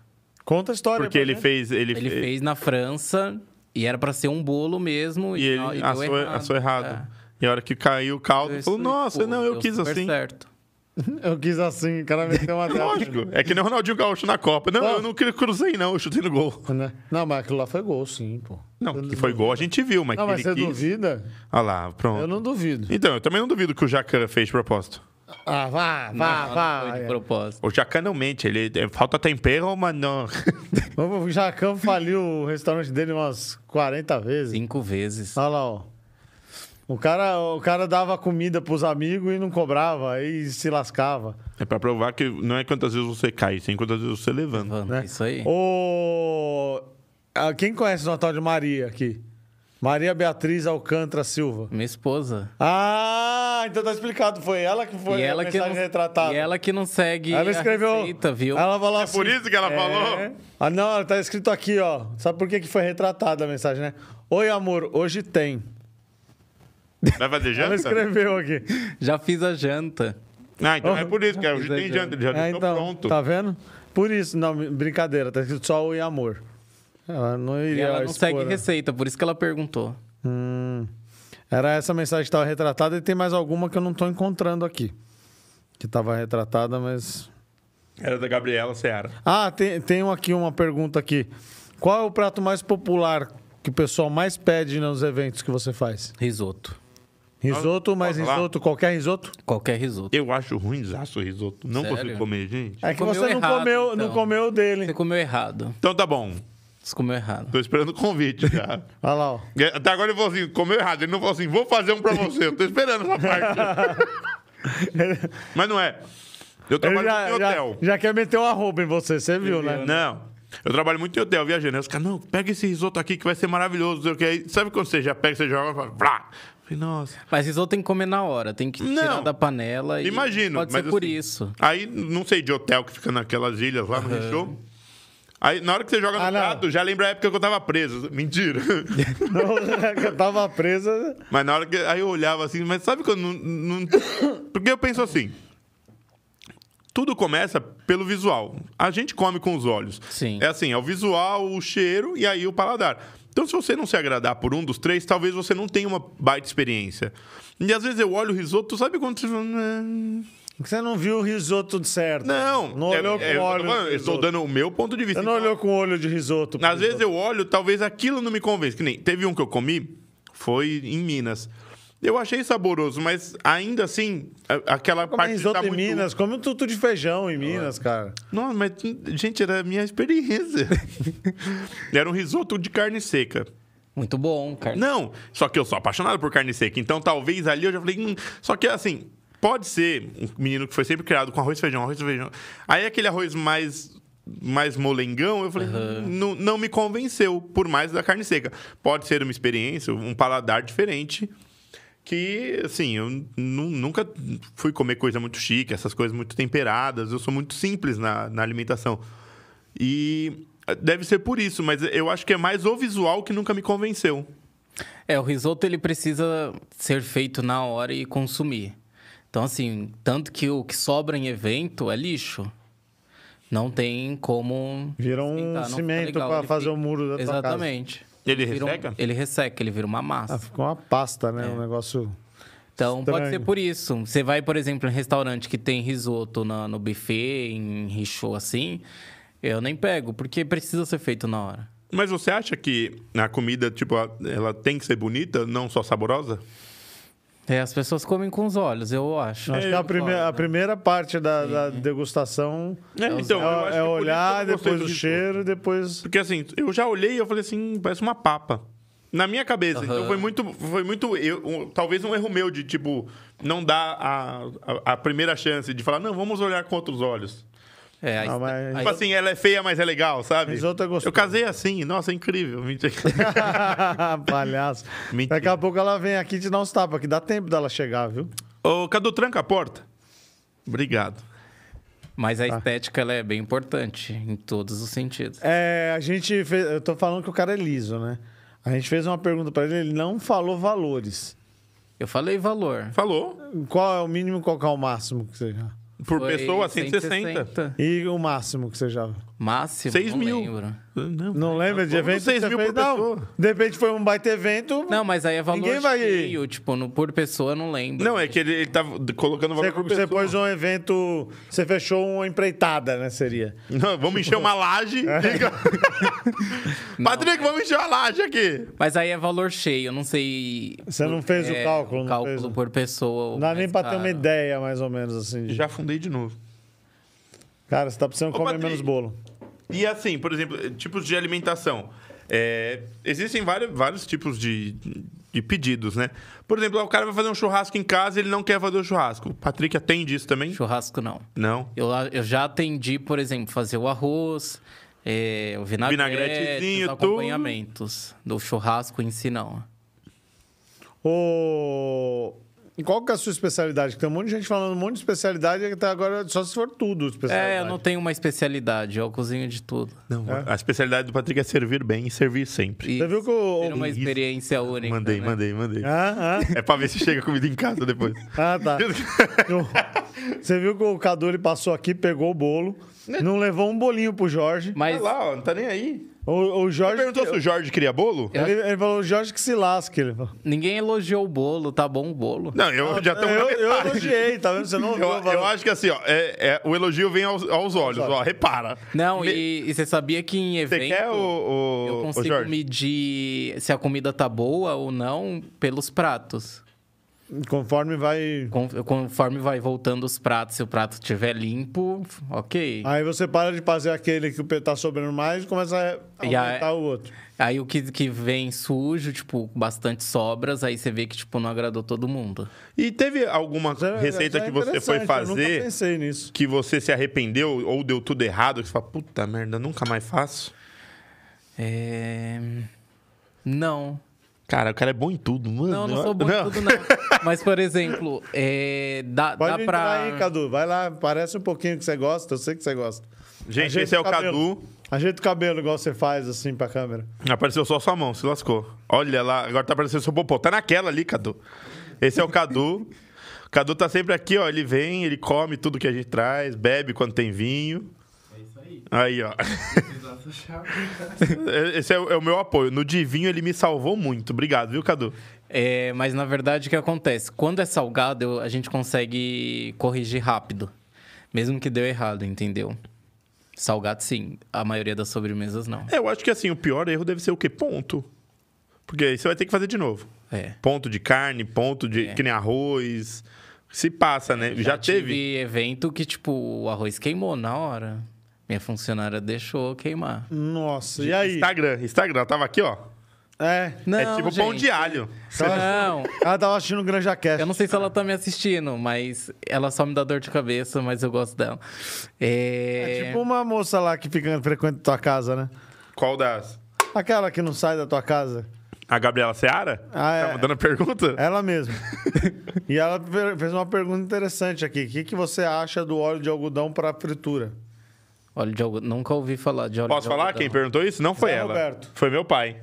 S1: Conta a história.
S2: Então, Porque
S1: pra
S2: ele
S1: gente.
S2: fez. Ele,
S3: Ele
S2: fe-
S3: fez na França e era pra ser um bolo mesmo.
S2: E ele
S3: não- deu
S2: assou, assou errado. E a hora que caiu o
S3: É.
S2: caldo,
S3: Deu
S2: falou,
S3: isso-
S2: nossa,
S3: pô,
S2: não, eu
S3: deu
S2: quis
S3: super
S2: assim.
S3: Certo.
S1: *laughs* Eu quis assim, o cara meteu uma dela.
S2: Lógico. É que nem o Ronaldinho Gaúcho na Copa. Não,
S1: Não.
S2: eu não cru- cruzei, não, eu chutei no gol.
S1: Né? Não, mas aquilo lá foi gol, sim, pô.
S2: Não, que foi gol, a gente viu,
S1: *laughs*
S2: mas
S1: Não,
S2: que
S1: mas você
S2: ele quis.
S1: duvida?
S2: Olha lá, pronto.
S1: Eu não duvido.
S2: Então, eu também não duvido que o Jacan fez de propósito.
S1: Ah, vá,
S3: Não,
S1: vá,
S3: não
S1: vá.
S3: foi de propósito.
S2: O Jacan não mente, ele é, falta tempero, mas não. *laughs*
S1: O Jacão faliu o restaurante dele umas 40 vezes.
S3: Cinco vezes.
S1: Olha lá, ó. O cara, o cara dava comida pros amigos e não cobrava, aí se lascava.
S2: É pra provar que não é quantas vezes você cai, sim quantas vezes você levanta.
S3: Vanda,
S1: Né?
S3: Isso aí.
S1: O... ah, Quem conhece o Natal de Maria aqui? Maria Beatriz Alcântara Silva.
S3: Minha esposa.
S1: Ah, então tá explicado. Foi ela que foi
S3: e
S1: a
S3: ela que
S1: mensagem
S3: não,
S1: retratada.
S3: e ela que não segue
S1: Ela escreveu.
S3: a receita, viu?
S1: Ela falou assim,
S2: É Por isso que ela
S1: É.
S2: falou.
S1: Ah, não, ela tá escrito aqui, ó. Sabe por que, que foi retratada a mensagem, né? Oi, amor, hoje tem.
S2: Vai fazer janta?
S1: Ela escreveu aqui.
S3: Já fiz a janta.
S2: Ah, então é por isso, cara. Hoje tem
S3: Exagerando.
S2: janta, já
S1: É,
S2: estou
S1: então,
S2: pronto.
S1: tá vendo? Por isso, não, brincadeira, tá escrito só oi, amor. Ela não
S3: E
S1: iria
S3: ela não
S1: expor,
S3: segue
S1: né?
S3: receita, por isso que ela perguntou.
S1: Hum, era essa mensagem que estava retratada e tem mais alguma que eu não estou encontrando aqui. Que estava retratada, mas. tá.
S2: Era da Gabriela Seara.
S1: Ah, tem, tem um aqui uma pergunta aqui. Qual é o prato mais popular que o pessoal mais pede nos eventos que você faz?
S3: Risoto.
S1: Risoto,
S2: Posso
S1: mas
S2: falar?
S1: risoto, qualquer risoto?
S3: Qualquer risoto.
S2: Eu acho ruim o risoto. Não
S3: Sério?
S2: consigo comer, gente.
S1: É que
S3: Comeu
S1: você não
S3: errado,
S1: comeu, não
S3: então.
S1: comeu o
S3: Você
S1: dele.
S3: comeu errado.
S2: Então tá bom.
S3: Você comeu errado.
S2: Tô esperando o
S1: *laughs*
S2: convite já.
S1: Olha lá, ó.
S2: Até agora ele falou assim, comeu errado. Ele não falou assim, vou fazer um pra você. Eu tô esperando essa
S1: *laughs*
S2: parte. Mas não é. Eu
S1: Ele
S2: trabalho
S1: já,
S2: muito em
S1: já-
S2: hotel.
S1: já quer meter uma roupa em você, você viu, né? *laughs*
S2: Não. Eu trabalho muito em hotel, viajando. Aí os caras, não, pega esse risoto aqui que vai ser maravilhoso. não sei o quê. Aí, sabe quando você já pega, você joga e fala, vrá. Eu falei, nossa.
S3: Mas risoto tem que comer na hora, tem que tirar
S2: Não.
S3: da panela. E
S2: Imagino.
S3: Pode
S2: mas
S3: ser por
S2: assim,
S3: isso.
S2: Aí, não sei, de hotel que fica naquelas ilhas lá no Rio. Aí, na hora que você joga no
S1: Ah, não.
S2: prato, já lembra a época que eu tava
S1: *laughs*
S2: preso. Mentira.
S1: né? eu tava presa.
S2: mas na hora que. Aí eu olhava assim, mas sabe quando. Não, não- Porque eu penso assim. Tudo começa pelo visual. A gente come com os olhos.
S3: Sim.
S2: É assim, é o visual, o cheiro e aí o paladar. Então, se você não se agradar por um dos três, talvez você não tenha uma baita experiência. E às vezes eu olho o risoto, sabe quando você fala. "Hum,
S1: Você não viu o risoto certo.
S2: Não,
S1: Não olhou
S2: é- é-
S1: com óleo.
S2: eu, tô falando,
S1: de
S2: eu estou
S1: risoto.
S2: dando o meu ponto de vista.
S1: Você não olhou com olho de risoto. pro
S2: Às vezes
S1: risoto.
S2: eu olho, talvez aquilo não me convence. Que nem teve um que eu comi, foi em Minas. Eu achei saboroso, mas ainda assim, a- aquela
S1: Come é
S2: parte
S1: risoto
S2: tá
S1: em
S2: muito...
S1: Minas, come um tutu de feijão em Minas, cara.
S2: Não, mas, gente, era a minha
S1: *laughs*
S2: experiência. era um risoto de carne seca.
S3: Muito bom, cara.
S2: Não, só que eu sou apaixonado por carne seca. Então, talvez ali eu já falei. "Hum", só que assim, pode ser um menino que foi sempre criado com arroz e feijão, arroz e feijão. Aí aquele arroz mais. Mais molengão, eu falei, não, não me convenceu, por mais da carne seca. Pode ser uma experiência, um paladar diferente, que, assim, eu nu- nunca fui comer coisa muito chique, essas coisas muito temperadas, eu sou muito simples na, na alimentação. E eh, deve ser por isso, mas eu acho que é mais o visual que nunca me convenceu.
S3: É, o risoto ele precisa ser feito na hora e consumir. Então, assim, tanto que o que sobra em evento é lixo. Não tem como.
S1: Vira um
S3: esquentar, tá, não fica
S1: cimento
S3: legal,
S1: pra
S3: ele
S1: fazer
S3: fica-
S1: o muro da tua casa.
S3: Exatamente.
S2: Ele
S3: Vira um-
S2: resseca?
S3: ele resseca, ele vira uma massa.
S1: Ah, ficou uma pasta, né?
S3: É.
S1: Um negócio.
S3: Então pode
S1: Estranho.
S3: ser por isso. Você vai, por exemplo, em restaurante que tem risoto na- no buffet, em richô assim, eu nem pego, porque precisa ser feito na hora.
S2: Mas você acha que a comida, tipo, a- ela tem que ser bonita, não só saborosa?
S3: É, as pessoas comem com os olhos, eu
S2: É,
S3: acho.
S1: Acho que é a
S2: né?
S1: primeira, a primeira parte da, da
S3: Uhum.
S1: degustação
S2: É, então,
S1: é,
S2: eu acho que
S1: é
S2: por isso que eu não
S1: olhar,
S2: gostei
S1: depois
S2: do
S1: o
S2: risoto.
S1: cheiro, depois. *laughs*
S2: Porque assim, eu já olhei e eu falei assim, "Hum, parece uma papa. Na minha cabeça. Então
S3: Aham.
S2: foi muito. Foi muito eu, um- talvez um erro meu de, tipo, não dar a, a, a primeira chance de falar, não, vamos olhar com outros olhos.
S3: É, aí,
S1: Não, mas-
S3: aí-
S2: Tipo assim, ela é feia, mas é legal, sabe?
S1: Risoto é gostoso.
S2: Eu casei assim, nossa, é incrível. *laughs* Mentira.
S1: Palhaço.
S2: Mentira.
S1: Daqui a pouco ela vem aqui te dar uns tapas, que dá tempo dela chegar, viu?
S2: Ô, Cadu, tranca a porta. Obrigado.
S3: mas
S1: Tá.
S3: a estética ela é bem importante em todos os sentidos.
S1: É, a gente fez. Eu tô falando que o cara é liso, né? A gente fez uma pergunta pra ele, ele não falou valores.
S3: Eu falei valor.
S2: Falou.
S1: Qual é o mínimo, qual que é o máximo que você já.
S2: Por
S3: Foi
S2: pessoa, 160.
S1: E o máximo que você já.
S3: Máximo,
S2: 6
S3: não
S2: mil.
S3: lembro.
S2: Não,
S1: Não lembra de
S2: Vamos
S1: evento?
S2: seis
S1: que você
S2: mil
S1: fez?
S2: por
S1: Não,
S2: pessoa.
S1: De repente foi um baita evento.
S3: Não, mas aí é valor
S1: Ninguém vai-
S3: cheio, tipo, no- por pessoa eu não lembro.
S2: Não, é que ele, ele tá colocando
S1: Você,
S2: valor por
S1: você
S2: pessoa.
S1: pôs um evento. Você fechou uma empreitada, né? Seria.
S2: Não, vamos encher uma laje.
S1: É.
S3: *laughs*
S2: Diga. Patrick, vamos encher uma laje aqui.
S3: Mas aí é valor cheio, eu não sei.
S1: Você não fez o
S3: é,
S1: cálculo, não
S3: cálculo
S1: fez.
S3: por pessoa.
S1: Não dá nem pra ter uma
S3: ideia.
S1: ideia, mais ou menos, assim. de-
S2: Já fundei de novo.
S1: Cara, você tá precisando comer
S2: Patrick.
S1: menos bolo.
S2: E assim, por exemplo, tipos de alimentação. É, existem vários, vários tipos de, de pedidos, né? Por exemplo, o cara vai fazer um churrasco em casa e ele não quer fazer o churrasco. O Patrick atende isso também?
S3: Churrasco não.
S2: Não.
S3: Eu, eu já atendi, por exemplo, fazer o arroz, é, o vinagrete,
S2: Vinagretezinho,
S3: os
S2: tudo.
S3: acompanhamentos. Do churrasco em si, não.
S1: Ô, Qual que é a sua especialidade? Que tem um monte de gente falando um monte de especialidade e até agora só se for tudo especialidade.
S3: É, eu não tenho uma especialidade, eu cozinho de tudo.
S2: Não. A especialidade do Patrick é servir bem e servir sempre.
S3: E
S1: Você viu que o...
S3: ter uma
S2: Isso.
S3: experiência única.
S2: Mandei,
S3: né?
S2: mandei, mandei.
S1: Hã? Hã?
S2: É pra ver se chega comida em casa depois.
S1: Ah,
S2: *laughs*
S1: tá. O- Você viu que o Cadu ele passou aqui, pegou o bolo,
S2: Né?
S1: não levou um bolinho pro Jorge.
S3: Mas
S2: Olha lá, ó, não tá nem aí.
S1: O, o
S2: Você
S1: Jorge.
S2: perguntou assim, né? se o Jorge queria bolo?
S1: Ele, ele falou, Jorge que se lasque. Ele falou.
S3: ninguém elogiou o bolo, tá bom o bolo.
S2: Não, eu já tô
S1: Eu, eu elogiei, tá vendo? Você não ouviu
S2: *laughs* Eu,
S1: o valor.
S2: eu acho que assim, ó, é- é, o elogio vem aos, aos olhos, ó, repara.
S3: Não,
S2: Me-
S3: e, e você sabia que em
S2: Você
S3: evento
S2: quer o, o,
S3: eu
S2: o
S3: consigo
S2: Jorge?
S3: medir se a comida tá boa ou não pelos pratos.
S1: Conforme vai.
S3: Con- Conforme vai voltando os pratos, se o prato estiver limpo, ok.
S1: Aí você para de fazer aquele que o pe- tá sobrando mais e começa a
S3: E a-
S1: aumentar o outro.
S3: Aí o que, que vem sujo, tipo, bastante sobras, aí você vê que, tipo, não agradou todo mundo.
S2: E teve alguma
S1: Isso é- isso
S2: receita
S1: é
S2: que você
S1: interessante,
S2: foi
S1: Eu nunca
S2: fazer
S1: pensei nisso.
S2: que você se arrependeu ou deu tudo errado? Que você fala, puta merda, nunca mais faço?
S3: É... Não.
S2: Cara, o cara é bom em tudo, mano.
S3: Não, não
S2: Eu-
S3: sou bom em tudo, não. Mas, por exemplo, é... dá,
S1: Pode
S3: dá
S1: entrar
S3: pra...
S1: aí, Cadu. Vai lá, parece um pouquinho que você gosta, eu sei que você gosta.
S2: Gente,
S1: Ajeita
S2: esse é o
S1: cabelo.
S2: Cadu.
S1: Ajeita o cabelo igual você faz assim pra câmera.
S2: Apareceu só sua mão, se lascou. Olha lá, agora tá aparecendo seu popô. Tá naquela ali, Cadu. Esse é o Cadu. *laughs* O Cadu tá sempre aqui, ó. Ele vem, ele come tudo que a gente traz, bebe quando tem vinho. Aí, ó. *laughs* Esse é, o- é o meu apoio. No Divinho ele me salvou muito. Obrigado, viu, Cadu?
S3: É, mas na verdade o que acontece? Quando é salgado, eu- a gente consegue corrigir rápido. Mesmo que deu errado, entendeu? Salgado sim, a maioria das sobremesas não.
S2: É, eu acho que assim, o pior erro deve ser o quê? Ponto. Porque aí você vai ter que fazer de novo.
S3: É.
S2: Ponto de carne, ponto de. que nem arroz. Se passa, né? Já, teve.
S3: tive evento que, tipo, o arroz queimou na hora. Minha funcionária deixou queimar.
S1: Nossa, e aí?
S2: Instagram, Instagram, ela tava aqui, ó.
S1: É.
S2: é tipo pão
S3: gente.
S2: de né? alho.
S3: Não,
S1: Ela tava assistindo o Granja Cast.
S3: eu não sei se ela tá me assistindo, mas ela só me dá dor de cabeça, mas eu gosto dela. É...
S1: Tipo uma moça lá que fica frequente tua casa, né?
S2: Qual das?
S1: Aquela que não sai da tua casa.
S2: A Gabriela Seara?
S1: Ah, é.
S2: Tá mandando a pergunta?
S1: Ela mesma. e ela fe- fez uma pergunta interessante aqui. O que, que você acha do óleo de algodão para fritura?
S3: Óleo de algodão. Nunca ouvi falar de
S2: *laughs*
S3: óleo
S2: um- Posso
S3: de
S2: falar
S3: algodão.
S2: quem perguntou isso? Não foi
S1: Zé
S2: ela.
S1: Roberto.
S2: Foi meu pai.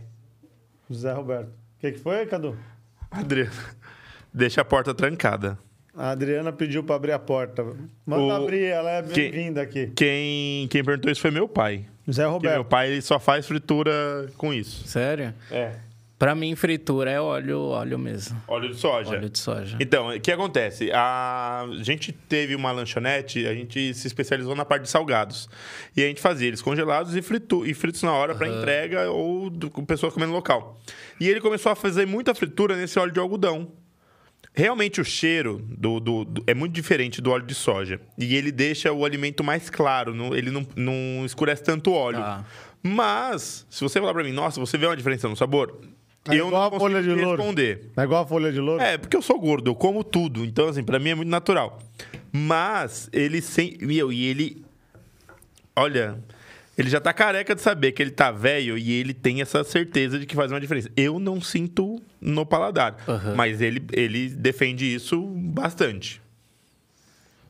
S1: José Roberto. O que, que foi, Cadu?
S2: Adriano. Deixa a porta trancada.
S1: A Adriana pediu para abrir a porta. Manda
S2: O-
S1: abrir, ela é
S2: que-
S1: bem-vinda aqui.
S2: Quem, quem perguntou isso foi meu pai.
S1: José
S2: Porque meu
S1: Roberto.
S2: pai ele só faz fritura com isso.
S3: Sério?
S2: É.
S3: Pra mim, fritura é óleo, óleo mesmo.
S2: Óleo de soja.
S3: Óleo de soja.
S2: Então, o que acontece? A gente teve uma lanchonete, a gente se especializou na parte de salgados. E a gente fazia eles congelados e, fritu- e fritos na hora para entrega ou do, com pessoas comendo local. E ele começou a fazer muita fritura nesse óleo de algodão. Realmente o cheiro do, do- do- é muito diferente do óleo de soja. E ele deixa o alimento mais claro, não- ele não, não escurece tanto o óleo.
S3: Tá.
S2: Mas, se você falar para mim, nossa, você vê uma diferença no sabor?
S1: É
S2: eu
S1: igual
S2: não
S1: a folha
S2: consigo
S1: de
S2: te
S1: louro.
S2: responder.
S1: É igual a folha de louro?
S2: É, porque eu sou gordo, eu como tudo. Então, assim, pra mim é muito natural. Mas ele sem. Meu, e ele. Olha, ele já tá careca de saber que ele tá velho e ele tem essa certeza de que faz uma diferença. Eu não sinto no paladar.
S3: Aham.
S2: Mas ele, ele defende isso bastante.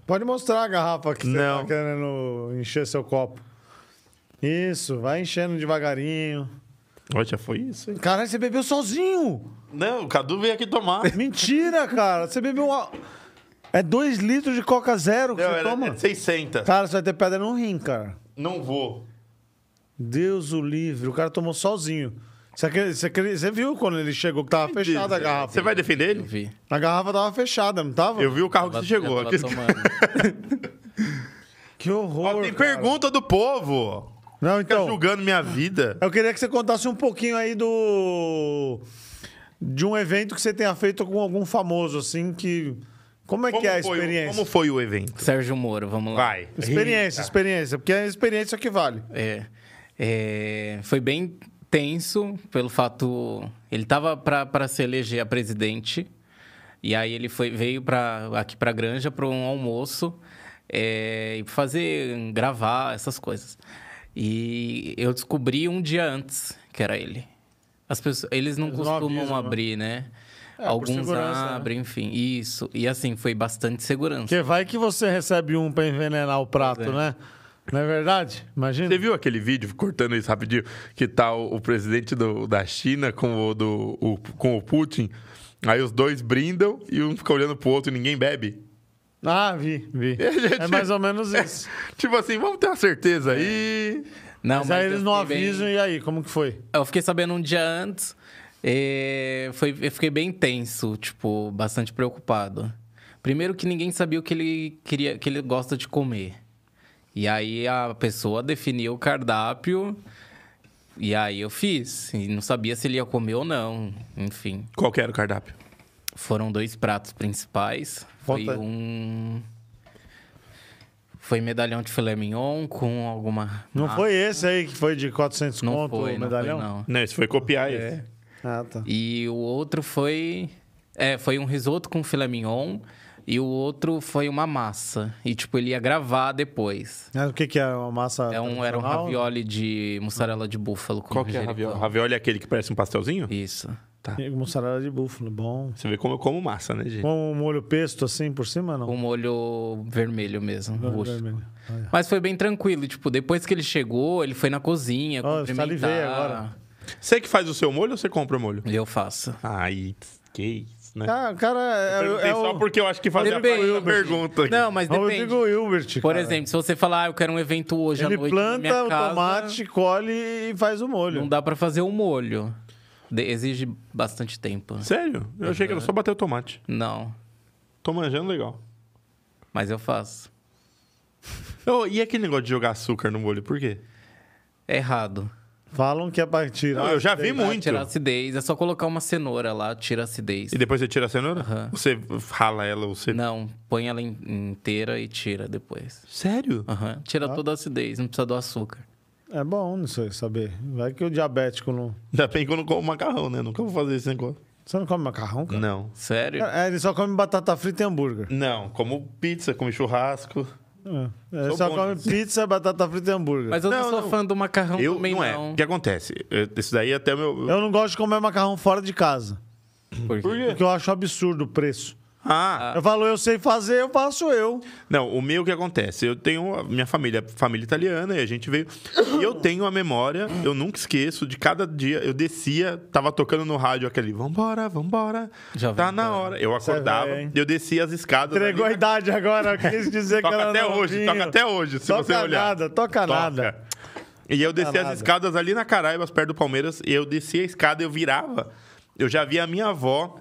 S1: Pode mostrar a garrafa que
S2: Não.
S1: você tá querendo encher seu copo. Isso, vai enchendo devagarinho.
S2: Olha, já foi isso, hein?
S1: Caralho, você bebeu
S2: *laughs*
S1: sozinho!
S2: Não, o Cadu veio aqui *laughs* tomar.
S1: Mentira, cara! Você bebeu. uma- É dois litros de Coca Zero que
S2: Não,
S1: você
S2: era,
S1: toma.
S2: era 600.
S1: Cara, você vai ter pedra no rim, cara.
S2: Não vou.
S1: Deus o livre, o cara tomou sozinho. Você, acre- você acre- você viu quando ele chegou que tava fechada a garrafa?
S2: Você vai defender
S3: Eu
S2: ele?
S3: vi.
S1: A garrafa tava fechada, não tava?
S2: Eu vi o carro que
S3: Tava-
S2: você chegou.
S3: eu tava tomando.
S1: Que horror.
S2: Ó, tem
S1: cara.
S2: pergunta do povo.
S1: Não,
S2: Fica
S1: então.
S2: julgando minha vida.
S1: Eu queria que você contasse um pouquinho aí do. De um evento que você tenha feito com algum famoso, assim, que. Como é que é a
S2: foi o-
S1: experiência?
S2: como foi o evento?
S3: Sérgio Moro, vamos lá.
S2: Vai.
S1: Experiência,
S2: Eita.
S1: experiência. Porque é a experiência que vale.
S3: É, é, foi bem tenso pelo fato ele tava para se eleger a presidente e aí ele foi veio para aqui para Granja para um almoço é, e fazer gravar essas coisas e eu descobri um dia antes que era ele as pessoas eles não
S1: Eles não
S3: costumam
S1: avisam, né?
S3: abrir né
S1: É, por
S3: alguns
S1: segurança, né?
S3: abrem enfim isso e assim foi bastante segurança
S1: Porque vai que você recebe um pra envenenar o prato,
S3: Pois é.
S1: né? Não é verdade? Imagina.
S2: Você viu aquele vídeo, cortando isso rapidinho, que tá o, o presidente do- da China com o, do, o- com o Putin? Aí os dois brindam e um fica olhando pro outro e ninguém bebe?
S1: Ah, vi,
S3: *laughs*
S1: vi.
S2: gente-
S1: É mais ou menos isso.
S2: Tipo assim, vamos ter uma certeza aí.
S3: não
S1: Mas aí eles
S3: eu
S1: não
S3: fiquei bem-
S1: avisam, e aí, como que foi?
S3: Eu fiquei sabendo um dia antes. é, foi, eu fiquei bem tenso, tipo, bastante preocupado. Primeiro que ninguém sabia o que ele queria, que ele gosta de comer. E aí a pessoa definiu o cardápio. E aí eu fiz. E não sabia se ele ia comer ou não. Enfim.
S2: Qual que era o cardápio?
S3: Foram dois pratos principais. Foi
S1: Conta aí.
S3: um. Foi medalhão de filé mignon com alguma.
S1: Não
S3: Ah,
S1: foi esse aí que foi de 400
S3: não
S1: conto
S3: foi,
S1: o
S3: não
S1: medalhão?
S3: Foi, não.
S2: Não, esse foi copiar esse.
S1: Ah, tá.
S3: E o outro foi. É, foi um risoto com filé mignon. E o outro foi uma massa. E, tipo, ele ia gravar depois.
S1: Mas o que, que é uma massa?
S3: É um, era um
S1: tradicional? né?
S3: ravioli de mussarela de búfalo com
S2: Qual que é a
S3: manjericão.
S2: ravioli? Ravioli é aquele que parece um pastelzinho?
S3: Isso.
S1: E Mussarela de búfalo, bom.
S2: Você vê como eu como massa, né, gente?
S1: Com um molho pesto assim por cima, não?
S2: Um
S3: Com molho vermelho mesmo, roxo.
S1: Vermelho. Olha.
S3: Mas foi bem tranquilo. Tipo, depois que ele chegou, ele foi na cozinha
S1: Ó, eu
S3: cumprimentar.
S1: salivei agora.
S2: Você que faz o seu molho ou você compra o molho?
S3: E eu faço.
S2: Ai, que isso. né?
S1: Ah, o cara, é,
S2: Perguntei
S1: é
S2: só
S1: o
S2: porque eu acho que fazia
S3: Depende.
S2: parte da pergunta. aqui.
S3: Não, mas depende.
S1: É Rodrigo Hilbert,
S3: Por
S1: cara.
S3: exemplo, se você falar, ah, eu quero um evento hoje
S1: Ele
S3: à noite na
S1: planta
S3: minha
S1: o
S3: casa,
S1: tomate, colhe e faz o molho.
S3: não dá pra fazer um molho. De- exige bastante tempo. né?
S2: Sério? Eu achei que era só bater o tomate.
S3: Não,
S2: Tô manjando legal.
S3: mas eu faço.
S2: Ô, e aquele negócio de jogar açúcar no molho, por quê?
S3: É errado.
S1: Falam que é pra tirar.
S2: Não, eu já vi
S3: Pra
S2: muito.
S3: tirar a acidez, é só colocar uma cenoura lá, tira a acidez.
S2: E depois você tira a cenoura?
S3: Aham.
S2: Você rala ela, você.
S3: Não, põe ela in- inteira e tira depois.
S2: Sério?
S3: Aham, Tira
S2: Ah.
S3: toda a acidez, não precisa do açúcar.
S1: É bom, não sei, saber. Vai que o diabético não.
S2: Ainda bem que eu não como macarrão, né? Nunca vou fazer esse negócio.
S1: Você não come macarrão, cara?
S2: Não. Ah,
S3: Sério?
S1: É, ele só come batata frita e hambúrguer.
S2: Não, como pizza, como churrasco.
S1: É, ele
S2: Sou
S1: só
S2: bom
S1: come
S2: nisso.
S1: pizza, batata frita e hambúrguer.
S3: Mas eu não,
S2: Não,
S3: sou
S2: não.
S3: fã do macarrão
S2: eu
S3: também,
S2: não é. O que acontece? Eu- isso daí até meu.
S1: Eu não gosto de comer macarrão fora de casa.
S3: Por quê?
S2: Por quê?
S1: Porque eu acho absurdo o preço.
S2: Ah,
S1: Eu falo, eu sei fazer, eu faço eu.
S2: Não, o meu que acontece? Eu tenho a minha família, família italiana, e a gente veio. E eu tenho a memória, eu nunca esqueço de cada dia. Eu descia, tava tocando no rádio aquele, vambora, vambora.
S3: Já
S2: tá
S3: vem,
S2: na
S3: tá.
S2: hora. Eu
S1: Você é
S2: acordava,
S1: velho, hein?
S2: eu descia as escadas.
S1: Entregou a
S2: ali,
S1: idade agora, quis dizer que
S2: Toca
S1: era
S2: até hoje,
S1: novinho.
S2: toca até hoje, se
S1: Toca
S2: você olhar.
S1: nada, toca nada.
S2: E eu descia
S1: nada.
S2: as escadas ali na Caraibas, perto do Palmeiras, e eu descia a escada eu virava. Eu já via a minha avó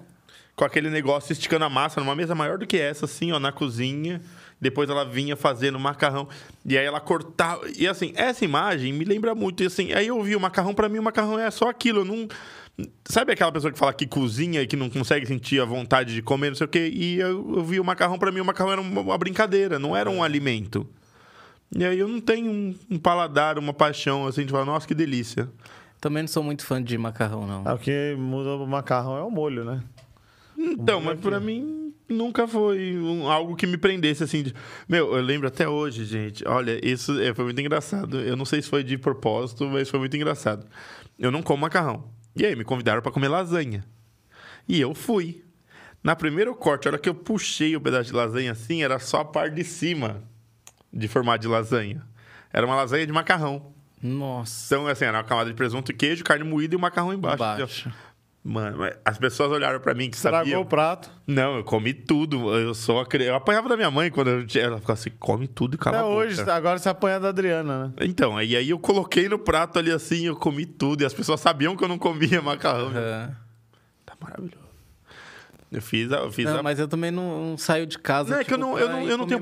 S2: com aquele negócio esticando a massa numa mesa maior do que essa, assim, ó, na cozinha. Depois ela vinha fazendo macarrão. E aí ela cortava. E assim, essa imagem me lembra muito. E assim, aí eu vi o macarrão, pra mim o macarrão é só aquilo. Eu não. Sabe aquela pessoa que fala que cozinha e que não consegue sentir a vontade de comer, não sei o quê? E eu, eu vi o macarrão, pra mim o macarrão era uma uma brincadeira, não era um alimento. E aí eu não tenho um, um paladar, uma paixão, assim, de falar, nossa, que delícia.
S3: Também não sou muito fã de macarrão, não.
S1: Ah, o que muda o macarrão é o molho, né?
S2: Então, mas pra mim nunca foi um- algo que me prendesse, assim. de- Meu, eu lembro até hoje, gente. Olha, isso é, foi muito engraçado. Eu não sei se foi de propósito, mas foi muito engraçado. Eu não como macarrão. E aí me convidaram pra comer lasanha. E eu fui. Na primeiro corte, a hora que eu puxei o pedaço de lasanha assim, era só a parte de cima de formato de lasanha. Era uma lasanha de macarrão.
S3: Nossa.
S2: Então, assim, era uma camada de presunto e queijo, carne moída e um macarrão embaixo.
S3: Embaixo.
S2: Mano, mas as pessoas olharam pra mim que
S1: Tragou
S2: sabiam.
S1: o prato.
S2: Não, eu comi tudo. Eu sou a cri- Eu apanhava da minha mãe quando eu tinha... ela ficava assim, come tudo e cala
S1: Até
S2: a boca.
S1: hoje, tá. agora você apanha da Adriana, né?
S2: Então, aí aí eu coloquei no prato ali assim, eu comi tudo. E as pessoas sabiam que eu não comia macarrão. né?
S3: Aham.
S2: Tá maravilhoso. Eu fiz a. Eu fiz
S3: Não,
S2: a...
S3: mas eu também não, não saio de casa.
S2: Não, é que eu
S3: tipo,
S2: não, eu
S3: pra
S2: não,
S3: ir
S2: eu não
S3: comer
S2: tenho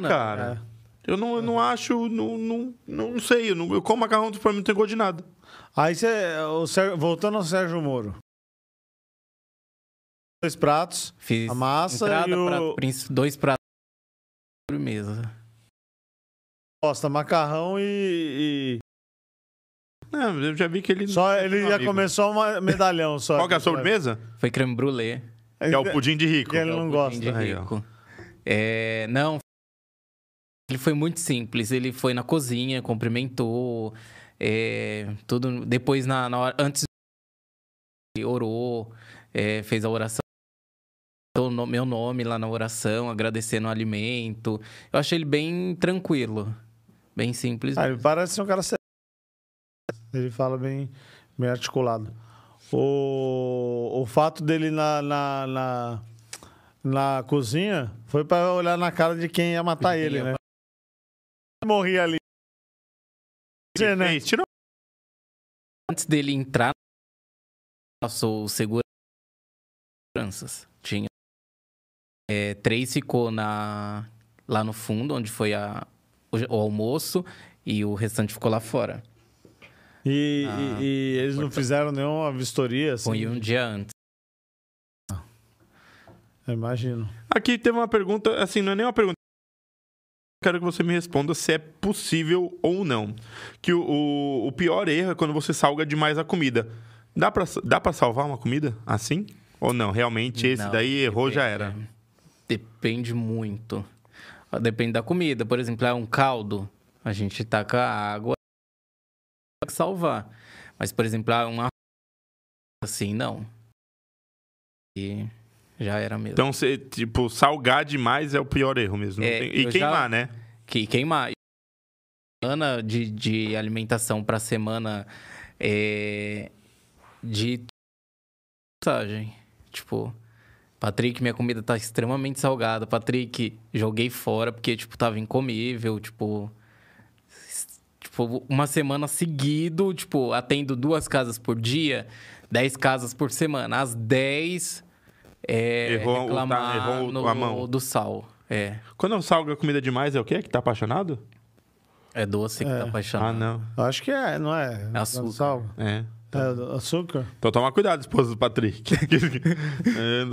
S1: né?
S3: macarrão, não.
S2: cara.
S1: É.
S2: Eu não, eu não acho. Não, não, não sei. Eu, não, eu como macarrão, tipo, pra mim não tem gosto de nada.
S1: Aí você. o Sér- voltando ao Sérgio Moro. Dois pratos.
S3: Fiz
S1: A massa
S3: entrada,
S1: e o-
S3: prato princi- dois pratos de sobremesa.
S1: Posta macarrão e.
S2: Não, eu já vi que ele.
S1: e só,
S2: não-
S1: ele ia
S2: amigo.
S1: comer só uma medalhão. Só
S2: Qual que é a sobremesa?
S3: Foi creme brulee.
S2: Que é o pudim de rico.
S1: Que ele não gosta.
S3: De
S2: Aí, ó.
S3: rico. É, não. Ele foi muito simples. Ele foi na cozinha, cumprimentou, é, tudo. Depois na, na hora, antes ele orou, é, fez a oração. botou o no- Meu nome lá na oração, agradecendo o alimento. Eu achei ele bem tranquilo, bem simples.
S1: Ah, ele parece ser um cara sério. Ele fala bem, bem articulado. O, o fato dele na, na, na, na cozinha foi pra olhar na cara de quem ia matar
S3: De quem
S1: ele,
S3: ia
S1: né? Morri ali. Você, né?
S2: Fez, tirou.
S3: antes dele entrar, passou o segura- seguranças. Tinha. É, três ficou na, lá no fundo, onde foi a, o, o almoço, e o restante ficou lá fora.
S1: E,
S3: Ah,
S1: e- e eles não fizeram nenhuma vistoria, assim.
S3: Foi um dia antes.
S1: Eu imagino.
S2: Aqui teve uma pergunta, assim, não é nem uma pergunta. Quero que você me responda se é possível ou não. Que o, o, o pior erro é quando você salga demais a comida. Dá pra, dá pra salvar uma comida assim? Ou não? Realmente esse
S3: Não, é
S2: daí errou, já era.
S3: depende. Depende muito. Ah, Depende da comida. Por exemplo, é um caldo, a gente taca a água pra salvar. Mas, por exemplo, ah, um arroz, assim, não. E já era mesmo.
S2: Então, você, tipo, salgar demais é o pior erro mesmo. Não
S3: É,
S2: tem- E
S3: eu
S2: queimar,
S3: já-
S2: né?
S3: que queimar. Semana de, de alimentação para semana é, de mensagem. Tipo, Patrick, minha comida tá extremamente salgada. Patrick, joguei fora porque, tipo, tava incomível, tipo... s- Tipo, uma semana seguido, tipo, atendo duas casas por dia, dez casas por semana. As dez é,
S2: Errou o ta-
S3: reclamar
S2: errou o-
S3: no-
S2: a mão.
S3: do sal. É,
S2: Quando não salga comida demais, é o quê? Que tá apaixonado?
S3: é doce que tá apaixonado.
S2: Ah, não.
S1: Acho que é, não é?
S3: Açúcar.
S1: Sal.
S2: É.
S1: É, açúcar?
S2: Então toma cuidado, esposa do Patrick. *laughs*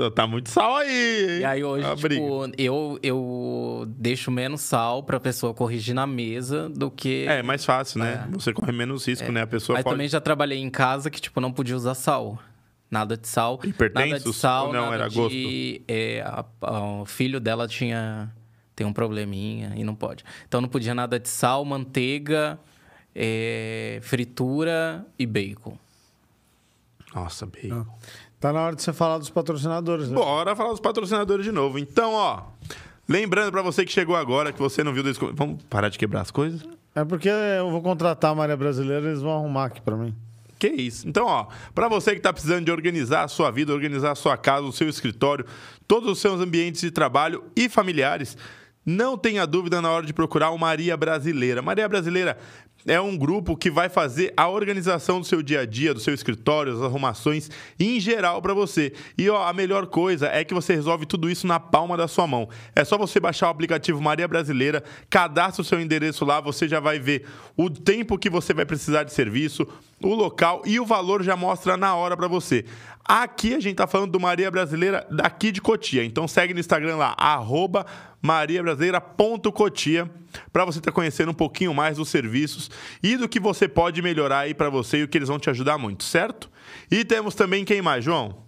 S2: É, tá muito sal aí. hein?
S3: E aí hoje,
S2: A É briga.
S3: tipo, eu, eu deixo menos sal pra pessoa corrigir na mesa do que.
S2: É, mais fácil, né? Você corre menos risco, né? A pessoa
S3: Mas
S2: pode.
S3: É. também já trabalhei em casa que, tipo, não podia usar sal. Nada de sal. Nada de
S2: Hipertensos?
S3: sal.
S2: Ou não,
S3: nada
S2: era
S3: de,
S2: gosto?
S3: é, a- a- o filho dela tinha. Tem um probleminha e não pode. Então não podia nada de sal, manteiga, é, fritura e bacon.
S2: Nossa, bacon.
S3: Ah.
S1: Tá na hora de você falar dos patrocinadores, né?
S2: Bora falar dos patrocinadores de novo. Então, ó. Lembrando pra você que chegou agora, que você não viu... Desco... Vamos parar de quebrar as coisas?
S1: É porque eu vou contratar a Maria Brasileira eles vão arrumar aqui pra mim.
S2: Que isso. Então, ó, para você que tá precisando de organizar a sua vida, organizar a sua casa, o seu escritório, todos os seus ambientes de trabalho e familiares, não tenha dúvida na hora de procurar o Maria Brasileira. Maria Brasileira é um grupo que vai fazer a organização do seu dia a dia, do seu escritório, as arrumações em geral para você. E ó, a melhor coisa é que você resolve tudo isso na palma da sua mão. É só você baixar o aplicativo Maria Brasileira, cadastra o seu endereço lá, você já vai ver o tempo que você vai precisar de serviço, o local e o valor já mostra na hora para você. Aqui a gente tá falando do Maria Brasileira daqui de Cotia. Então segue no Instagram lá, arroba mariabrasileira.cotia para você estar conhecendo um pouquinho mais dos serviços e do que você pode melhorar aí para você e o que eles vão te ajudar muito, certo? E temos também quem mais, João?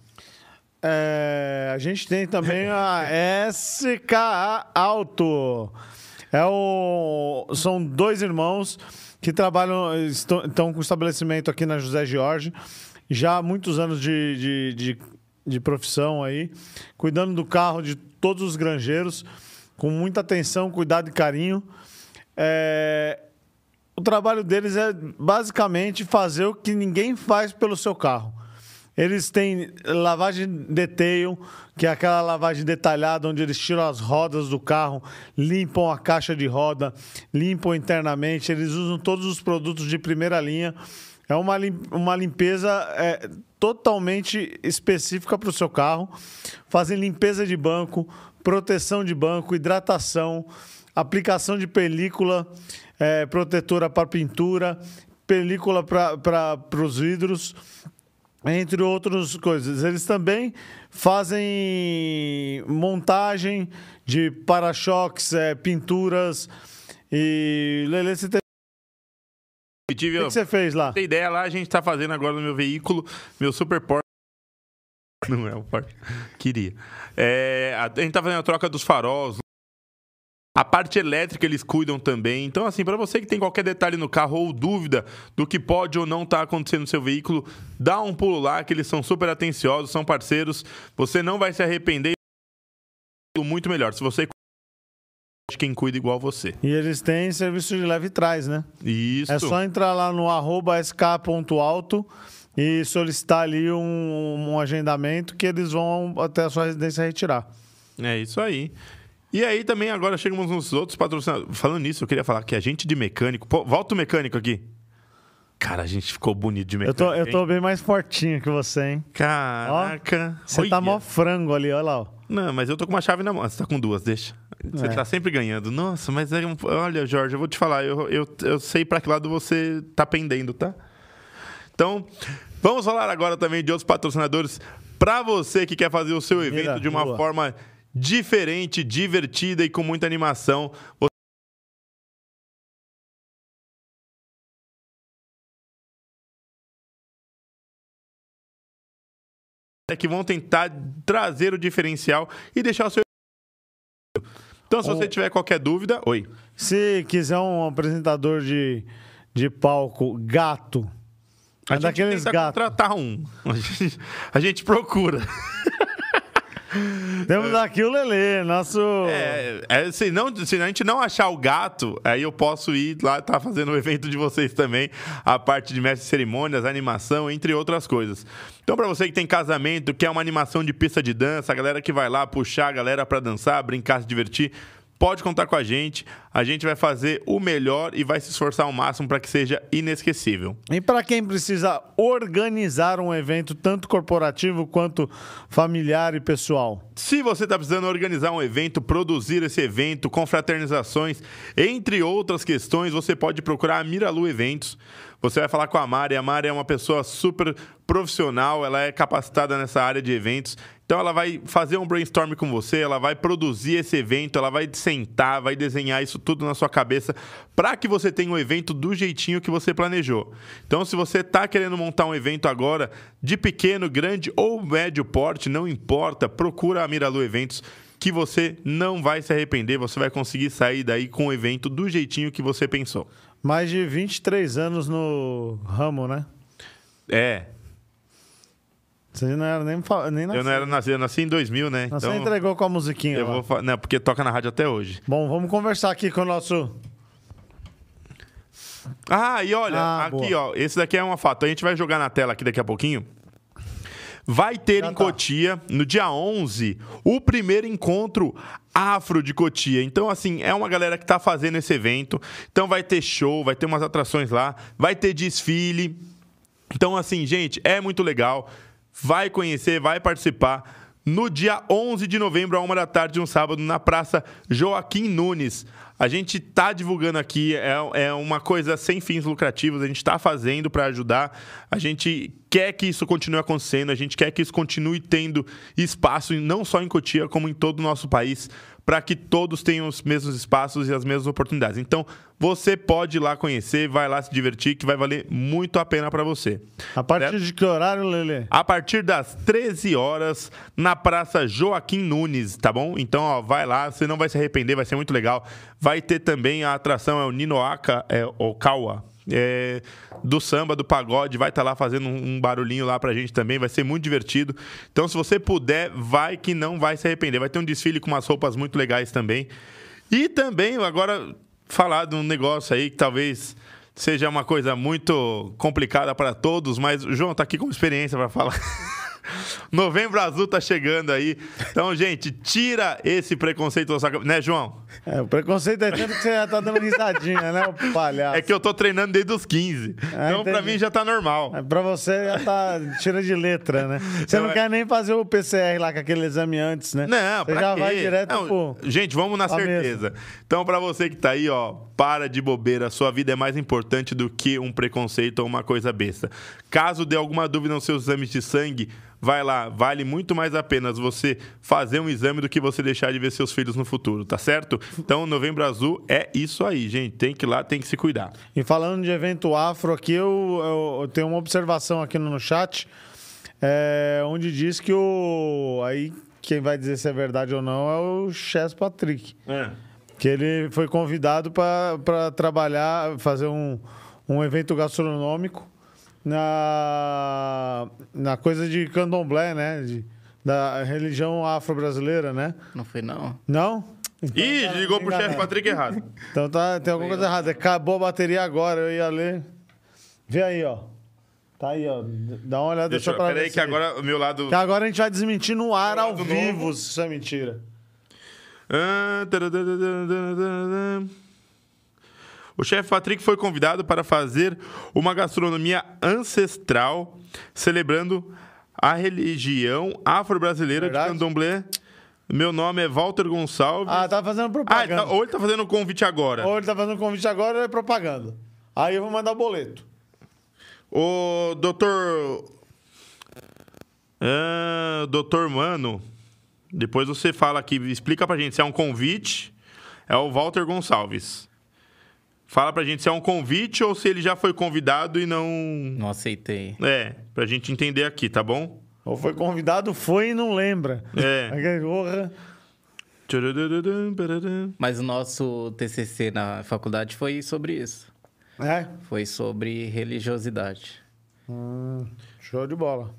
S1: É, a gente tem também a SKA Auto. É o, são dois irmãos que trabalham, estão, estão com estabelecimento aqui na José Jorge, já há muitos anos de, de, de, de profissão aí, cuidando do carro de todos os granjeiros, com muita atenção, cuidado e carinho. É, o trabalho deles é basicamente fazer o que ninguém faz pelo seu carro. Eles têm lavagem detail, que é aquela lavagem detalhada onde eles tiram as rodas do carro, limpam a caixa de roda, limpam internamente, eles usam todos os produtos de primeira linha. É uma, lim- uma limpeza é, totalmente específica para o seu carro. Fazem limpeza de banco, proteção de banco, hidratação, aplicação de película é, protetora para pintura, película para os vidros, entre outras coisas. Eles também fazem montagem de para-choques, é, pinturas. E, Lele, você teve-
S2: Eu tive
S1: o que você fez lá?
S2: Tem ideia lá, a gente tá fazendo agora no meu veículo, meu super Porsche. Não é o Porsche. Queria. É, a, a gente tá fazendo a troca dos faróis. A parte elétrica eles cuidam também. Então, assim, para você que tem qualquer detalhe no carro ou dúvida do que pode ou não tá acontecendo no seu veículo, dá um pulo lá, que eles são super atenciosos, são parceiros. Você não vai se arrepender. Muito melhor. Se você de quem cuida igual você.
S1: E eles têm serviço de leve trás, né?
S2: Isso.
S1: É só entrar lá no arroba sk.auto e solicitar ali um, um agendamento que eles vão até a sua residência retirar.
S2: É isso aí. E aí também agora chegamos nos outros patrocinadores. Falando nisso, eu queria falar que a gente de mecânico. Pô, volta o mecânico aqui. Cara, a gente ficou bonito de
S1: Eu
S2: mecânico.
S1: tô, eu
S2: hein?
S1: tô bem mais fortinho que você, hein?
S2: Caraca.
S1: Você tá
S2: Olha.
S1: mó frango ali, olha lá. ó.
S2: Não, mas eu tô com uma chave na mão. Você tá com duas, deixa. Você
S1: É.
S2: tá sempre ganhando. Nossa, mas é um... olha, Jorge, eu vou te falar. Eu, eu, eu sei pra que lado você tá pendendo, tá? Então, vamos falar agora também de outros patrocinadores. Pra você que quer fazer o seu evento
S1: Mira,
S2: de uma
S1: boa.
S2: forma diferente, divertida e com muita animação. Você é que vão tentar trazer o diferencial e deixar o seu. Então, se você tiver qualquer dúvida, oi.
S1: Se quiser um apresentador de, de palco gato,
S2: A tá
S1: é daqueles
S2: tenta *laughs*
S1: gatos.
S2: contratar um. A gente, a gente procura.
S1: Temos aqui o Lelê, nosso.
S2: É, é, se, não, se a gente não achar o gato, aí eu posso ir lá, tá fazendo o evento de vocês também, a parte de mestre de cerimônias, animação, entre outras coisas. Então, pra você que tem casamento, quer uma animação de pista de dança, a galera que vai lá puxar a galera pra dançar, brincar, se divertir, pode contar com a gente. A gente vai fazer o melhor e vai se esforçar ao máximo pra que seja inesquecível.
S1: E para quem precisa organizar um evento, tanto corporativo quanto familiar e pessoal.
S2: Se você está precisando organizar um evento, produzir esse evento, confraternizações, entre outras questões, você pode procurar a Miralu Eventos. Você vai falar com a Mari. A Mari é uma pessoa super profissional, ela é capacitada nessa área de eventos. Então ela vai fazer um brainstorm com você, ela vai produzir esse evento, ela vai sentar, tá, vai desenhar isso tudo na sua cabeça para que você tenha o evento do jeitinho que você planejou. Então se você está querendo montar um evento agora de pequeno, grande ou médio porte, não importa, procura a Miralu Eventos que você não vai se arrepender, você vai conseguir sair daí com o evento do jeitinho que você pensou.
S1: Mais de 23 anos no ramo, né?
S2: É,
S1: Você não era nem, fa- nem
S2: eu não era nascido, eu nasci em 2000, né?
S1: Você entregou com a musiquinha.
S2: eu
S1: lá.
S2: vou, fa- não, porque toca na rádio até hoje.
S1: Bom, vamos conversar aqui com o nosso.
S2: Ah, e olha,
S1: Ah,
S2: aqui, ó. Esse daqui é uma fato. A gente vai jogar na tela aqui daqui a pouquinho. Vai ter
S1: Já tá.
S2: em Cotia, no dia 11, o primeiro encontro afro de Cotia. Então, assim, é uma galera que tá fazendo esse evento. Então, vai ter show, vai ter umas atrações lá, vai ter desfile. Então, assim, gente, é muito legal. Vai conhecer, vai participar. No dia 11 de novembro, à uma da tarde, um sábado, na Praça Joaquim Nunes. A gente tá divulgando aqui, é, é uma coisa sem fins lucrativos, a gente tá fazendo para ajudar. A gente quer que isso continue acontecendo, a gente quer que isso continue tendo espaço, e não só em Cotia, como em todo o nosso país, para que todos tenham os mesmos espaços e as mesmas oportunidades. Então, você pode ir lá conhecer, vai lá se divertir, que vai valer muito a pena para você.
S1: A partir de que horário, Lelê?
S2: A partir das 13 horas, na Praça Joaquim Nunes, tá bom? Então, ó, vai lá, você não vai se arrepender, vai ser muito legal. Vai ter também a atração, é o Ninoaka é, Okawa, é, do samba, do pagode, vai estar lá fazendo um, um barulhinho lá pra gente também, vai ser muito divertido. Então, se você puder, vai que não vai se arrepender. Vai ter um desfile com umas roupas muito legais também. E também, agora, falar de um negócio aí que talvez seja uma coisa muito complicada para todos, mas o João tá aqui com experiência para falar. *laughs* Novembro Azul tá chegando aí. Então, gente, tira esse preconceito da sua cabeça, né, João?
S1: É, o preconceito é tanto que você já tá dando risadinha, né, o palhaço?
S2: É que eu tô treinando desde os 15.
S1: Ah,
S2: então, para
S1: entendi.
S2: mim já tá normal.
S1: É, Pra você já tá tira de letra, né? Você não,
S2: Não, é-
S1: quer nem fazer o PCR lá com aquele exame antes, né?
S2: Não,
S1: Você
S2: pra
S1: já
S2: quê?
S1: vai direto
S2: Não,
S1: pro.
S2: Gente, vamos na
S1: pra
S2: certeza. Então, pra você que tá aí, ó, para de bobeira. Sua vida é mais importante do que um preconceito ou uma coisa besta. Caso dê alguma dúvida nos seus exames de sangue, vai lá. Vale muito mais a pena você fazer um exame do que você deixar de ver seus filhos no futuro, tá certo? Então, Novembro Azul é isso aí, gente. Tem que ir lá, tem que se cuidar.
S1: E falando de evento afro aqui, eu, eu- eu tenho uma observação aqui no chat, é, onde diz que o. Aí quem vai dizer se é verdade ou não é o Chess Patrick. Que ele foi convidado para trabalhar, fazer um, um evento gastronômico na, na coisa de candomblé, né? De- da religião afro-brasileira, né?
S3: Não foi, não.
S1: Não?
S2: Ih,
S1: tá
S2: ligou pro
S1: enganado.
S2: chefe Patrick errado.
S1: Então tá, tem alguma coisa errada. Acabou a bateria agora, eu ia ler. Vê aí, ó. Tá aí, ó. D- Dá uma olhada
S2: Deixa
S1: só
S2: eu.
S1: pra ver.
S2: Peraí,
S1: se-
S2: que agora o meu lado.
S1: Que agora a gente vai desmentir no ar ao
S2: Lado
S1: vivo
S2: novo.
S1: se isso é mentira.
S2: Ah, tadadadadadadadadam. O chefe Patrick foi convidado para fazer uma gastronomia ancestral, celebrando a religião afro-brasileira de
S1: Verdade?
S2: candomblé. Meu nome é Walter Gonçalves.
S1: Ah, tá fazendo
S2: Ah,
S1: propaganda.
S2: tá- ou ele tá fazendo um convite agora.
S1: Ou ele tá fazendo convite agora ou é propaganda. Aí eu vou mandar o boleto.
S2: O doutor. Ah, doutor Mano, depois você fala aqui, explica pra gente se é um convite. É o Walter Gonçalves. Fala pra gente se é um convite ou se ele já foi convidado e não.
S3: Não aceitei.
S2: É, pra gente entender aqui, tá bom?
S1: Ou foi convidado, foi e não lembra. *laughs*
S2: É.
S1: Aquele, Porra.
S2: Tchurururudum, pararam.
S3: Mas o nosso TCC na faculdade foi sobre isso.
S1: É.
S3: Foi sobre religiosidade.
S1: Hum, show de bola.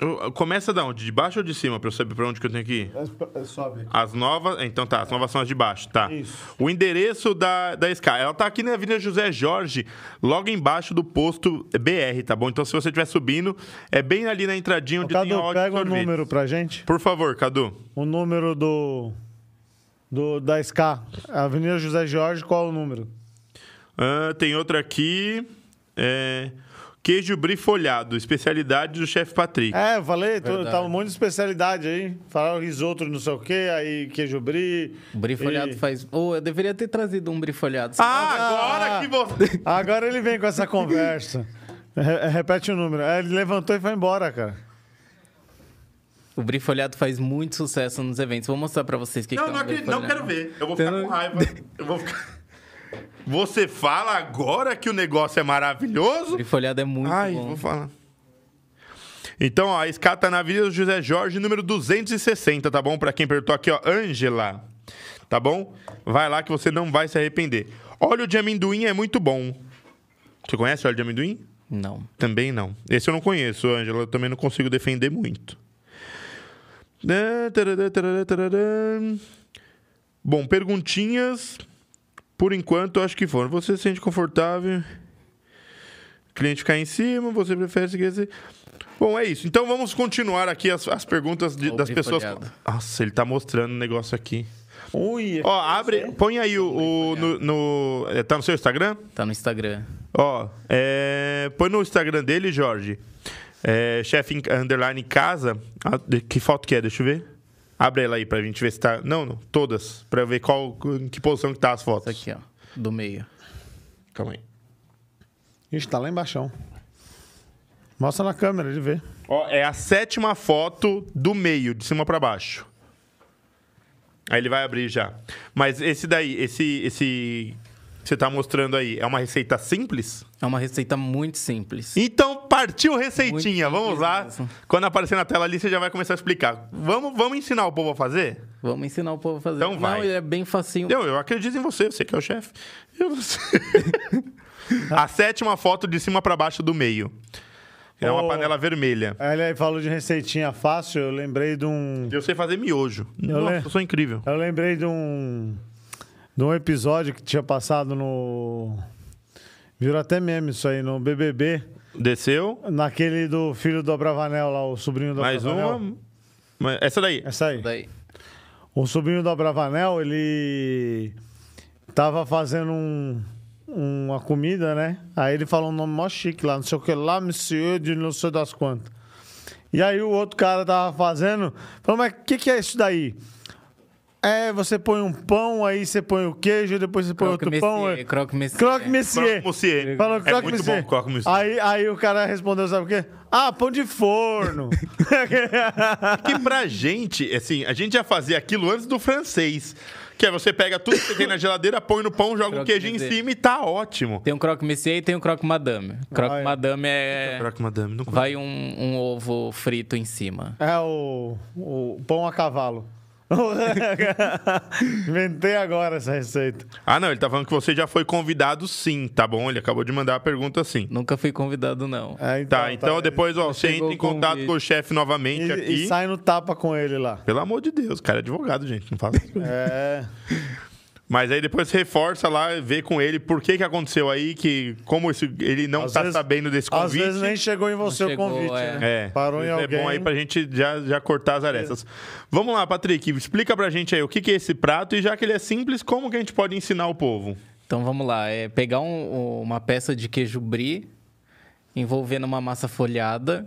S2: Eu- Começa da onde? De baixo ou de cima? Pra eu saber pra onde que eu tenho que ir?
S1: É, é, Sobe.
S2: As novas. Então tá, as novas são as de baixo, tá.
S1: Isso.
S2: O endereço da, da SK. Ela tá aqui na Avenida José Jorge, logo embaixo do posto BR, tá bom? Então se você estiver subindo, é bem ali na entradinha
S1: Ô,
S2: onde tem a
S1: Cadu,
S2: Odd
S1: pega o
S2: Sorvete.
S1: número pra gente.
S2: Por favor, Cadu.
S1: O número do, do da SK. Avenida José Jorge, qual é o número?
S2: Ah, tem outra aqui. É, queijo brie folhado, especialidade do chefe Patrick.
S1: É, eu falei, tô-
S3: Verdade.
S1: tá um monte de especialidade aí. Falaram risoto, não sei o quê, aí queijo brie.
S3: O brifolhado
S1: e-
S3: faz. Ô, eu deveria ter trazido um brifolhado.
S2: Ah, agora
S1: Ah.
S2: que
S1: *laughs*
S2: você.
S1: *laughs* Agora ele vem com essa conversa. Re- repete o número. É, Ele levantou e foi embora, cara.
S3: O brifolhado faz muito sucesso nos eventos. Vou mostrar pra vocês o que,
S2: Não,
S3: que é
S2: não,
S3: um
S2: acredito, não
S3: brifolhado.
S2: quero ver. Eu vou
S3: Você
S2: ficar
S3: não-
S2: com raiva. Eu vou ficar. Você fala agora que o negócio é maravilhoso?
S3: Brifolhado é muito
S2: Ai,
S3: bom.
S2: vou falar. Então, ó, a SK tá na Avenida José Jorge, número 260, tá bom? Pra quem perguntou aqui, ó, Ângela, tá bom? Vai lá que você não vai se arrepender. Óleo de amendoim é muito bom. Você conhece óleo de amendoim?
S3: Não.
S2: Também não. Esse eu não conheço, Ângela. Eu também não consigo defender muito. Né, tarará, tarará, tarará. Bom, perguntinhas. Por enquanto, acho que foram. Você se sente confortável? O cliente ficar em cima, você prefere seguir esse... Bom, é isso. Então vamos continuar aqui as, as perguntas de-
S3: Ó, o
S2: das pessoas.
S3: brifolhado.
S2: Nossa, ele tá mostrando o negócio aqui.
S1: Ui,
S2: Ó, abre, põe aí o. o- no, no- é, tá no seu Instagram?
S3: Tá no Instagram.
S2: Ó, é, põe no Instagram dele, Jorge. É, chefe em- underline casa. Ah, de- Que foto que é? Deixa eu ver. Abre ela aí pra gente ver se tá. Não, não. Todas. Pra ver qual, em que posição que tá as fotos.
S3: Isso aqui, ó. Do meio.
S2: Calma aí.
S1: Ixi, tá lá embaixo. Mostra na câmera, ele vê.
S2: Ó, é a sétima foto do meio, de cima pra baixo. Aí ele vai abrir já. Mas esse daí, esse. esse que você tá mostrando aí, é uma receita simples?
S3: É uma receita muito simples.
S2: Então partiu receitinha,
S3: Muito
S2: vamos
S3: simples
S2: lá.
S3: mesmo.
S2: Quando aparecer na tela ali, você já vai começar a explicar. Vamos, vamos ensinar o povo a fazer?
S3: Vamos ensinar o povo a fazer.
S2: Então vai.
S3: Não, ele é bem facinho.
S2: Eu, eu acredito em você, você que é o chefe. Eu não sei. a sétima foto de cima pra baixo do meio. É uma
S1: Ô.
S2: panela vermelha.
S1: Aí ele aí falou de receitinha fácil, eu lembrei de um.
S2: Eu sei fazer miojo.
S1: Eu
S2: Nossa,
S1: le-
S2: eu sou incrível.
S1: Eu lembrei de um. De um episódio que tinha passado no. Virou até meme isso aí, no BBB.
S2: Desceu,
S1: Naquele do filho do Abravanel lá, o sobrinho do
S2: mais um?
S1: Abravanel.
S2: uma. Mas- Essa daí.
S1: Essa aí.
S3: Daí.
S1: O sobrinho do Abravanel, ele tava fazendo um- uma comida, né? Aí ele falou um nome mó chique lá, não sei o que lá, monsieur de não sei das quantas. E aí o outro cara tava fazendo, falou, mas o que, que é isso daí? É, você põe um pão, aí você põe o queijo, depois você põe
S3: Croque
S1: outro
S3: Monsieur,
S1: pão. é-
S3: Croque Monsieur.
S1: Croque Monsieur.
S2: Croque Monsieur.
S1: Falou
S2: É
S1: Croque
S2: muito
S1: Monsieur.
S2: bom, Croque Monsieur.
S1: Aí, aí o cara respondeu, sabe o quê? Ah, pão de
S2: *laughs*
S1: forno.
S2: Que pra gente, assim, a gente já fazia aquilo antes do francês. Que é você pega tudo que você tem na geladeira, põe no pão, joga o
S3: Troca
S2: queijo em
S3: dizer.
S2: cima e tá ótimo.
S3: Tem um croque monsieur e tem um croque madame. Croque
S1: Ah, é.
S3: madame é...
S2: Caraca, madame, não
S3: Vai um, um ovo frito em cima.
S1: É o, o pão a
S2: *laughs*
S1: cavalo. Inventei agora essa receita.
S2: Ah, não, ele tá falando que você já foi convidado sim, tá bom? Ele acabou de mandar a pergunta sim.
S3: Nunca fui convidado, não.
S1: É,
S2: Tá, então depois, ó, você entra
S3: chegou
S2: em
S3: com o
S2: contato
S3: convite.
S2: com o chefe novamente
S1: E,
S2: aqui.
S1: e sai no tapa com ele lá.
S2: Pelo amor de Deus, cara, é advogado, gente, não fala.
S1: É.
S2: Mas aí depois reforça lá, vê com ele por que que aconteceu aí, que como esse- ele não
S1: Às
S2: tá
S1: vezes-
S2: sabendo desse
S1: Às
S2: convite.
S1: vezes nem chegou em você
S3: Não chegou,
S1: o convite,
S3: é.
S1: né?
S2: É,
S1: Parou em
S2: isso
S1: alguém.
S2: É bom aí pra gente já, já cortar as arestas. Vamos lá, Patrick, explica pra gente aí o que, que é esse prato e já que ele é simples, como que a gente pode ensinar o povo?
S3: Então vamos lá, é pegar um- uma peça de queijo brie, envolver numa massa folhada,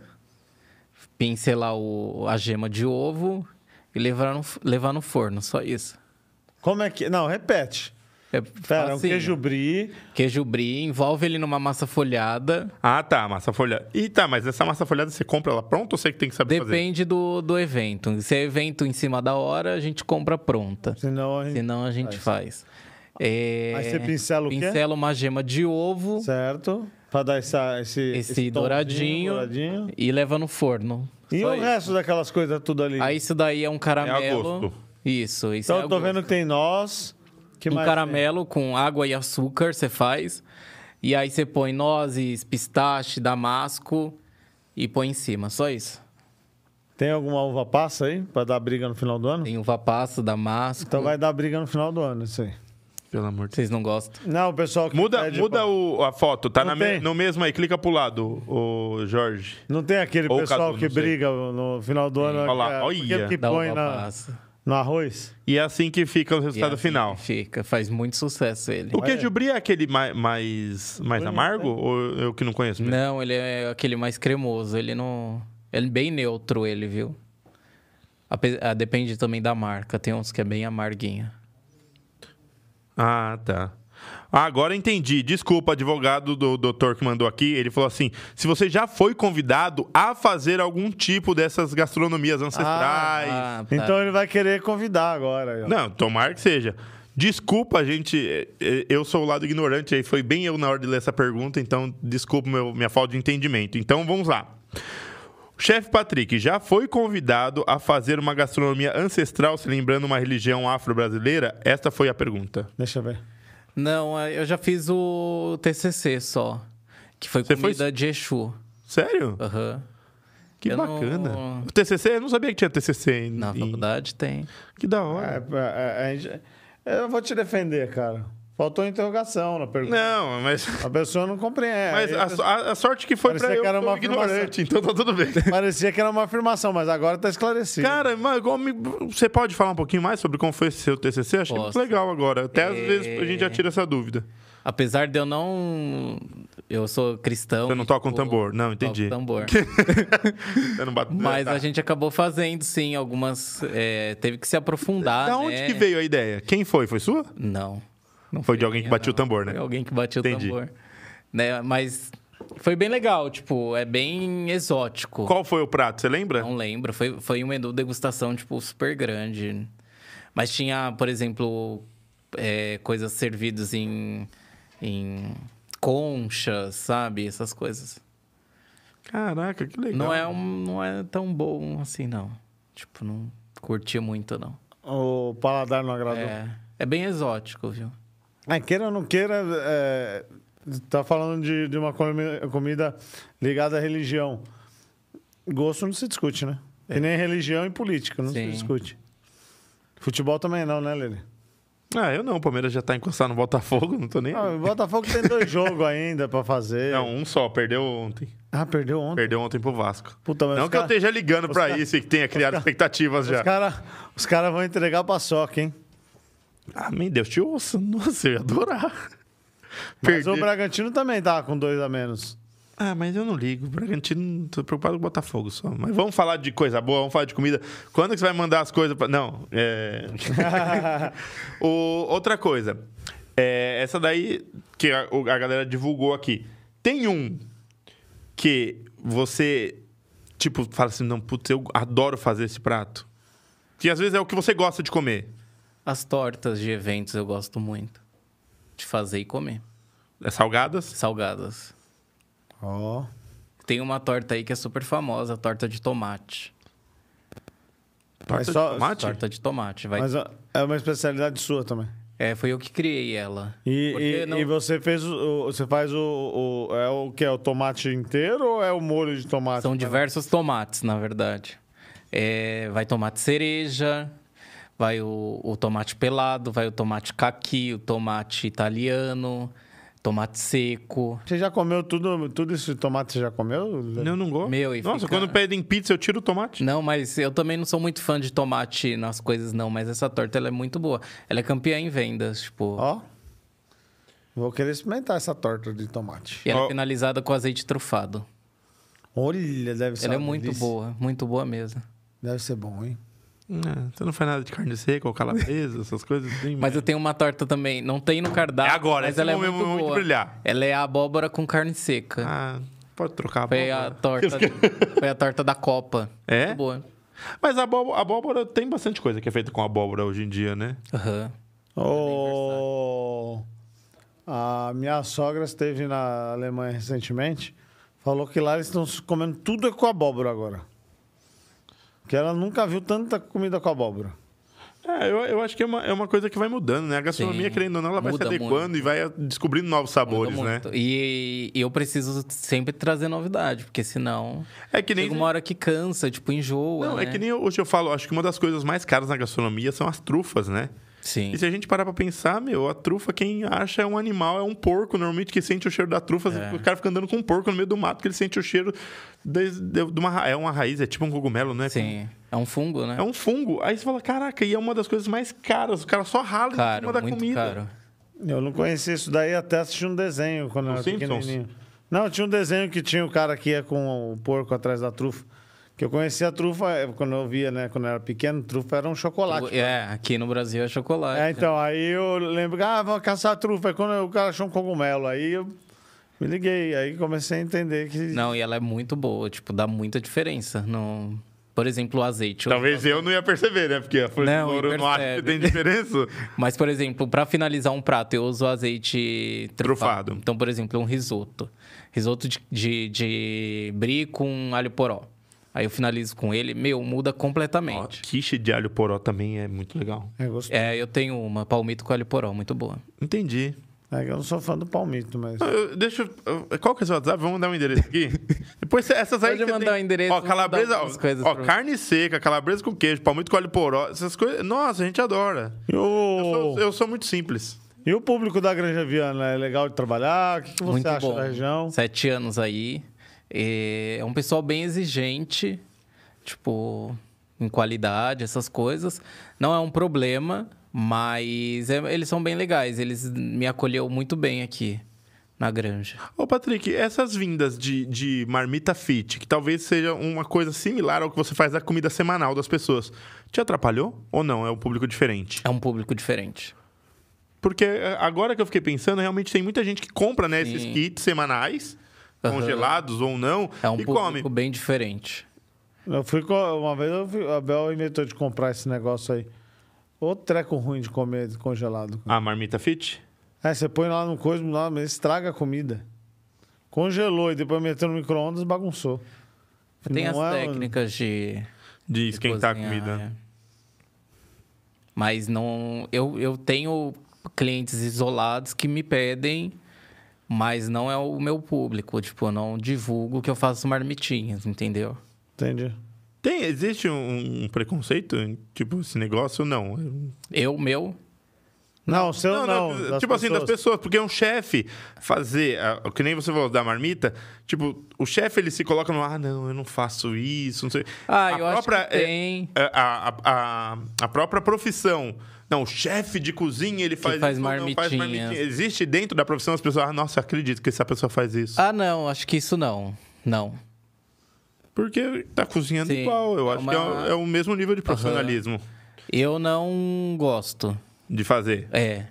S3: pincelar o- a gema de ovo e levar no, f- levar no forno, só isso.
S1: Como é que. Não, repete.
S3: É
S1: Pera, é um
S3: facinho.
S1: queijo brie.
S3: Queijo brie, envolve ele numa massa folhada,
S2: Ah, tá, massa folhada. E tá, mas essa massa folhada você compra ela pronta ou você que tem que saber fazer?
S3: depende do, do evento. Se é evento em cima da hora, a gente compra pronta.
S1: Senão a gente.
S3: Senão a gente faz. É,
S1: Aí você pincela o quê?
S3: Pincela uma gema de ovo
S1: Certo? Pra dar essa, esse.
S3: Esse
S1: tonzinho
S3: douradinho.
S1: douradinho.
S3: e leva no forno.
S1: E
S3: Só
S1: o
S3: isso.
S1: resto daquelas coisas tudo ali.
S3: Aí isso daí é um caramelo.
S2: gosto.
S3: Isso, isso
S1: então
S3: é
S1: eu
S3: a
S1: tô
S3: gosto.
S1: vendo que tem nós. Que
S3: um
S1: mais
S3: caramelo com água e açúcar, você faz. E aí você põe nozes, pistache, damasco e põe em cima, só isso.
S1: Tem alguma uva passa aí para dar briga no final do ano?
S3: Tem uva passa, damasco.
S1: Então vai dar briga no final do ano, isso aí.
S2: Pelo amor de Deus.
S3: Vocês não gostam.
S1: Não, o pessoal que
S2: Muda,
S1: pede
S2: muda
S1: pra-
S2: o- a foto, tá
S1: Não
S2: na me-
S1: tem.
S2: no mesmo aí. Clica pro lado, o Jorge.
S1: Não tem aquele
S2: Ou
S1: pessoal
S2: Cadu,
S1: que
S2: não sei.
S1: briga no final do ano.
S2: Olha lá,
S1: que é-
S2: olha.
S1: Que
S3: Da
S1: põe
S3: uva
S1: na,
S3: passa.
S1: no arroz.
S2: E é assim que fica o resultado
S3: E assim
S2: final.
S3: Fica, faz muito sucesso ele.
S2: O queijo brie é aquele mai- mais, mais amargo?
S3: né?
S2: Ou eu que não conheço mesmo?
S3: Não, ele é aquele mais cremoso. Ele não. Ele é bem neutro, ele, viu? Ape- ah, Depende também da marca. Tem uns que é bem amarguinha.
S2: Ah, tá. Ah, agora entendi. Desculpa, advogado do doutor que mandou aqui. Ele falou assim: se você já foi convidado a fazer algum tipo dessas gastronomias ancestrais.
S3: Ah, tá.
S1: Então ele vai querer convidar agora. aí, ó.
S2: Não, tomara que seja. Desculpa, gente. é, é, Eu sou o lado ignorante aí. Foi bem eu na hora de ler essa pergunta, então desculpa meu- minha falta de entendimento. Então vamos lá. O chefe Patrick já foi convidado a fazer uma gastronomia ancestral se lembrando uma religião afro-brasileira? Esta foi a pergunta.
S1: Deixa eu ver.
S3: Não, ah, eu já fiz o TCC só. Que foi
S2: Você foi-
S3: comida de Exu.
S2: Sério?
S3: Aham.
S2: Que
S3: Eu não-
S2: bacana. O TCC, eu não sabia que tinha TCC em,
S3: Na
S2: em-
S3: faculdade tem.
S2: Que da
S1: É,
S2: hora.
S1: é, é, a gente- eu vou te defender, cara. Faltou interrogação na pergunta.
S2: Não, mas,
S1: A pessoa não compreende.
S2: mas
S1: Aí a
S2: a, a- a sorte que foi
S1: É, Parecia
S2: pra eu
S1: que era
S2: eu
S1: uma
S2: ignorante, então tá tudo bem.
S1: Parecia que era uma afirmação, mas agora tá esclarecido.
S2: *laughs* Cara, mas igual me- você pode falar um pouquinho mais sobre como foi esse seu TCC? Achei é muito
S3: Posso.
S2: legal agora. Até às
S3: É.
S2: vezes a gente já tira essa dúvida.
S3: Apesar de eu não. Eu sou cristão.
S2: Você não
S3: e,
S2: toca um
S3: tipo,
S2: tambor. Não,
S3: toco
S2: entendi. *laughs*
S3: tambor.
S2: Você não bate...
S3: Mas
S2: Tá.
S3: a gente acabou fazendo, sim, algumas. é, teve que se aprofundar.
S2: Da onde
S3: né?
S2: que veio a ideia? Quem foi? Foi sua?
S3: Não. Não
S2: Foi de alguém que
S3: minha,
S2: batia o
S3: não.
S2: tambor, né?
S3: Foi alguém que batia
S2: Entendi.
S3: o tambor. Né? Mas foi bem legal, tipo, é bem exótico.
S2: Qual foi o prato? Você lembra?
S3: Não lembro. Foi, foi um menu degustação, tipo, super grande. Mas tinha, por exemplo, é, coisas servidas em, em conchas, sabe? Essas coisas.
S2: Caraca, que legal.
S3: Não é, um, não é tão bom assim, não. Tipo, não curti muito, não.
S1: O paladar não agradou.
S3: É, é bem exótico, viu?
S1: Ah, queira ou não queira, é, tá falando de, de uma comi- comida ligada à religião. Gosto não se discute, né?
S2: É.
S1: E nem religião e política, não
S3: Sim.
S1: se discute. Futebol também não, né, Lele?
S2: Ah, eu não. O Palmeiras já tá encostado no Botafogo, não tô nem...
S1: Ah, o Botafogo tem
S2: *laughs*
S1: dois jogos ainda pra fazer.
S2: Não, um só. Perdeu ontem.
S1: Ah, perdeu ontem.
S2: Perdeu ontem pro Vasco.
S1: Puta, mas
S2: não
S1: os
S2: que eu
S1: cara-
S2: esteja ligando pra
S1: cara-
S2: isso e que tenha criado expectativas já.
S1: Os caras os cara vão entregar a paçoca, hein?
S2: Ah, meu Deus, te ouço. Nossa, eu ia adorar.
S1: Mas o Bragantino também tava com dois a menos.
S2: Ah, mas eu não ligo. O Bragantino, tô preocupado com o Botafogo só. Mas vamos falar de coisa boa, vamos falar de comida. Quando é que você vai mandar as coisas pra. Não, é. *laughs* O- outra coisa. É, essa daí que a, o- a galera divulgou aqui. Tem um que você, tipo, fala assim: não, putz, eu adoro fazer esse prato. Que às vezes é o que você gosta de comer.
S3: As tortas de eventos eu gosto muito de fazer e comer.
S2: É salgadas?
S3: Salgadas.
S1: Ó.
S3: Tem uma torta aí que é super famosa, a torta de tomate.
S2: Torta de
S1: só-
S2: tomate?
S3: Torta de tomate. Vai...
S1: Mas ó, é uma especialidade sua também.
S3: É, foi eu que criei ela.
S1: E,
S3: Porque
S1: e-
S3: não-
S1: e você fez o, o- você faz o, o- é o que é o tomate inteiro ou é o molho de tomate?
S3: São diversos tomates, na verdade. É, vai tomate cereja, vai o, o tomate pelado, vai o tomate caqui, o tomate italiano, tomate seco.
S1: Você já comeu tudo, tudo esse tomate você já comeu?
S2: Eu não gosto.
S3: Meu, e
S2: Nossa,
S3: fica-
S2: quando pedem pizza, eu tiro o tomate.
S3: Não, mas eu também não sou muito fã de tomate nas coisas, não. Mas essa torta, ela é muito boa. Ela é campeã em vendas, tipo...
S1: Ó. Vou querer experimentar essa torta de tomate.
S3: E ela
S2: Ó.
S3: é finalizada com azeite trufado.
S1: Olha, deve ser.
S3: ela é
S1: uma
S3: muito
S1: delícia.
S3: boa, muito boa mesmo.
S1: Deve ser bom, hein?
S2: Não, É, você não faz nada de carne seca ou calabresa, essas coisas assim.
S3: *laughs* Mas eu tenho uma torta também, não tem no cardápio,
S2: É agora,
S3: mas
S2: esse
S3: ela é
S2: momento-
S3: muito
S2: momento de
S3: boa.
S2: brilhar.
S3: Ela é a abóbora com carne seca.
S2: Ah, pode trocar a
S3: é. Foi a
S2: abóbora.
S3: torta, *laughs* foi a torta da Copa.
S2: É?
S3: Muito boa.
S2: Mas a abóbora, a abóbora tem bastante coisa que é feita com abóbora hoje em dia, né?
S3: Aham.
S1: Ô, A minha sogra esteve na Alemanha recentemente. Falou que lá eles estão comendo tudo é com abóbora agora. Que ela nunca viu tanta comida com abóbora.
S2: É, eu, eu acho que é uma, é uma coisa que vai mudando, né? A gastronomia,
S3: Sim.
S2: querendo ou não, ela vai se
S3: Muda
S2: adequando e vai descobrindo novos sabores,
S3: Mudou
S2: né?
S3: muito. E, e eu preciso sempre trazer novidade, porque senão
S2: É que nem.
S3: chega uma hora que cansa, tipo, enjoa.
S2: Não, é
S3: né?
S2: que nem hoje eu falo, acho que uma das coisas mais caras na gastronomia são as trufas, né?
S3: Sim.
S2: E se a gente parar pra pensar, meu, a trufa, quem acha é um animal, é um porco, normalmente, que sente o cheiro da trufa.
S3: É.
S2: O cara fica andando com um porco no meio do mato, que ele sente o cheiro de, de- de uma, ra- é uma raiz, é tipo um cogumelo, né?
S3: Sim. É um fungo, né?
S2: É um fungo. Aí você fala, caraca, e é uma das coisas mais caras. O cara só rala em
S3: caro,
S2: cima da
S3: muito
S2: comida.
S3: caro.
S1: Eu não conhecia isso daí até assisti um desenho quando eu era
S2: Os Simpsons?
S1: pequenininho. Não, tinha um desenho que tinha o cara que ia com o porco atrás da trufa. Que eu conhecia a trufa eh, quando eu via, né? Quando eu era pequeno, trufa era um chocolate.
S3: É, aqui no Brasil é chocolate.
S1: É, então, aí eu lembro que, ah, vou caçar a trufa. Aí quando o cara achou um cogumelo, aí eu me liguei. Aí comecei a entender que...
S3: Não, e ela é muito boa, tipo, dá muita diferença. No... Por exemplo, o azeite.
S2: Talvez eu não ia perceber, né? Porque a flor de
S3: Não,
S2: louro eu não acho que
S3: percebe.
S2: tem diferença.
S3: Mas, por exemplo, para finalizar um prato, eu uso azeite trufado.
S2: Trufado.
S3: Então, por exemplo, um risoto. Risoto de, de, de brie com alho poró. Aí eu finalizo com ele, meu, muda
S2: Ó,
S3: completamente.
S2: quiche de alho poró também é muito legal.
S1: É gostoso.
S3: É, eu tenho uma, palmito com alho poró, muito boa.
S2: Entendi.
S1: É que eu não sou fã do palmito, mas...
S2: Não, Então, eu- Deixa. eu- Qual que é o seu WhatsApp? Vamos mandar um endereço
S3: *laughs*
S2: aqui. Depois cê- essas aí.
S3: Pode
S2: que cê
S3: mandar
S2: tem-
S3: o endereço,
S2: Ó,
S3: vou mandar
S2: calabresa. Ó,
S3: algumas coisas
S2: ó,
S3: pra-
S2: carne seca, calabresa com queijo, palmito com alho poró. Essas coisas. Nossa, a gente adora.
S1: E
S2: Eu
S1: o,
S2: sou, eu sou muito simples.
S1: e o público da Granja Viana? É legal de trabalhar? O que, que você
S3: muito
S1: acha
S3: bom.
S1: da região?
S3: Sete anos aí. É é um pessoal bem exigente, tipo, em qualidade, essas coisas. Não é um problema, mas é- eles são bem legais. Eles me acolheu muito bem aqui na granja.
S2: Ô, Patrick, essas vindas de, de marmita fit, que talvez seja uma coisa similar ao que você faz da comida semanal das pessoas, te atrapalhou ou não? É um público diferente?
S3: É um público diferente.
S2: Porque é, agora que eu fiquei pensando, realmente tem muita gente que compra né, esses
S3: Sim.
S2: kits semanais,
S3: Aham.
S2: congelados ou não,
S3: É um
S2: e
S3: público
S2: come.
S3: bem diferente.
S1: Eu fui co- uma vez, eu fui, a Bel inventou de comprar esse negócio aí. Ô treco ruim de comer congelado.
S2: A marmita fit?
S1: É, você põe lá no coisa, lá, mas estraga a comida. Congelou e depois meteu no micro-ondas, bagunçou.
S3: Tem
S1: Não
S3: as
S1: é um-
S3: técnicas de.
S2: De
S3: de
S2: esquentar a
S3: cozinhar,
S2: comida.
S3: é. Mas não. Eu, eu tenho clientes isolados que me pedem, mas não é o meu público. Tipo, eu não divulgo que eu faço marmitinhas, entendeu?
S1: Entendi.
S2: Tem, existe um, um preconceito? Tipo, esse negócio? Não.
S3: Eu, meu.
S1: Não, o seu não. das
S2: tipo assim, das pessoas, porque um chefe fazer, ah, que nem você falou da marmita, tipo, o chefe ele se coloca no, ah, não, eu não faço isso, não sei.
S3: Ah,
S2: A
S3: eu acho
S2: própria,
S3: que
S2: eh,
S3: tem.
S2: A, a, a, a própria profissão. Não, o chefe de cozinha, ele faz,
S3: faz
S2: isso, não, faz
S3: marmitinhas.
S2: marmitinha. Existe dentro da profissão as pessoas, ah, nossa, eu acredito que essa pessoa faz isso.
S3: Ah, não, acho que isso não. Não.
S2: Porque tá cozinhando
S3: Sim,
S2: igual, eu
S3: é
S2: acho
S3: uma-
S2: que é o, é o mesmo nível de profissionalismo
S3: Eu não gosto.
S2: de fazer.
S3: É.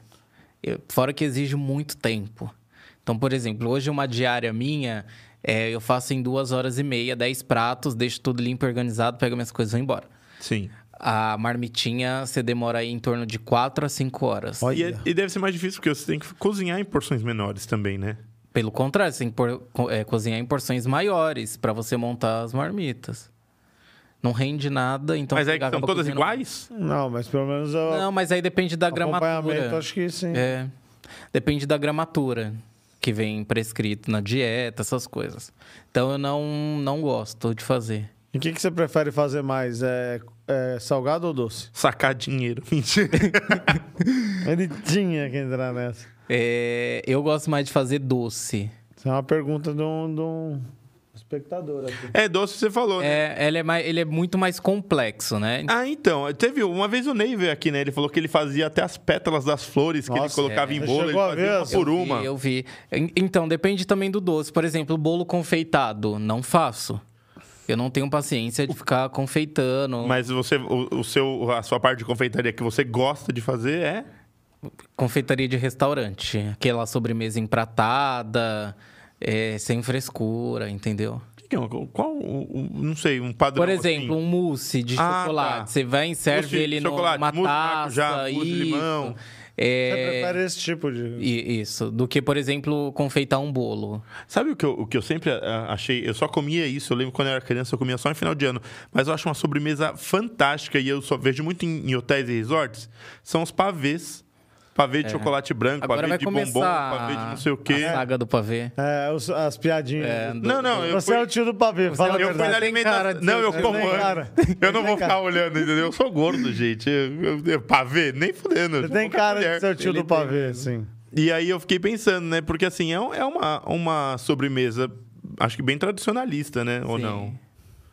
S3: Eu- fora que exige muito tempo. Então, por exemplo, hoje uma diária minha, é, eu faço em duas horas e meia, dez pratos, deixo tudo limpo e organizado, pego minhas coisas e vou embora.
S2: Sim.
S3: A marmitinha, você demora aí em torno de quatro a cinco horas.
S1: Olha.
S2: E, é- e deve ser mais difícil, porque você tem que cozinhar em porções menores também, né?
S3: Pelo contrário, você tem que por- co- é, cozinhar em porções maiores para você montar as marmitas. Não rende nada, então...
S2: Mas
S3: você
S2: é que são
S3: acaba
S2: todas
S3: cozinhando-
S2: iguais?
S1: Não, mas pelo menos o
S3: Não, mas aí depende da
S1: acompanhamento,
S3: gramatura.
S1: acho que sim.
S3: É. Depende da gramatura que vem prescrito na dieta, essas coisas. Então eu não, não gosto de fazer.
S1: E o que, que você prefere fazer mais? É, é salgado ou doce?
S2: Sacar dinheiro. *laughs* Mentira.
S1: Ele tinha que entrar nessa.
S3: É, eu gosto mais de fazer doce.
S1: Isso é uma pergunta de um, de um espectador aqui.
S2: É doce, você falou, né?
S3: É, ela é mais, ele é muito mais complexo, né?
S2: Ah, então. Teve uma vez o Ney veio aqui, né? Ele falou que ele fazia até as pétalas das flores que ele
S1: Nossa,
S2: colocava
S1: é.
S2: em
S1: Você
S2: bolo, ele
S1: chegou a ver
S2: fazia uma
S1: as-
S2: por
S3: Então, Eu vi,
S2: uma.
S3: Eu vi. En- Então, depende também do doce. Por exemplo, bolo confeitado, não faço. Eu não tenho paciência de ficar confeitando.
S2: Mas você, o, o seu, a sua parte de confeitaria que você gosta de fazer é.
S3: Confeitaria de restaurante. Aquela sobremesa empratada, é, sem frescura, entendeu?
S2: O que que é uma- Qual? o- o- não sei, um padrão.
S3: Por exemplo,
S2: assim?
S3: um mousse de
S2: Ah,
S3: chocolate.
S2: tá.
S3: Você vai e serve
S2: Mousse de
S3: ele numa
S2: chocolate, mousse de
S3: taça.
S2: maracujá, mousse de
S3: isso.
S2: limão.
S1: Você
S3: é,
S1: prefere esse tipo de.
S3: i- isso, do que, por exemplo, confeitar um bolo.
S2: Sabe o que eu, o que eu sempre ah, achei? Eu só comia isso. Eu lembro quando eu era criança, eu comia só em final de ano. Mas eu acho uma sobremesa fantástica e eu só vejo muito em, em hotéis e resorts. São os pavês. Pavê de chocolate branco,
S3: É. Agora
S2: pavê
S3: vai
S2: de bombom,
S3: começar
S2: pavê de não sei o quê.
S3: a saga do pavê.
S1: É, os- as piadinhas.
S2: Não, não, eu
S1: Você
S2: fui,
S1: é o tio do pavê, fala a
S2: eu fui na
S1: verdade.
S3: Tem cara
S2: alimentação.
S3: de-
S2: Não, eu
S1: tem
S2: como
S1: cara.
S2: antes. Eu não
S1: Tem
S2: vou
S1: cara.
S2: ficar olhando, entendeu? Eu sou gordo, gente. Eu, eu, eu- pavê, nem fudendo.
S1: Você tem
S2: Pouca
S1: cara
S2: mulher.
S1: de ser o tio do pavê, sim.
S2: E aí eu fiquei pensando, né? Porque assim, é, um- é uma, uma sobremesa, acho que bem tradicionalista, né? Ou
S3: Sim.
S2: não?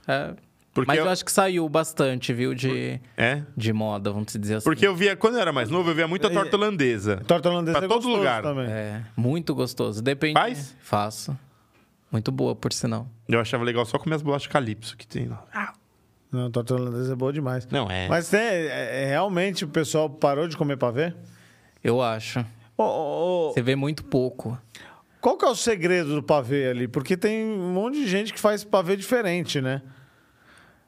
S3: É,
S2: Porque
S3: mas eu...
S2: eu-
S3: acho que saiu bastante, viu, de,
S2: É?
S3: de moda, vamos dizer assim.
S2: Porque eu via, quando eu era mais novo, eu via
S1: É,
S2: muita torta holandesa.
S1: Torta holandesa
S2: Pra
S1: é
S2: todo
S1: gostoso
S2: lugar.
S1: Também.
S3: É, muito gostoso. Depende.
S2: Faz?
S3: Faço. Muito boa, por sinal.
S2: Eu achava legal só comer as bolachas calypso que tem lá. Ah,
S1: Não, torta holandesa é boa demais.
S2: Não, é.
S1: Mas tem, é- é- realmente o pessoal parou de comer pavê?
S3: Eu acho.
S1: Ô, ô, ô,
S3: Você vê muito pouco.
S1: Qual que é o segredo do pavê ali? Porque tem um monte de gente que faz pavê diferente, né?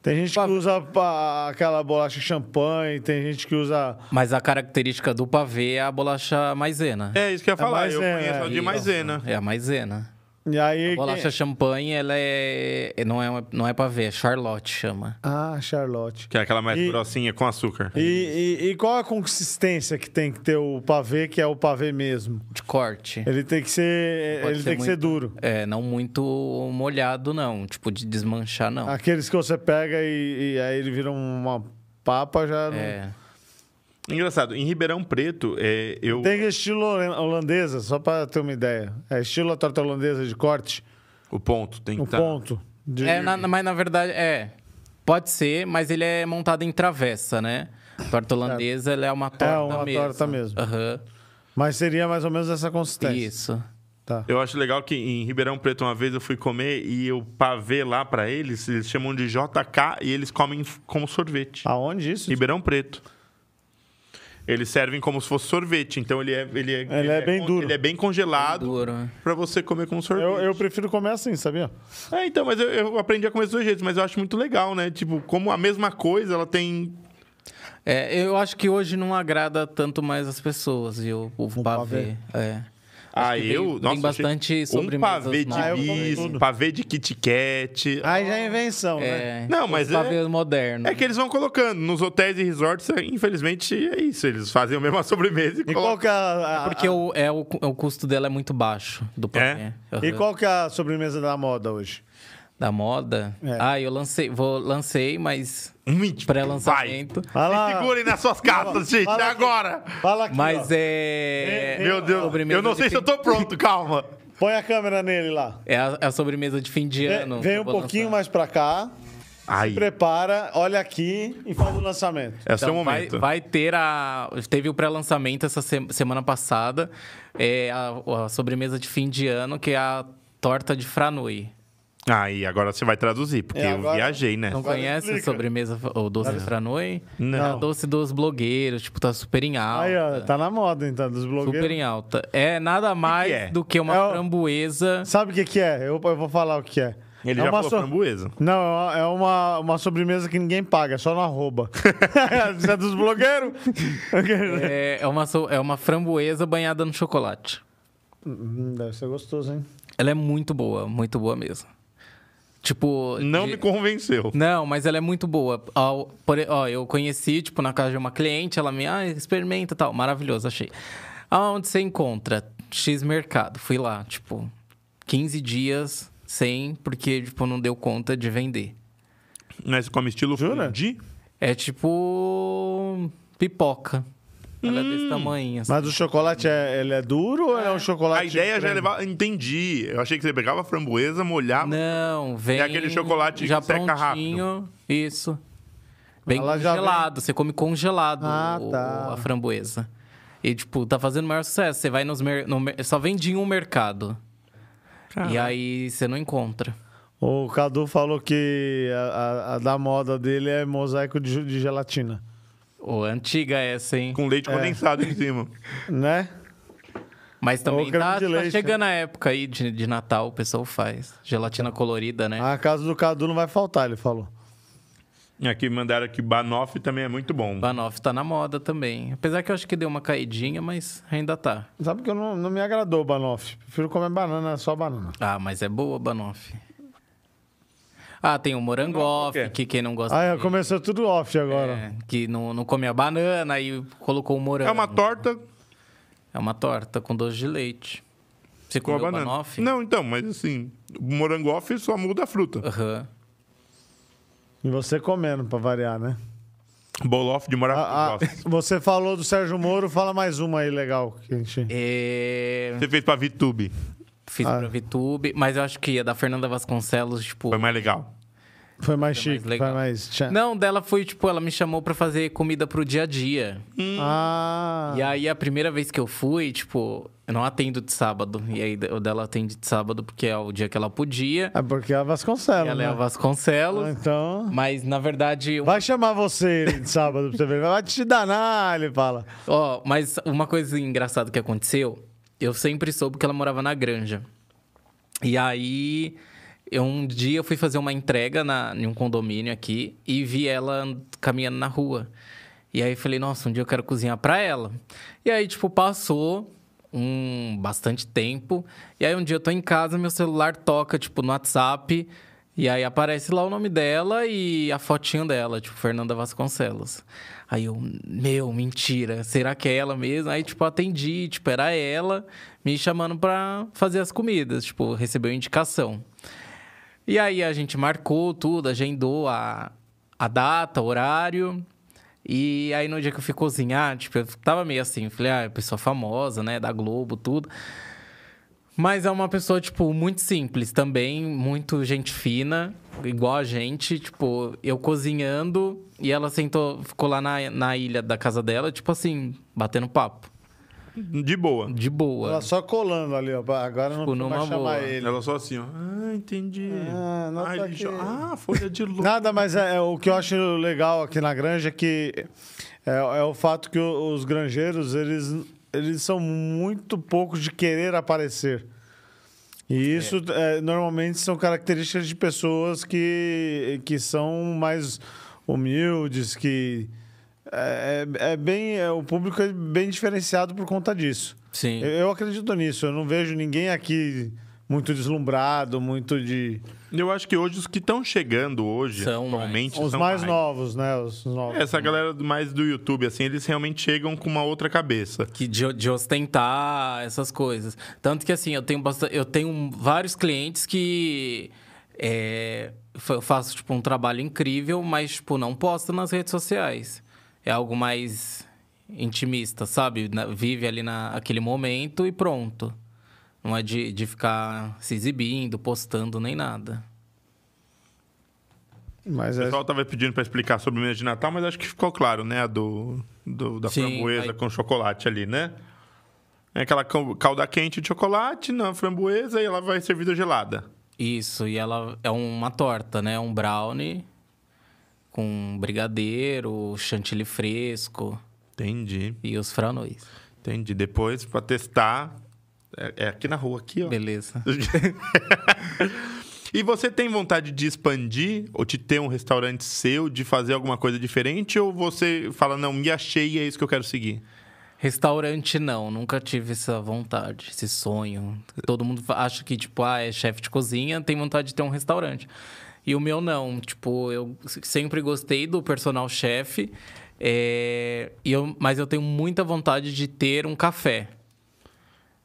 S1: Tem gente que
S3: Pavê-
S1: usa pa- aquela bolacha champanhe, tem gente que usa.
S3: Mas a característica do pavê é a bolacha maisena.
S2: É isso que eu ia falar, eu
S1: maisena,
S2: conheço a de
S3: Isso,
S2: maisena.
S3: É a maisena.
S1: E aí.
S3: A bolacha
S1: quem- é?
S3: champanhe, ela é. Não é, uma- não é pavê, é Charlotte chama.
S1: Ah, Charlotte.
S2: Que é aquela mais
S1: E-
S2: grossinha com açúcar.
S1: E, e- e qual a consistência que tem que ter o pavê, que é o pavê mesmo?
S3: De corte.
S1: Ele tem que ser.
S3: Pode
S1: Ele
S3: ser
S1: tem que ser
S3: muito.
S1: duro.
S3: É, não muito molhado, não. Tipo, de desmanchar, não.
S1: Aqueles que você pega e, e aí ele vira uma papa já. não-
S3: É.
S2: Engraçado, em Ribeirão Preto, é, eu.
S1: Tem estilo holan- holandesa, só pra ter uma ideia. É estilo a torta holandesa de corte,
S2: O ponto tem que tá.
S1: um
S2: estar.
S1: ponto. de-
S3: Tá. É, na- na- mas na verdade, é. Pode ser, mas ele é montado em travessa, né? Torta holandesa, ela é uma torta
S1: uma
S3: mesmo.
S1: torta mesmo.
S3: Aham,
S1: Mas seria mais ou menos essa consistência.
S3: isso.
S1: Tá.
S2: Eu acho legal que em Ribeirão Preto, uma vez eu fui comer e o pavê lá pra eles, eles chamam de JK e eles comem f- como sorvete.
S1: Aonde isso?
S2: Ribeirão Preto. Eles servem como se fosse sorvete, então ele é. Ele é,
S1: é bem duro.
S2: Ele é bem congelado
S3: Duro. né?
S2: pra você comer como sorvete.
S1: Eu, eu prefiro comer assim, sabia?
S2: É, então, mas eu, eu aprendi a comer dos dois jeitos, mas eu acho muito legal, né? Tipo, como a mesma coisa, ela tem.
S3: É, eu acho que hoje não agrada tanto mais as pessoas, viu? O, pavê.
S1: Um pavê.
S3: É.
S2: Ah,
S3: que tem-
S2: eu.
S3: tem
S2: nossa, eu
S3: bastante
S2: achei- Um
S3: sobremesas
S2: pavê de
S3: novas.
S1: Ah, eu como
S2: bis,
S1: tudo.
S2: pavê de Kit Kat.
S1: Aí já é invenção, né?
S3: é
S2: Não, mas
S3: os
S2: é-
S3: pavês modernos.
S2: É que eles vão colocando. Nos hotéis e resorts, é, infelizmente, é isso. Eles fazem a mesma *laughs* sobremesa e,
S1: E qual
S2: colocam.
S1: que é a, a-
S3: Porque o, é, o, o custo dela é muito baixo do pavê. Aham.
S1: E qual que é a sobremesa da moda hoje?
S3: Da moda.
S1: É.
S3: Ah, eu lancei, vou, lancei, mas
S2: Mentira.
S3: pré-lançamento.
S1: Vai lá.
S2: Se segurem nas suas casas, gente,
S1: Fala
S2: é
S1: aqui.
S2: agora!
S1: Fala aqui.
S3: Mas
S1: ó.
S3: é.
S2: Meu Deus,
S3: sobremesa
S2: eu não sei
S3: de
S2: se eu tô pronto, calma.
S1: Põe a câmera nele lá.
S3: É a, é a sobremesa de fim de
S1: Vem-
S3: ano.
S1: Vem um pouquinho mais pra cá,
S2: Aí,
S1: prepara, olha aqui e faz o lançamento.
S2: é o seu
S3: Então, vai,
S2: momento.
S3: vai ter a. Teve o pré-lançamento essa se- semana passada. É a, a sobremesa de fim de ano, que é a torta de Franui.
S2: Aí, agora você vai traduzir, porque
S1: É,
S2: eu
S1: agora-
S2: viajei, né?
S3: Não
S1: Agora
S3: conhece a
S1: explica.
S3: sobremesa ou doce de Franui?
S2: Não.
S3: É a doce dos blogueiros, tipo, tá super em alta.
S1: Aí, ó, tá na moda então, dos blogueiros.
S3: Super em alta. É nada mais
S2: é?
S3: do que uma
S1: É o-
S3: framboesa.
S1: Sabe o que, que é? Eu, eu vou falar o que é.
S2: Ele
S1: é
S2: já
S1: uma
S2: falou
S1: so-
S2: framboesa.
S1: Não, é uma- é uma, uma sobremesa que ninguém paga, é só no
S2: *laughs*
S1: arroba. Isso é dos blogueiros?
S3: É, é uma, so- é uma framboesa banhada no chocolate.
S1: Hum, Deve ser gostoso, hein?
S3: Ela é muito boa, muito boa mesmo. Tipo.
S2: Não
S3: de-
S2: me convenceu.
S3: Não, mas ela é muito boa. Ó, por- ó, eu conheci, tipo, na casa de uma cliente, ela me, ah, experimenta e tal. Maravilhoso, achei. Aonde você encontra? X Mercado. Fui lá, tipo, 15 dias sem, porque, tipo, não deu conta de vender.
S2: Mas como estilo fundi?
S3: É tipo. pipoca. Ela é desse tamanho. assim.
S1: Mas o chocolate, é, ele é duro ou ele é um chocolate...
S2: A ideia já é
S1: creme?
S2: levar. Entendi. Eu achei que você pegava a framboesa, molhava.
S3: Não, vem.
S2: Ah, é aquele chocolate que
S3: já
S2: seca
S3: prontinho. Isso. Bem
S1: Ela já
S3: congelado. Você come congelado
S1: Ah,
S3: o-
S1: tá.
S3: a framboesa. E, tipo, tá fazendo o maior sucesso. Você vai nos. mer- no mer- Só vende em um mercado. E aí você não encontra.
S1: O Cadu falou que a, a- a da moda dele é mosaico de, ju- de gelatina,
S3: Ô, antiga essa, hein?
S2: Com
S1: É.
S2: leite condensado em cima.
S1: né?
S3: Mas também
S1: Ô, creme
S3: tá,
S1: de
S3: tá
S1: leite,
S3: chegando a época aí de, de Natal,
S1: Ah.
S3: o pessoal faz. Gelatina colorida, né?
S1: A casa do Cadu não vai faltar, ele falou.
S2: Aqui mandaram que Banoff também é muito bom.
S3: Banoff tá na moda também. Apesar que eu acho que deu uma caidinha, mas ainda tá.
S1: Sabe que eu não, não me agradou o Banoff. Prefiro comer banana, só banana.
S3: Ah, mas é boa, Banoff. Ah, tem o morango off,
S2: quê?
S3: que quem não gosta.
S1: Ah, começou tudo off agora.
S3: é, que não, não come a banana e colocou o morango.
S2: É uma torta
S3: É uma torta com doce de leite. Você
S2: com a
S3: comeu
S2: banana.
S3: banoffee?
S2: Não, então, mas assim, o morango off só muda a fruta.
S3: Aham.
S1: E você comendo, pra variar, né?
S2: Bolof de
S1: Ah, ah,
S2: maracujá.
S1: você falou do Sérgio Moro, fala mais uma aí legal. Que a gente...
S3: É,
S2: Você fez pra VTube.
S3: Fiz
S1: Ah.
S3: pra VTube, mas eu acho que a da Fernanda Vasconcelos, tipo.
S2: Foi mais legal.
S1: É, Foi mais
S3: Foi mais
S1: chique,
S3: legal.
S1: foi mais... tchan.
S3: Não, dela foi, tipo, ela me chamou pra fazer comida pro dia a dia.
S1: Ah,
S3: E aí, a primeira vez que eu fui, tipo, eu não atendo de sábado. E aí, o dela atende de sábado porque é o dia que ela podia.
S1: é porque é a Vasconcelos,
S3: ela
S1: né?
S3: é a Vasconcelos.
S1: Ah, Então...
S3: Mas, na verdade, um-
S1: Vai chamar você ele, de sábado pra você ver. Vai te danar, ele fala.
S3: ó, mas uma coisa engraçada que aconteceu, eu sempre soube que ela morava na granja. E aí, eu, um dia eu fui fazer uma entrega na, em um condomínio aqui e vi ela and- caminhando na rua. E aí eu falei, nossa, um dia eu quero cozinhar pra ela. E aí, tipo, passou um bastante tempo. E aí um dia eu tô em casa, meu celular toca, tipo, no WhatsApp. E aí aparece lá o nome dela e a fotinho dela, tipo, Fernanda Vasconcelos. Aí eu, meu, mentira, será que é ela mesmo? Aí, tipo, atendi, tipo, era ela me chamando pra fazer as comidas, tipo, recebeu indicação. E aí a gente marcou tudo, agendou a, a data, o horário. E aí no dia que eu fui cozinhar, tipo, eu tava meio assim, falei, ah, é pessoa famosa, né, da Globo, tudo. Mas é uma pessoa, tipo, muito simples também, muito gente fina, igual a gente. Tipo, eu cozinhando e ela sentou, ficou lá na, na ilha da casa dela, tipo assim, batendo papo.
S2: De boa.
S3: De boa.
S1: Ela só colando ali, ó. Agora não vou
S3: Tipo,
S1: mais
S3: numa
S1: chamar
S3: boa.
S1: ele.
S2: Ela só assim, ó. Ah, entendi.
S1: Ah, não
S2: ah,
S1: tá
S2: ele
S1: aqui.
S2: jo- ah, folha
S1: *laughs*
S2: de luz.
S1: Nada, mas é, é o que eu acho legal aqui na granja é que é, é o fato que o- os granjeiros, eles, eles são muito poucos de querer aparecer. E isso é, normalmente são características de pessoas que, que são mais humildes, que é, é- é bem é, o público é bem diferenciado por conta disso.
S3: Sim.
S1: Eu, eu acredito nisso. Eu não vejo ninguém aqui muito deslumbrado, muito de
S2: Eu acho que hoje os que estão chegando hoje,
S3: São
S2: atualmente,
S1: os
S2: são
S1: mais novos, né? Os novos.
S2: É, Essa galera do- mais do YouTube, assim, eles realmente chegam com uma outra cabeça.
S3: que de, de ostentar essas coisas. Tanto que assim, eu tenho bastante, eu tenho vários clientes que é, fa- eu faço tipo um trabalho incrível, mas tipo não posto nas redes sociais. É algo mais intimista, sabe? Na- vive ali naquele momento e pronto. Não é de, de ficar se exibindo, postando nem nada.
S1: Mas
S2: O
S1: é,
S2: pessoal tava pedindo pra explicar sobre o menu de Natal, mas acho que ficou claro, né? A do, do- da
S3: Sim,
S2: framboesa
S3: aí-
S2: com chocolate ali, né? É aquela cal- calda quente de chocolate na framboesa e ela vai servida gelada.
S3: Isso, e ela é uma torta, né? Um brownie com brigadeiro, chantilly fresco.
S2: Entendi,
S3: E os franóis.
S2: entendi. Depois, pra testar, é, é aqui na rua, aqui, ó.
S3: Beleza.
S2: *laughs* e você tem vontade de expandir ou de ter um restaurante seu, de fazer alguma coisa diferente? Ou você fala, não, me achei e é isso que eu quero seguir?
S3: Tipo, Restaurante, não. Nunca tive essa vontade, esse sonho. Todo mundo fa- acha que, tipo, ah, é chefe de cozinha, tem vontade de ter um restaurante. E o meu, não. Tipo, eu se- sempre gostei do personal chefe, é, e eu- mas eu tenho muita vontade de ter um café.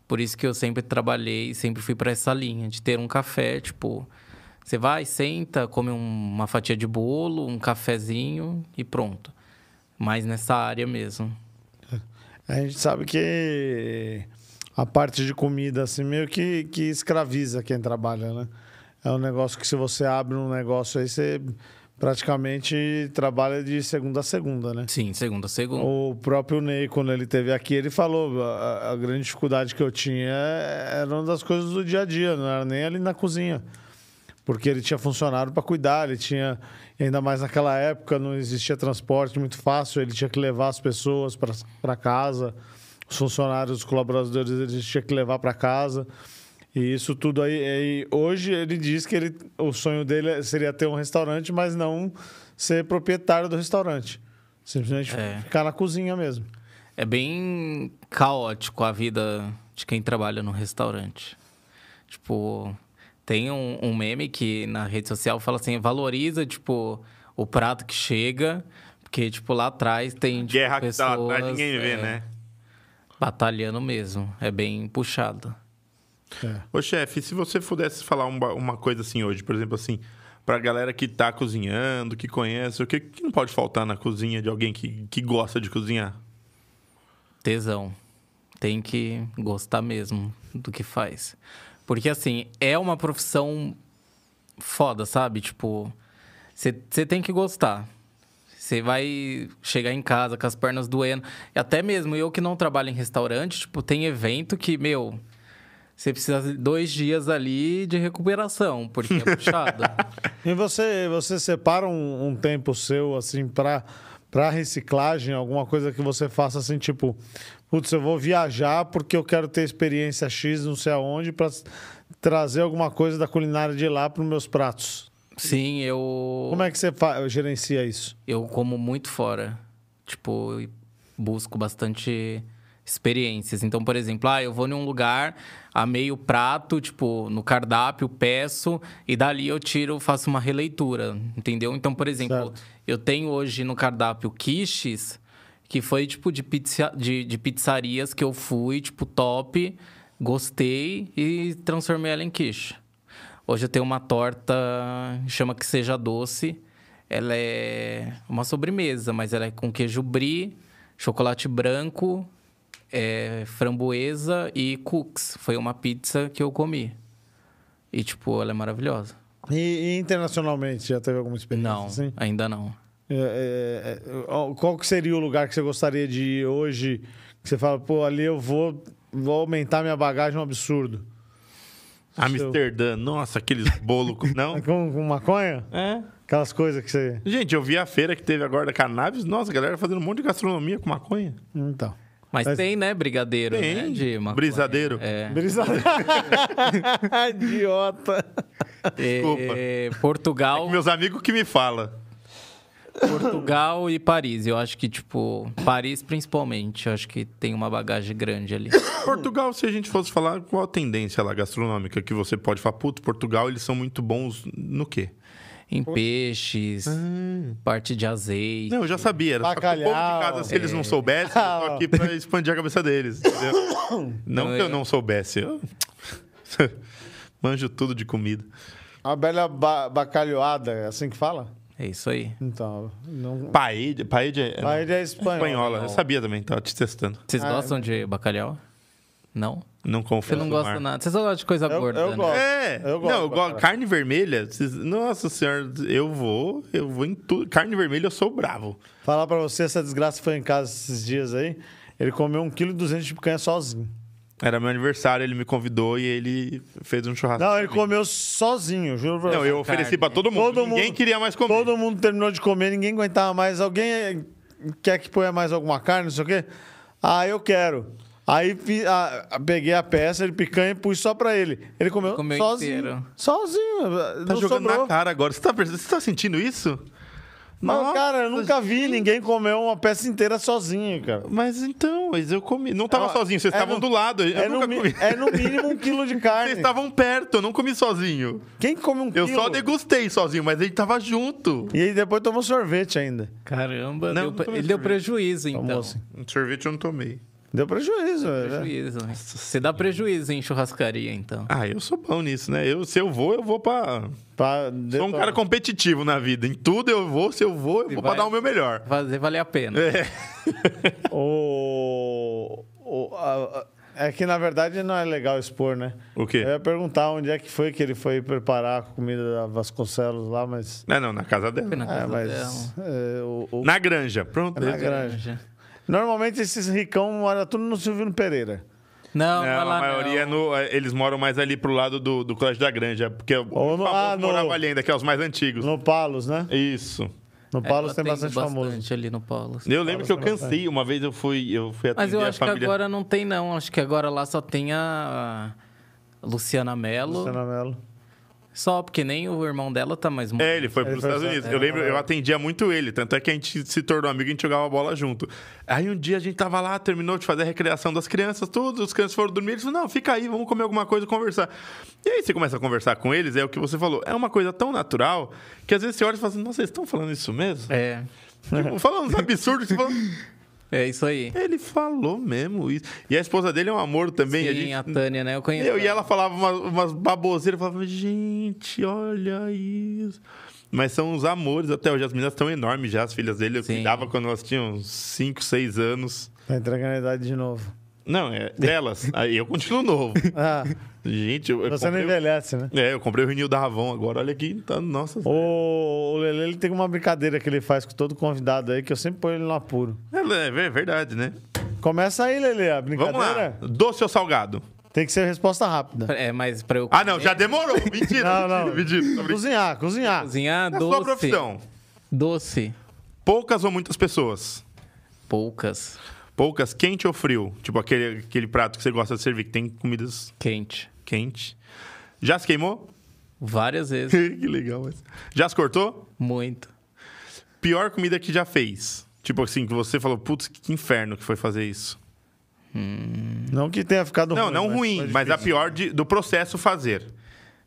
S3: Por isso que eu sempre trabalhei, sempre fui pra essa linha, de ter um café, tipo... Você vai, senta, come um- uma fatia de bolo, um cafezinho e pronto. Mas nessa área mesmo.
S1: a gente sabe que a parte de comida, assim, meio que, que escraviza quem trabalha, né? É um negócio que se você abre um negócio aí, você praticamente trabalha de segunda a segunda, né?
S3: Sim, segunda, segunda.
S1: O próprio Ney, quando ele teve aqui, ele falou a, a grande dificuldade que eu tinha era uma das coisas do dia a dia, não era nem ali na cozinha. Porque ele tinha funcionário para cuidar, ele tinha, ainda mais naquela época, não existia transporte muito fácil, ele tinha que levar as pessoas para casa, os funcionários, os colaboradores, ele tinha que levar para casa. E isso tudo aí, aí. Hoje ele diz que ele, o sonho dele seria ter um restaurante, mas não ser proprietário do restaurante. Simplesmente
S3: É.
S1: ficar na cozinha mesmo.
S3: É bem caótico a vida de quem trabalha no restaurante. Tipo, tem um, um meme que na rede social fala assim, valoriza, tipo, o prato que chega, porque, tipo, lá atrás tem, tipo,
S2: Guerra que tá
S3: pessoas,
S2: lá atrás, ninguém vê,
S3: é,
S2: né?
S3: Batalhando mesmo, é bem puxado.
S1: É.
S2: Ô, chefe, se você pudesse falar um ba- uma coisa assim hoje, por exemplo, assim, pra galera que tá cozinhando, que conhece, o que, que não pode faltar na cozinha de alguém que, que gosta de cozinhar?
S3: Tesão. Tem que gostar mesmo do que faz. Porque, assim, é uma profissão foda, sabe? Tipo, você tem que gostar. Você vai chegar em casa com as pernas doendo. E até mesmo eu que não trabalho em restaurante, tipo, tem evento que, meu, você precisa de dois dias ali de recuperação, porque é puxado.
S1: E você, você separa um, um tempo seu, assim, pra, pra reciclagem, alguma coisa que você faça assim, tipo, putz, eu vou viajar porque eu quero ter experiência X, não sei aonde, pra s- trazer alguma coisa da culinária de lá pros meus pratos.
S3: Sim, eu.
S1: Como é que você fa- gerencia isso?
S3: Eu como muito fora. Tipo, e busco bastante experiências. Então, por exemplo, ah, eu vou num lugar, amei o prato, tipo, no cardápio, peço, e dali eu tiro, faço uma releitura, entendeu? Então, por exemplo,
S1: Certo.
S3: eu tenho hoje no cardápio quiches, que foi, tipo, de, pizza, de, de pizzarias que eu fui, tipo, top, gostei e transformei ela em quiche. Hoje eu tenho uma torta, chama que seja doce. Ela é uma sobremesa, mas ela é com queijo brie, chocolate branco, é, framboesa e cookies. Foi uma pizza que eu comi. E, tipo, ela é maravilhosa.
S1: E, e internacionalmente, já teve alguma experiência?
S3: Não,
S1: assim?
S3: ainda não.
S1: É, é, é, ó, qual que seria o lugar que você gostaria de ir hoje? Que você fala, pô, ali eu vou, vou aumentar minha bagagem um absurdo.
S2: Amsterdã, nossa, aqueles bolos. com- Não?
S1: Com, com maconha?
S2: É.
S1: Aquelas coisas que você.
S2: Gente, eu vi a feira que teve agora da cannabis. Nossa, a galera fazendo um monte de gastronomia com maconha.
S1: Então.
S3: Mas,
S1: Mas-
S3: tem, né, brigadeiro, né?
S2: Tem.
S3: De maconha.
S2: Brisadeiro.
S3: É.
S1: Brisa- Idiota.
S2: *laughs* Desculpa.
S3: É, Portugal,
S2: Meus amigos que me falam.
S3: Portugal e Paris. Eu acho que, tipo, Paris principalmente. Eu acho que tem uma bagagem grande ali.
S2: Portugal, se a gente fosse falar, qual a tendência lá gastronômica que você pode falar? Puto, Portugal, eles são muito bons no quê?
S3: Em peixes,
S2: Ah.
S3: parte de azeite.
S2: Não, eu já sabia. Era só que o povo
S1: Bacalhau.
S2: de casa, se eles não soubessem, eu tô
S1: *laughs*
S2: aqui pra expandir a cabeça deles. entendeu? Não que eu não soubesse. Eu... *laughs* Manjo tudo de comida.
S1: A bela ba bacalhoada, é assim que fala?
S3: É isso aí.
S1: Então, não.
S2: Paella, paella é
S1: Aí é espanhola.
S2: espanhola. Eu sabia também, tava te testando.
S3: Vocês
S2: é.
S3: gostam de bacalhau? Não?
S2: Não
S3: Você
S2: confio.
S3: não gosta nada. Vocês só gostam de coisa
S1: Eu-
S3: gorda,
S1: eu
S3: né?
S1: gosto.
S2: É,
S1: Eu gosto
S2: não, eu
S1: pra
S2: gosto.
S1: caralho.
S2: Carne vermelha, vocês- nossa senhora, eu vou, eu vou em tudo. Carne vermelha, eu sou bravo.
S1: Falar pra você, essa desgraça foi em casa esses dias aí. Ele comeu 1,2 kg de picanha sozinho.
S2: Era meu aniversário, ele me convidou e ele fez um churrasco.
S1: Não, ele
S2: pra mim.
S1: comeu sozinho, juro pra
S2: Não,
S1: você.
S2: eu ofereci
S3: Carne.
S2: pra todo mundo.
S1: Todo
S2: Ninguém
S1: mundo-
S2: queria mais comer.
S1: Todo mundo terminou de comer, ninguém aguentava mais. Alguém eh, quer que ponha mais alguma carne, não sei o quê? Ah, eu quero. Aí fi- a- a- peguei a peça de picanha e pus só pra ele. Ele comeu,
S3: Comeu
S1: sozinho.
S3: inteiro.
S1: Sozinho.
S2: Tá
S1: não
S2: jogando
S1: sobrou.
S2: na cara agora. Você tá, perce- você tá sentindo isso?
S1: Mas,
S2: Nossa,
S1: cara, eu nunca vi ninguém comer uma peça inteira sozinho, cara.
S2: Mas então, mas eu comi. Não tava
S1: É,
S2: sozinho, vocês
S1: é
S2: estavam
S1: no-
S2: do lado. Eu
S1: É no,
S2: nunca
S1: mi-
S2: comi.
S1: é no mínimo um quilo de carne.
S2: *laughs* Vocês estavam perto, eu não comi sozinho.
S1: Quem come um
S2: Eu
S1: quilo?
S2: só degustei sozinho, mas ele tava junto.
S1: E aí depois tomou sorvete ainda.
S3: Caramba,
S2: Não,
S3: deu
S2: não
S3: pre-
S2: tomei
S3: ele deu
S2: sorvete.
S3: prejuízo,
S1: Tomou
S3: então.
S1: assim.
S2: é Um Sorvete eu não tomei.
S1: Deu prejuízo, né? velho.
S3: Prejuízo. né? Você dá prejuízo em churrascaria, então.
S2: Ah, eu sou bom nisso, né? Eu, se eu vou, eu vou pra.
S1: Pra-
S2: Sou um cara competitivo na vida. Em tudo eu vou, se eu vou, eu
S3: Se
S2: vou
S3: vai-
S2: pra dar o meu melhor.
S3: Fazer valer a pena.
S2: É,
S1: *laughs* O, o- a- a- é que na verdade não é legal expor, né?
S2: O quê?
S1: Eu ia perguntar onde é que foi que ele foi preparar a comida da Vasconcelos lá, mas.
S2: Não, não, na casa dela.
S3: Foi na
S1: É,
S3: casa
S1: mas.
S3: dela.
S1: é, o- o-
S2: Na granja. Pronto. é.
S1: na
S2: eu-
S1: granja. Normalmente esses ricão moram tudo no Silvino Pereira.
S3: Não, não,
S2: Não,
S3: vai lá, né,
S2: a maioria
S3: não.
S2: é no- é, eles moram mais ali pro lado do, do Colégio da Granja, porque o
S1: Ou no-
S2: famoso
S1: ah, no-
S2: morava ali ainda, que é os mais antigos.
S1: No Palos, né?
S2: Isso.
S1: No
S3: É,
S1: Palos
S3: eu
S1: tem
S3: atendo
S1: bastante, famoso.
S3: ali no Paulos.
S2: Eu lembro que eu cansei, uma vez eu fui, eu fui atender
S3: Mas eu
S2: a
S3: acho que
S2: família.
S3: agora não tem, não. Acho que agora lá só tem a Luciana Mello.
S1: Luciana Mello.
S3: Só, porque nem o irmão dela tá mais
S2: É, ele foi para os
S1: foi
S2: Estados
S1: pra-
S2: Unidos.
S1: é,
S2: eu lembro,
S1: é.
S2: eu atendia muito ele, tanto é que a gente se tornou amigo e a gente jogava bola junto. Aí um dia a gente tava lá, terminou de fazer a recreação das crianças, todos os crianças foram dormir, eles falaram, não, fica aí, vamos comer alguma coisa, conversar. E aí você começa a conversar com eles, é o que você falou, é uma coisa tão natural, que às vezes você olha e fala assim, nossa, vocês estão falando isso mesmo?
S3: *laughs* É.
S2: Tipo, falando uns absurdos, que você fala,
S3: É isso aí.
S2: ele falou mesmo isso. E a esposa dele é um amor também,
S3: Sim,
S2: a
S3: a,
S2: gente...
S3: Tânia, né? Eu conheço.
S2: Eu, e ela falava umas, umas baboseiras, eu falava, gente, olha isso. Mas são os amores até hoje. As meninas estão enormes já, as filhas dele. Eu
S3: Sim.
S2: cuidava quando elas tinham 5, 6 anos.
S1: Tá entregando a idade de novo.
S2: Não, é
S1: *laughs*
S2: delas. Aí eu continuo novo.
S1: Ah,
S2: *laughs* Gente, eu, eu
S1: você não
S2: comprei,
S1: envelhece, né?
S2: É, eu comprei o vinil da Avon agora. Olha aqui, tá, nossa.
S1: O, o Lele ele tem uma brincadeira que ele faz com todo convidado aí, que eu sempre ponho ele no apuro.
S2: É, é ver- verdade, né?
S1: Começa aí, Lele, a
S2: Vamos lá.
S1: brincadeira.
S2: Doce ou salgado?
S1: Tem que ser resposta rápida.
S3: É, mas pra eu
S2: Ah, não,
S1: *laughs*
S2: já demorou. Mentira,
S1: Não, não.
S2: mentira, mentira. Tô brincando.
S1: Cozinhar, cozinhar.
S3: cozinhar
S2: Na
S3: doce.
S2: é sua profissão,
S3: Doce.
S2: poucas ou muitas pessoas?
S3: Poucas.
S2: Poucas, quente ou frio? Tipo aquele, aquele prato que você gosta de servir, que tem comidas
S3: Quente.
S2: quentes. Já se queimou? *laughs*
S3: Várias vezes.
S2: que legal essa. Já se cortou?
S3: Muito.
S2: Pior comida que já fez. Tipo assim, que você falou, putz, que inferno que foi fazer isso.
S1: Não que tenha ficado
S2: Não,
S1: ruim. né?
S2: não
S1: mas
S2: ruim,
S1: foi
S2: mas a
S1: difícil.
S2: pior de- do processo fazer.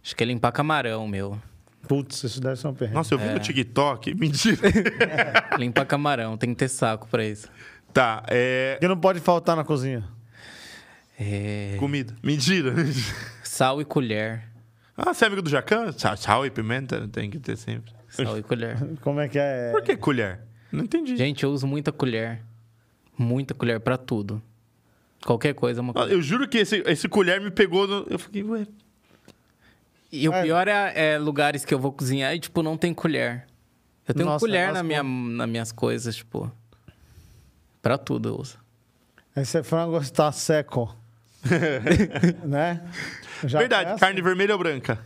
S3: Acho que é limpar camarão, meu.
S1: Putz, isso deve ser um perrengue.
S2: Nossa, eu vi no TikTok. *laughs* Mentira.
S3: Limpar camarão, tem que ter saco pra isso.
S2: tá, é.
S1: Porque não pode faltar na cozinha.
S3: É,
S2: Comida. Mentira. *laughs*
S3: Sal e colher.
S2: ah, você é amigo do Jacan? Sal, sal e pimenta? Tem que ter sempre.
S3: Sal e colher.
S1: Como é que é?
S2: Por que colher? Não entendi.
S3: Gente, eu uso muita colher. Muita colher pra tudo. Qualquer coisa é uma
S2: Ah,
S3: colher.
S2: Eu juro que esse, esse colher me pegou. no- Eu fiquei, ué,
S3: E o
S1: Ah,
S3: pior é, é lugares que eu vou cozinhar e, tipo, não tem colher. Eu tenho
S1: Nossa,
S3: colher
S1: lascou.
S3: na minha, nas minhas coisas, tipo. Pra tudo eu uso.
S1: Esse É frango está
S2: *laughs*
S1: seco. né? Já
S2: Verdade,
S1: conhece?
S2: carne vermelha ou branca?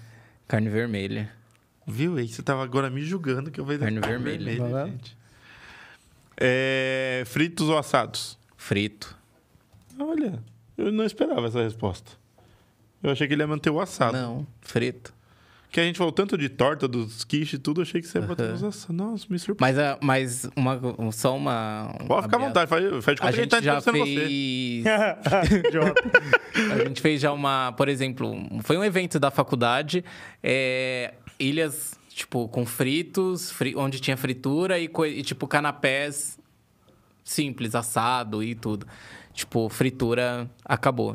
S3: Carne vermelha.
S2: Viu? Aí você tava agora me julgando que eu vou
S3: Carne vermelha.
S1: Tá vendo?
S2: gente. É, fritos ou assados?
S3: Frito.
S2: Olha, eu não esperava essa resposta. Eu achei que ele ia manter o assado.
S3: Não, frito.
S2: Que a gente falou tanto de torta, dos quiches e tudo, eu achei que você ia botar
S3: Aham.
S2: os assados. Nossa, me surpreendeu.
S3: Mas, a- mas uma, um- só uma.
S2: Pode ficar à
S3: uma-
S2: vontade, faz, faz de conta que
S3: A
S2: a
S3: gente
S2: gente tá
S3: já
S2: entrevistando você.
S1: assim.
S3: fez.
S1: *laughs* Idiota.
S3: A gente fez já uma, por exemplo, um- foi um evento da faculdade, é, ilhas, tipo, com fritos, fri- onde tinha fritura e, coi- e, tipo, canapés simples, assado e tudo. Tipo, fritura acabou.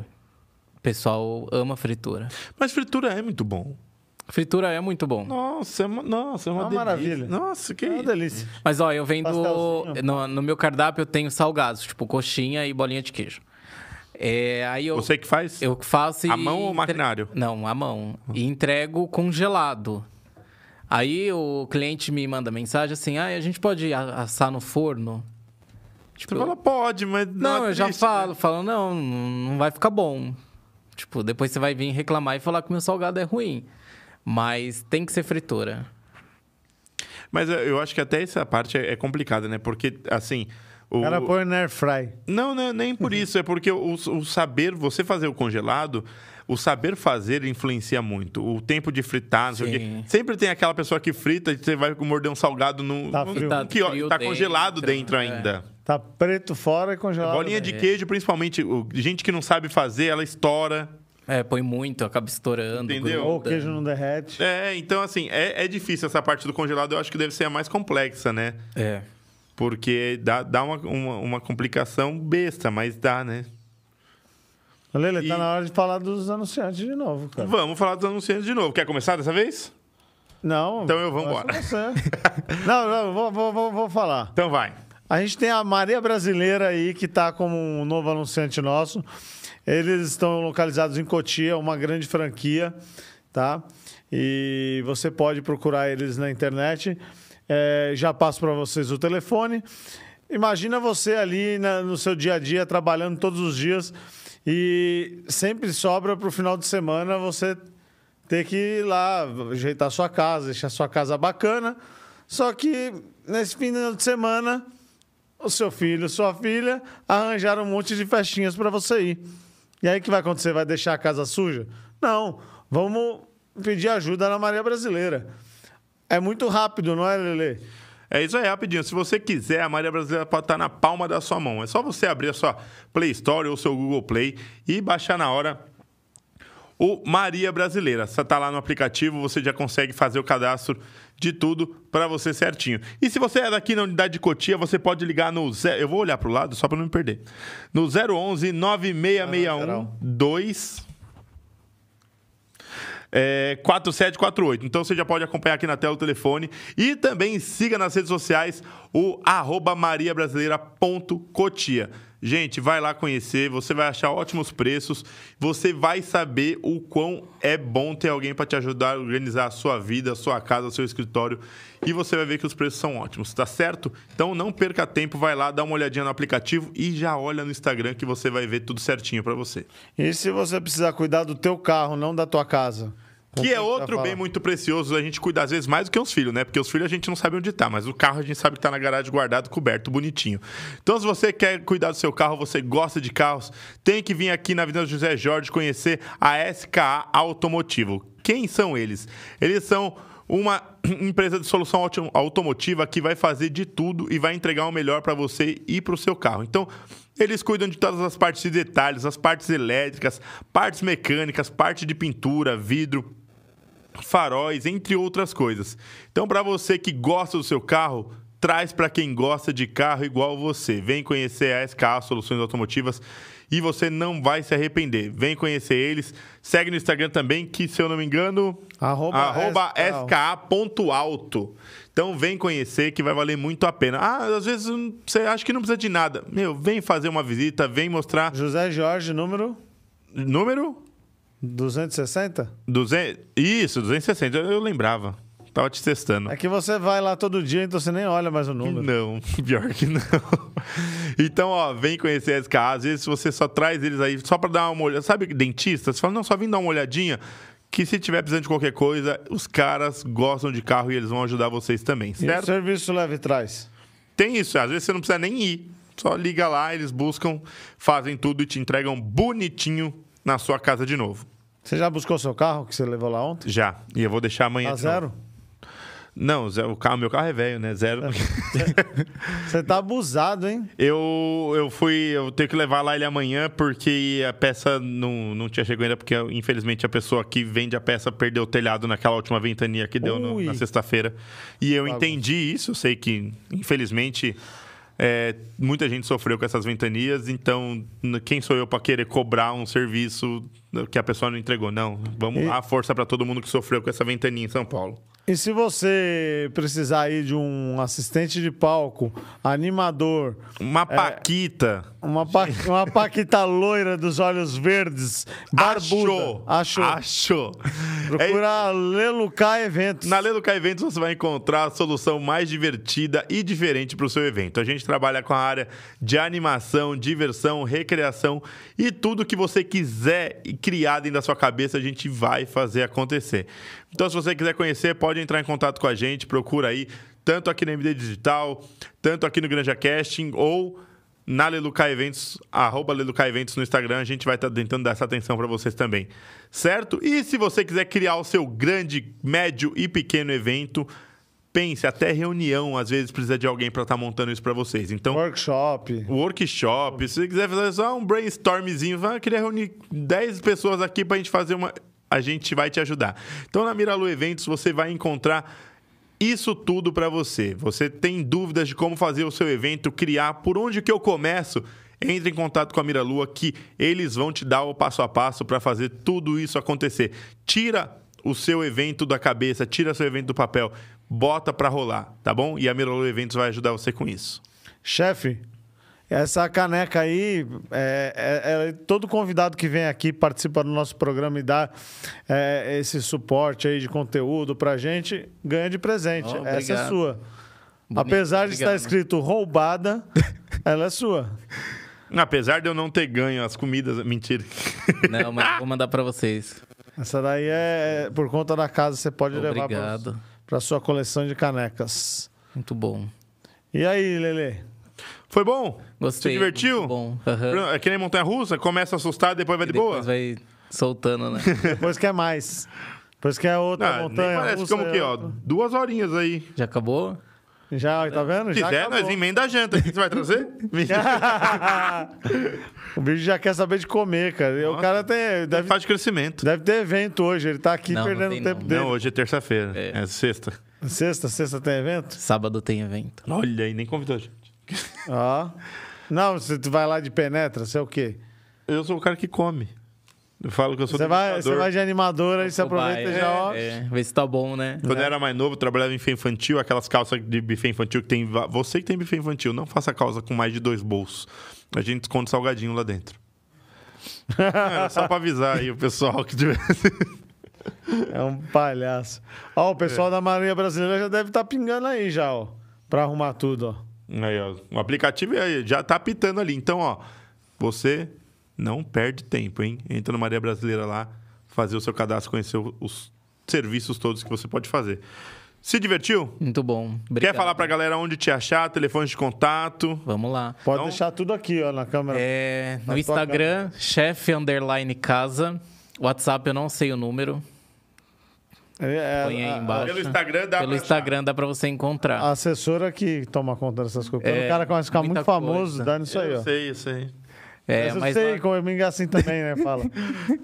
S3: O pessoal ama fritura.
S2: Mas fritura é muito bom.
S3: Fritura é muito bom.
S2: Nossa, é uma, nossa, é uma,
S1: É uma
S2: delícia.
S1: maravilha.
S2: Nossa, que
S1: É uma delícia.
S3: Mas, ó, eu vendo...
S1: Pastelzinho.
S3: No, no meu cardápio eu tenho salgados, tipo, coxinha e bolinha de queijo. É, aí eu...
S2: Você que faz?
S3: Eu que faço e.
S2: A mão ou
S3: entre-
S2: maquinário?
S3: Não, a mão. E entrego congelado. Aí o cliente me manda mensagem assim: ah, a gente pode a- assar no forno? Tipo,
S2: Você
S3: eu-
S2: fala, pode, mas não,
S3: não,
S2: é
S3: eu já
S2: triste,
S3: falo,
S2: né?
S3: falo, não, não vai ficar bom. Tipo, depois você vai vir reclamar e falar que meu salgado é ruim. Mas tem que ser fritura.
S2: Mas eu- eu acho que até essa parte é é complicada, né? Porque, assim. O...
S1: O cara põe no air fry.
S2: Não, não, nem por isso. É porque o, o saber, você fazer o congelado, o saber fazer influencia muito. O tempo de fritar, não sei o quê.
S3: Sim.
S2: Sempre tem aquela pessoa que frita e você vai morder um salgado no.
S1: Tá
S2: no-
S1: frio.
S2: Tá, que, ó,
S3: frio
S2: tá
S3: dentro,
S2: congelado dentro
S3: é.
S2: ainda.
S1: Tá preto fora e congelado.
S2: Bolinha de queijo, principalmente, o- gente que não sabe fazer, ela estoura.
S3: É, põe muito, acaba estourando.
S2: Entendeu?
S1: Ou o
S3: gruda.
S1: queijo não derrete.
S2: É, então, assim, é, é difícil essa parte do congelado. Eu acho que deve ser a mais complexa, né?
S3: É.
S2: Porque dá, dá uma, uma, uma complicação besta, mas dá, né?
S1: Lele, tá
S2: E-
S1: na hora de falar dos anunciantes de novo, cara.
S2: Vamos falar dos anunciantes de novo. Quer começar dessa vez?
S1: Não.
S2: Então eu vou
S1: começa
S2: embora.
S1: você. não, não, vou, vou, vou, vou falar.
S2: Então vai.
S1: A gente tem a Maria Brasileira aí, que tá como um novo anunciante nosso. Eles estão localizados em Cotia, uma grande franquia, tá? E você pode procurar eles na internet. É, já passo para vocês o telefone. Imagina você ali na- no seu dia a dia, trabalhando todos os dias, e sempre sobra para o final de semana você ter que ir lá ajeitar sua casa, deixar sua casa bacana. Só que nesse final de semana, o seu filho, sua filha arranjaram um monte de festinhas para você ir. E aí o que vai acontecer? Vai deixar a casa suja? Não. Vamos pedir ajuda na Maria Brasileira. É muito rápido, não é, Lele?
S2: É isso aí, rapidinho. Se você quiser, a Maria Brasileira pode estar na palma da sua mão. É só você abrir a sua Play Store ou seu Google Play e baixar na hora o Maria Brasileira. Você está lá no aplicativo, você já consegue fazer o cadastro de tudo para você certinho. E se você é daqui na unidade de Cotia, você pode ligar no... Ze... Eu vou olhar para o lado só para não me perder. No 011 9661 2... É, 4748. Então você já pode acompanhar aqui na tela o telefone e também siga nas redes sociais o arroba mariabrasileira.cotia. Gente, vai lá conhecer, você vai achar ótimos preços, você vai saber o quão é bom ter alguém para te ajudar a organizar a sua vida, a sua casa, o seu escritório e você vai ver que os preços são ótimos, tá certo? Então não perca tempo, vai lá, dá uma olhadinha no aplicativo e já olha no Instagram que você vai ver tudo certinho para você.
S1: E se você precisar cuidar do teu carro, não da tua casa?
S2: Que é outro bem muito precioso, a gente cuida às vezes mais do que os filhos, né? Porque os filhos a gente não sabe onde tá, mas o carro a gente sabe que tá na garagem guardado, coberto, bonitinho. Então, se você quer cuidar do seu carro, você gosta de carros, tem que vir aqui na Avenida José Jorge conhecer a SKA Automotivo. Quem são eles? Eles são uma *clears throat* empresa de solução auto- automotiva que vai fazer de tudo e vai entregar o melhor para você e para o seu carro. Então, eles cuidam de todas as partes de detalhes, as partes elétricas, partes mecânicas, parte de pintura, vidro, faróis, entre outras coisas. Então, para você que gosta do seu carro, traz para quem gosta de carro igual você. Vem conhecer a SKA Soluções Automotivas e você não vai se arrepender. Vem conhecer eles. Segue no Instagram também, que se eu não me engano,
S1: Arroba
S2: arroba
S1: SKA.
S2: SKA.alto. Então vem conhecer que vai valer muito a pena. Ah, às vezes hum, você acha que não precisa de nada. Meu, vem fazer uma visita, vem mostrar.
S1: José Jorge, número
S2: Número
S1: 260?
S2: 200. Isso, 260. Eu eu lembrava. Tava te testando.
S1: É que você vai lá todo dia, então você nem olha mais o número.
S2: Não, *laughs* pior que não. Então, ó, vem conhecer a SKA. Às vezes você só traz eles aí só pra dar uma olhada. Sabe, dentista? Você fala, não, só vim dar uma olhadinha. Que se tiver precisando de qualquer coisa, os caras gostam de carro e eles vão ajudar vocês também,
S1: E o
S2: certo?
S1: serviço leve e traz.
S2: Tem isso, às vezes você não precisa nem ir. Só liga lá, eles buscam, fazem tudo e te entregam bonitinho na sua casa de novo.
S1: Você já buscou seu carro que você levou lá ontem?
S2: Já. E eu vou deixar amanhã.
S1: A
S2: de novo.
S1: zero?
S2: Não, zero- o carro, meu carro é velho, né? Zero.
S1: É.
S2: *laughs*
S1: Você tá abusado, hein?
S2: Eu, eu fui, eu tenho que levar lá ele amanhã porque a peça não, não tinha chegado ainda, porque infelizmente a pessoa que vende a peça perdeu o telhado naquela última ventania que deu no-
S1: Ui.
S2: na sexta-feira. E eu entendi isso, eu sei que infelizmente é, muita gente sofreu com essas ventanias, então n- quem sou eu para querer cobrar um serviço que a pessoa não entregou? Não, vamos
S1: E-
S2: lá, força para todo mundo que sofreu com essa ventania em São Paulo.
S1: E se você precisar aí de um assistente de palco, animador,
S2: Uma paquita.
S1: uma, pa uma paquita loira dos olhos verdes, barbuda,
S2: Achou!
S1: achou.
S2: Achou! É
S1: Procura Lelucar Eventos.
S2: Na Leluca Eventos você vai encontrar a solução mais divertida e diferente para o seu evento. A gente trabalha com a área de animação, diversão, recreação e tudo que você quiser e criar dentro da sua cabeça, a gente vai fazer acontecer. Então, se você quiser conhecer, pode entrar em contato com a gente, procura aí, tanto aqui na MD Digital, tanto aqui no Granja Casting ou na Leluca Eventos, arroba Leluca Eventos no Instagram, a gente vai estar tentando dar essa atenção para vocês também, certo? E se você quiser criar o seu grande, médio e pequeno evento, pense, até reunião às vezes precisa de alguém para estar montando isso para vocês. Então,
S1: Workshop.
S2: workshop, se você quiser fazer só um brainstormzinho, vai, eu queria reunir 10 pessoas aqui para a gente fazer uma... A gente vai te ajudar. Então, na Miralu Eventos, você vai encontrar isso tudo para você. Você tem dúvidas de como fazer o seu evento, criar, por onde que eu começo? Entre em contato com a Mira Lua que eles vão te dar o passo a passo para fazer tudo isso acontecer. Tira o seu evento da cabeça, tira seu evento do papel, bota para rolar, tá bom? E a Mira Lua Eventos vai ajudar você com isso.
S1: Chefe, essa caneca aí, é, é- é- todo convidado que vem aqui, participa do nosso programa e dá é, esse suporte aí de conteúdo pra gente, ganha de presente.
S3: Oh,
S1: essa é
S3: obrigado.
S1: sua.
S3: Bonito,
S1: Apesar de estar
S3: obrigado.
S1: escrito roubada, *laughs* ela é sua.
S2: Apesar de eu não ter ganho as comidas, mentira. *laughs*
S3: Não, mas eu vou mandar para vocês.
S1: Essa daí é por conta da casa, você pode levar pra-
S3: Obrigado.
S1: pra sua coleção de canecas.
S3: Muito bom.
S1: E aí, Lele?
S2: Foi bom?
S3: Gostei.
S2: Se divertiu?
S3: muito bom. Aham.
S1: Uhum.
S2: É que nem montanha russa, começa assustado, depois vai de
S3: Depois
S2: boa.
S3: vai soltando, né?
S1: Depois quer mais. Depois que é outra
S2: *laughs* Não, Ah, nem
S1: montanha.
S2: parece.
S1: russa,
S2: Ficamos aqui,
S1: é
S2: ó.
S1: outra.
S2: Duas horinhas aí.
S3: Já acabou?
S1: Já, tá vendo?
S2: Se
S1: Já
S2: quiser,
S1: acabou.
S2: nós emenda a janta. O que você
S1: *laughs*
S2: vai trazer?
S1: o bicho já quer saber de comer, cara. E O
S2: Nossa.
S1: cara tem, deve,
S2: Faz de crescimento.
S1: deve ter evento hoje. Ele tá aqui
S3: Não, não
S1: perdendo
S3: tem
S1: o tempo
S3: não.
S1: dele.
S2: Não, hoje é terça-feira.
S3: É.
S2: É. sexta.
S1: Sexta, sexta tem evento?
S3: Sábado tem evento.
S2: Olha aí, nem convidou a gente.
S1: Ó. Não, você tu vai lá de penetra, você é o quê?
S2: Eu sou o cara que come. Eu falo que eu sou
S1: Você vai, você
S2: degustavador.
S1: vai de animador, aí você aproveita e já, ó.
S3: É, vê se tá bom, né?
S2: Quando eu era mais novo, eu trabalhava em buffet infantil, aquelas calças de buffet infantil que tem. va- Você que tem buffet infantil, não faça calça com mais de dois bolsos. A gente esconde salgadinho lá
S3: *laughs*
S2: dentro. Era só pra avisar aí o pessoal que tivesse.
S1: É um palhaço. Ó, o
S2: É.
S1: pessoal da Marinha Brasileira já deve estar pingando aí já, ó. Pra arrumar tudo, ó.
S2: Aí, ó, o aplicativo aí já tá apitando ali. Então, ó, você não perde tempo, hein? Entra no Maria Brasileira lá, fazer o seu cadastro, conhecer o- os serviços todos que você pode fazer. Se divertiu?
S3: Muito bom.
S2: Quer
S3: Obrigado.
S2: falar pra galera onde te achar, telefone de contato?
S3: Vamos lá.
S1: Pode
S2: Então-
S1: deixar tudo aqui, ó, na câmera.
S3: É,
S1: Na
S3: no
S1: tua
S3: Instagram, chefe underline casa. WhatsApp eu não sei o número.
S1: É,
S3: Põe aí
S1: a-
S3: embaixo.
S2: Pelo Instagram dá
S3: Pelo
S2: pra
S3: Instagram dá pra você encontrar.
S1: A assessora que toma conta dessas coisas. Quando
S3: É,
S1: o cara começa a ficar
S3: muita
S1: muito famoso,
S3: coisa.
S1: dá nisso aí,
S2: Eu
S1: ó.
S2: sei, eu sei.
S3: É,
S1: Mas eu
S3: mas,
S1: sei,
S3: lá,
S1: comigo é assim também, né?
S2: *laughs*
S1: Fala.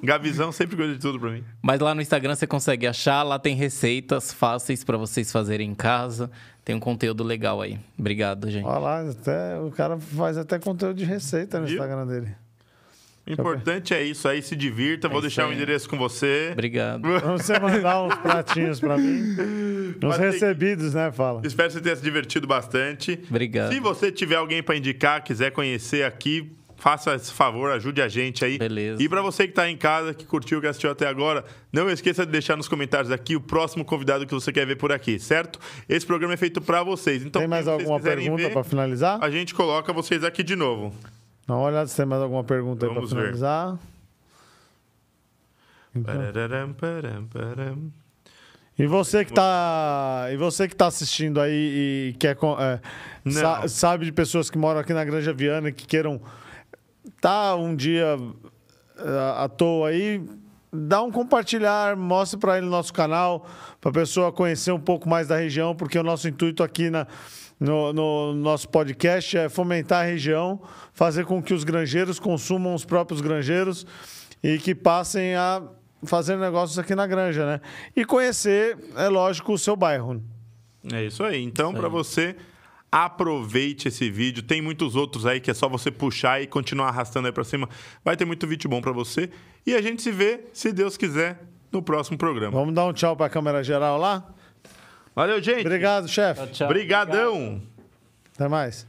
S2: Gavizão sempre cuida de tudo pra mim.
S3: mas lá no Instagram você consegue achar. Lá tem receitas fáceis pra vocês fazerem em casa. Tem um conteúdo legal aí. Obrigado, gente.
S1: Olha lá, até, o cara faz até conteúdo de receita no
S2: Viu?
S1: Instagram dele.
S2: O importante é isso aí, se divirta. Vou
S3: É
S2: deixar
S3: isso
S2: o
S3: aí.
S2: endereço com você.
S3: Obrigado.
S1: Vamos você mandar uns pratinhos pra
S2: *laughs*
S1: mim. Uns
S2: Patrick.
S1: recebidos, né? Fala.
S2: Espero que você tenha se divertido bastante.
S3: Obrigado.
S2: Se você tiver alguém para indicar, quiser conhecer aqui, faça esse favor, ajude a gente aí.
S3: Beleza.
S2: E para você que tá em casa, que curtiu, que assistiu até agora, não esqueça de deixar nos comentários aqui o próximo convidado que você quer ver por aqui, certo? Esse programa é feito para vocês. Então,
S1: Tem mais
S2: se vocês
S1: alguma
S2: quiserem
S1: pergunta
S2: ver, Ah.
S1: pra finalizar?
S2: A gente coloca vocês aqui de novo.
S1: Dá uma olhada se tem mais alguma pergunta aí pra
S2: Vamos ver.
S1: finalizar. Então-
S2: Pararam, pararam, pararam.
S1: E você que tá, e você que tá assistindo aí e quer con- é, sa-
S2: Não.
S1: sabe de pessoas que moram aqui na Granja Viana e que queiram tá um dia é, à toa aí, dá um compartilhar, mostre para ele o nosso canal, para a pessoa conhecer um pouco mais da região, porque o nosso intuito aqui na no, no nosso podcast é fomentar a região, fazer com que os granjeiros consumam os próprios granjeiros e que passem a fazer negócios aqui na granja, né? E conhecer, é lógico, o seu bairro.
S2: É isso aí. Então, para você, aproveite esse vídeo. Tem muitos outros aí que é só você puxar e continuar arrastando aí para cima. Vai ter muito vídeo bom para você. E a gente se vê, se Deus quiser, no próximo programa.
S1: Vamos dar um tchau para a câmera geral lá?
S2: Valeu, gente.
S1: Obrigado, chefe.
S3: Tchau.
S2: Brigadão.
S1: Até mais.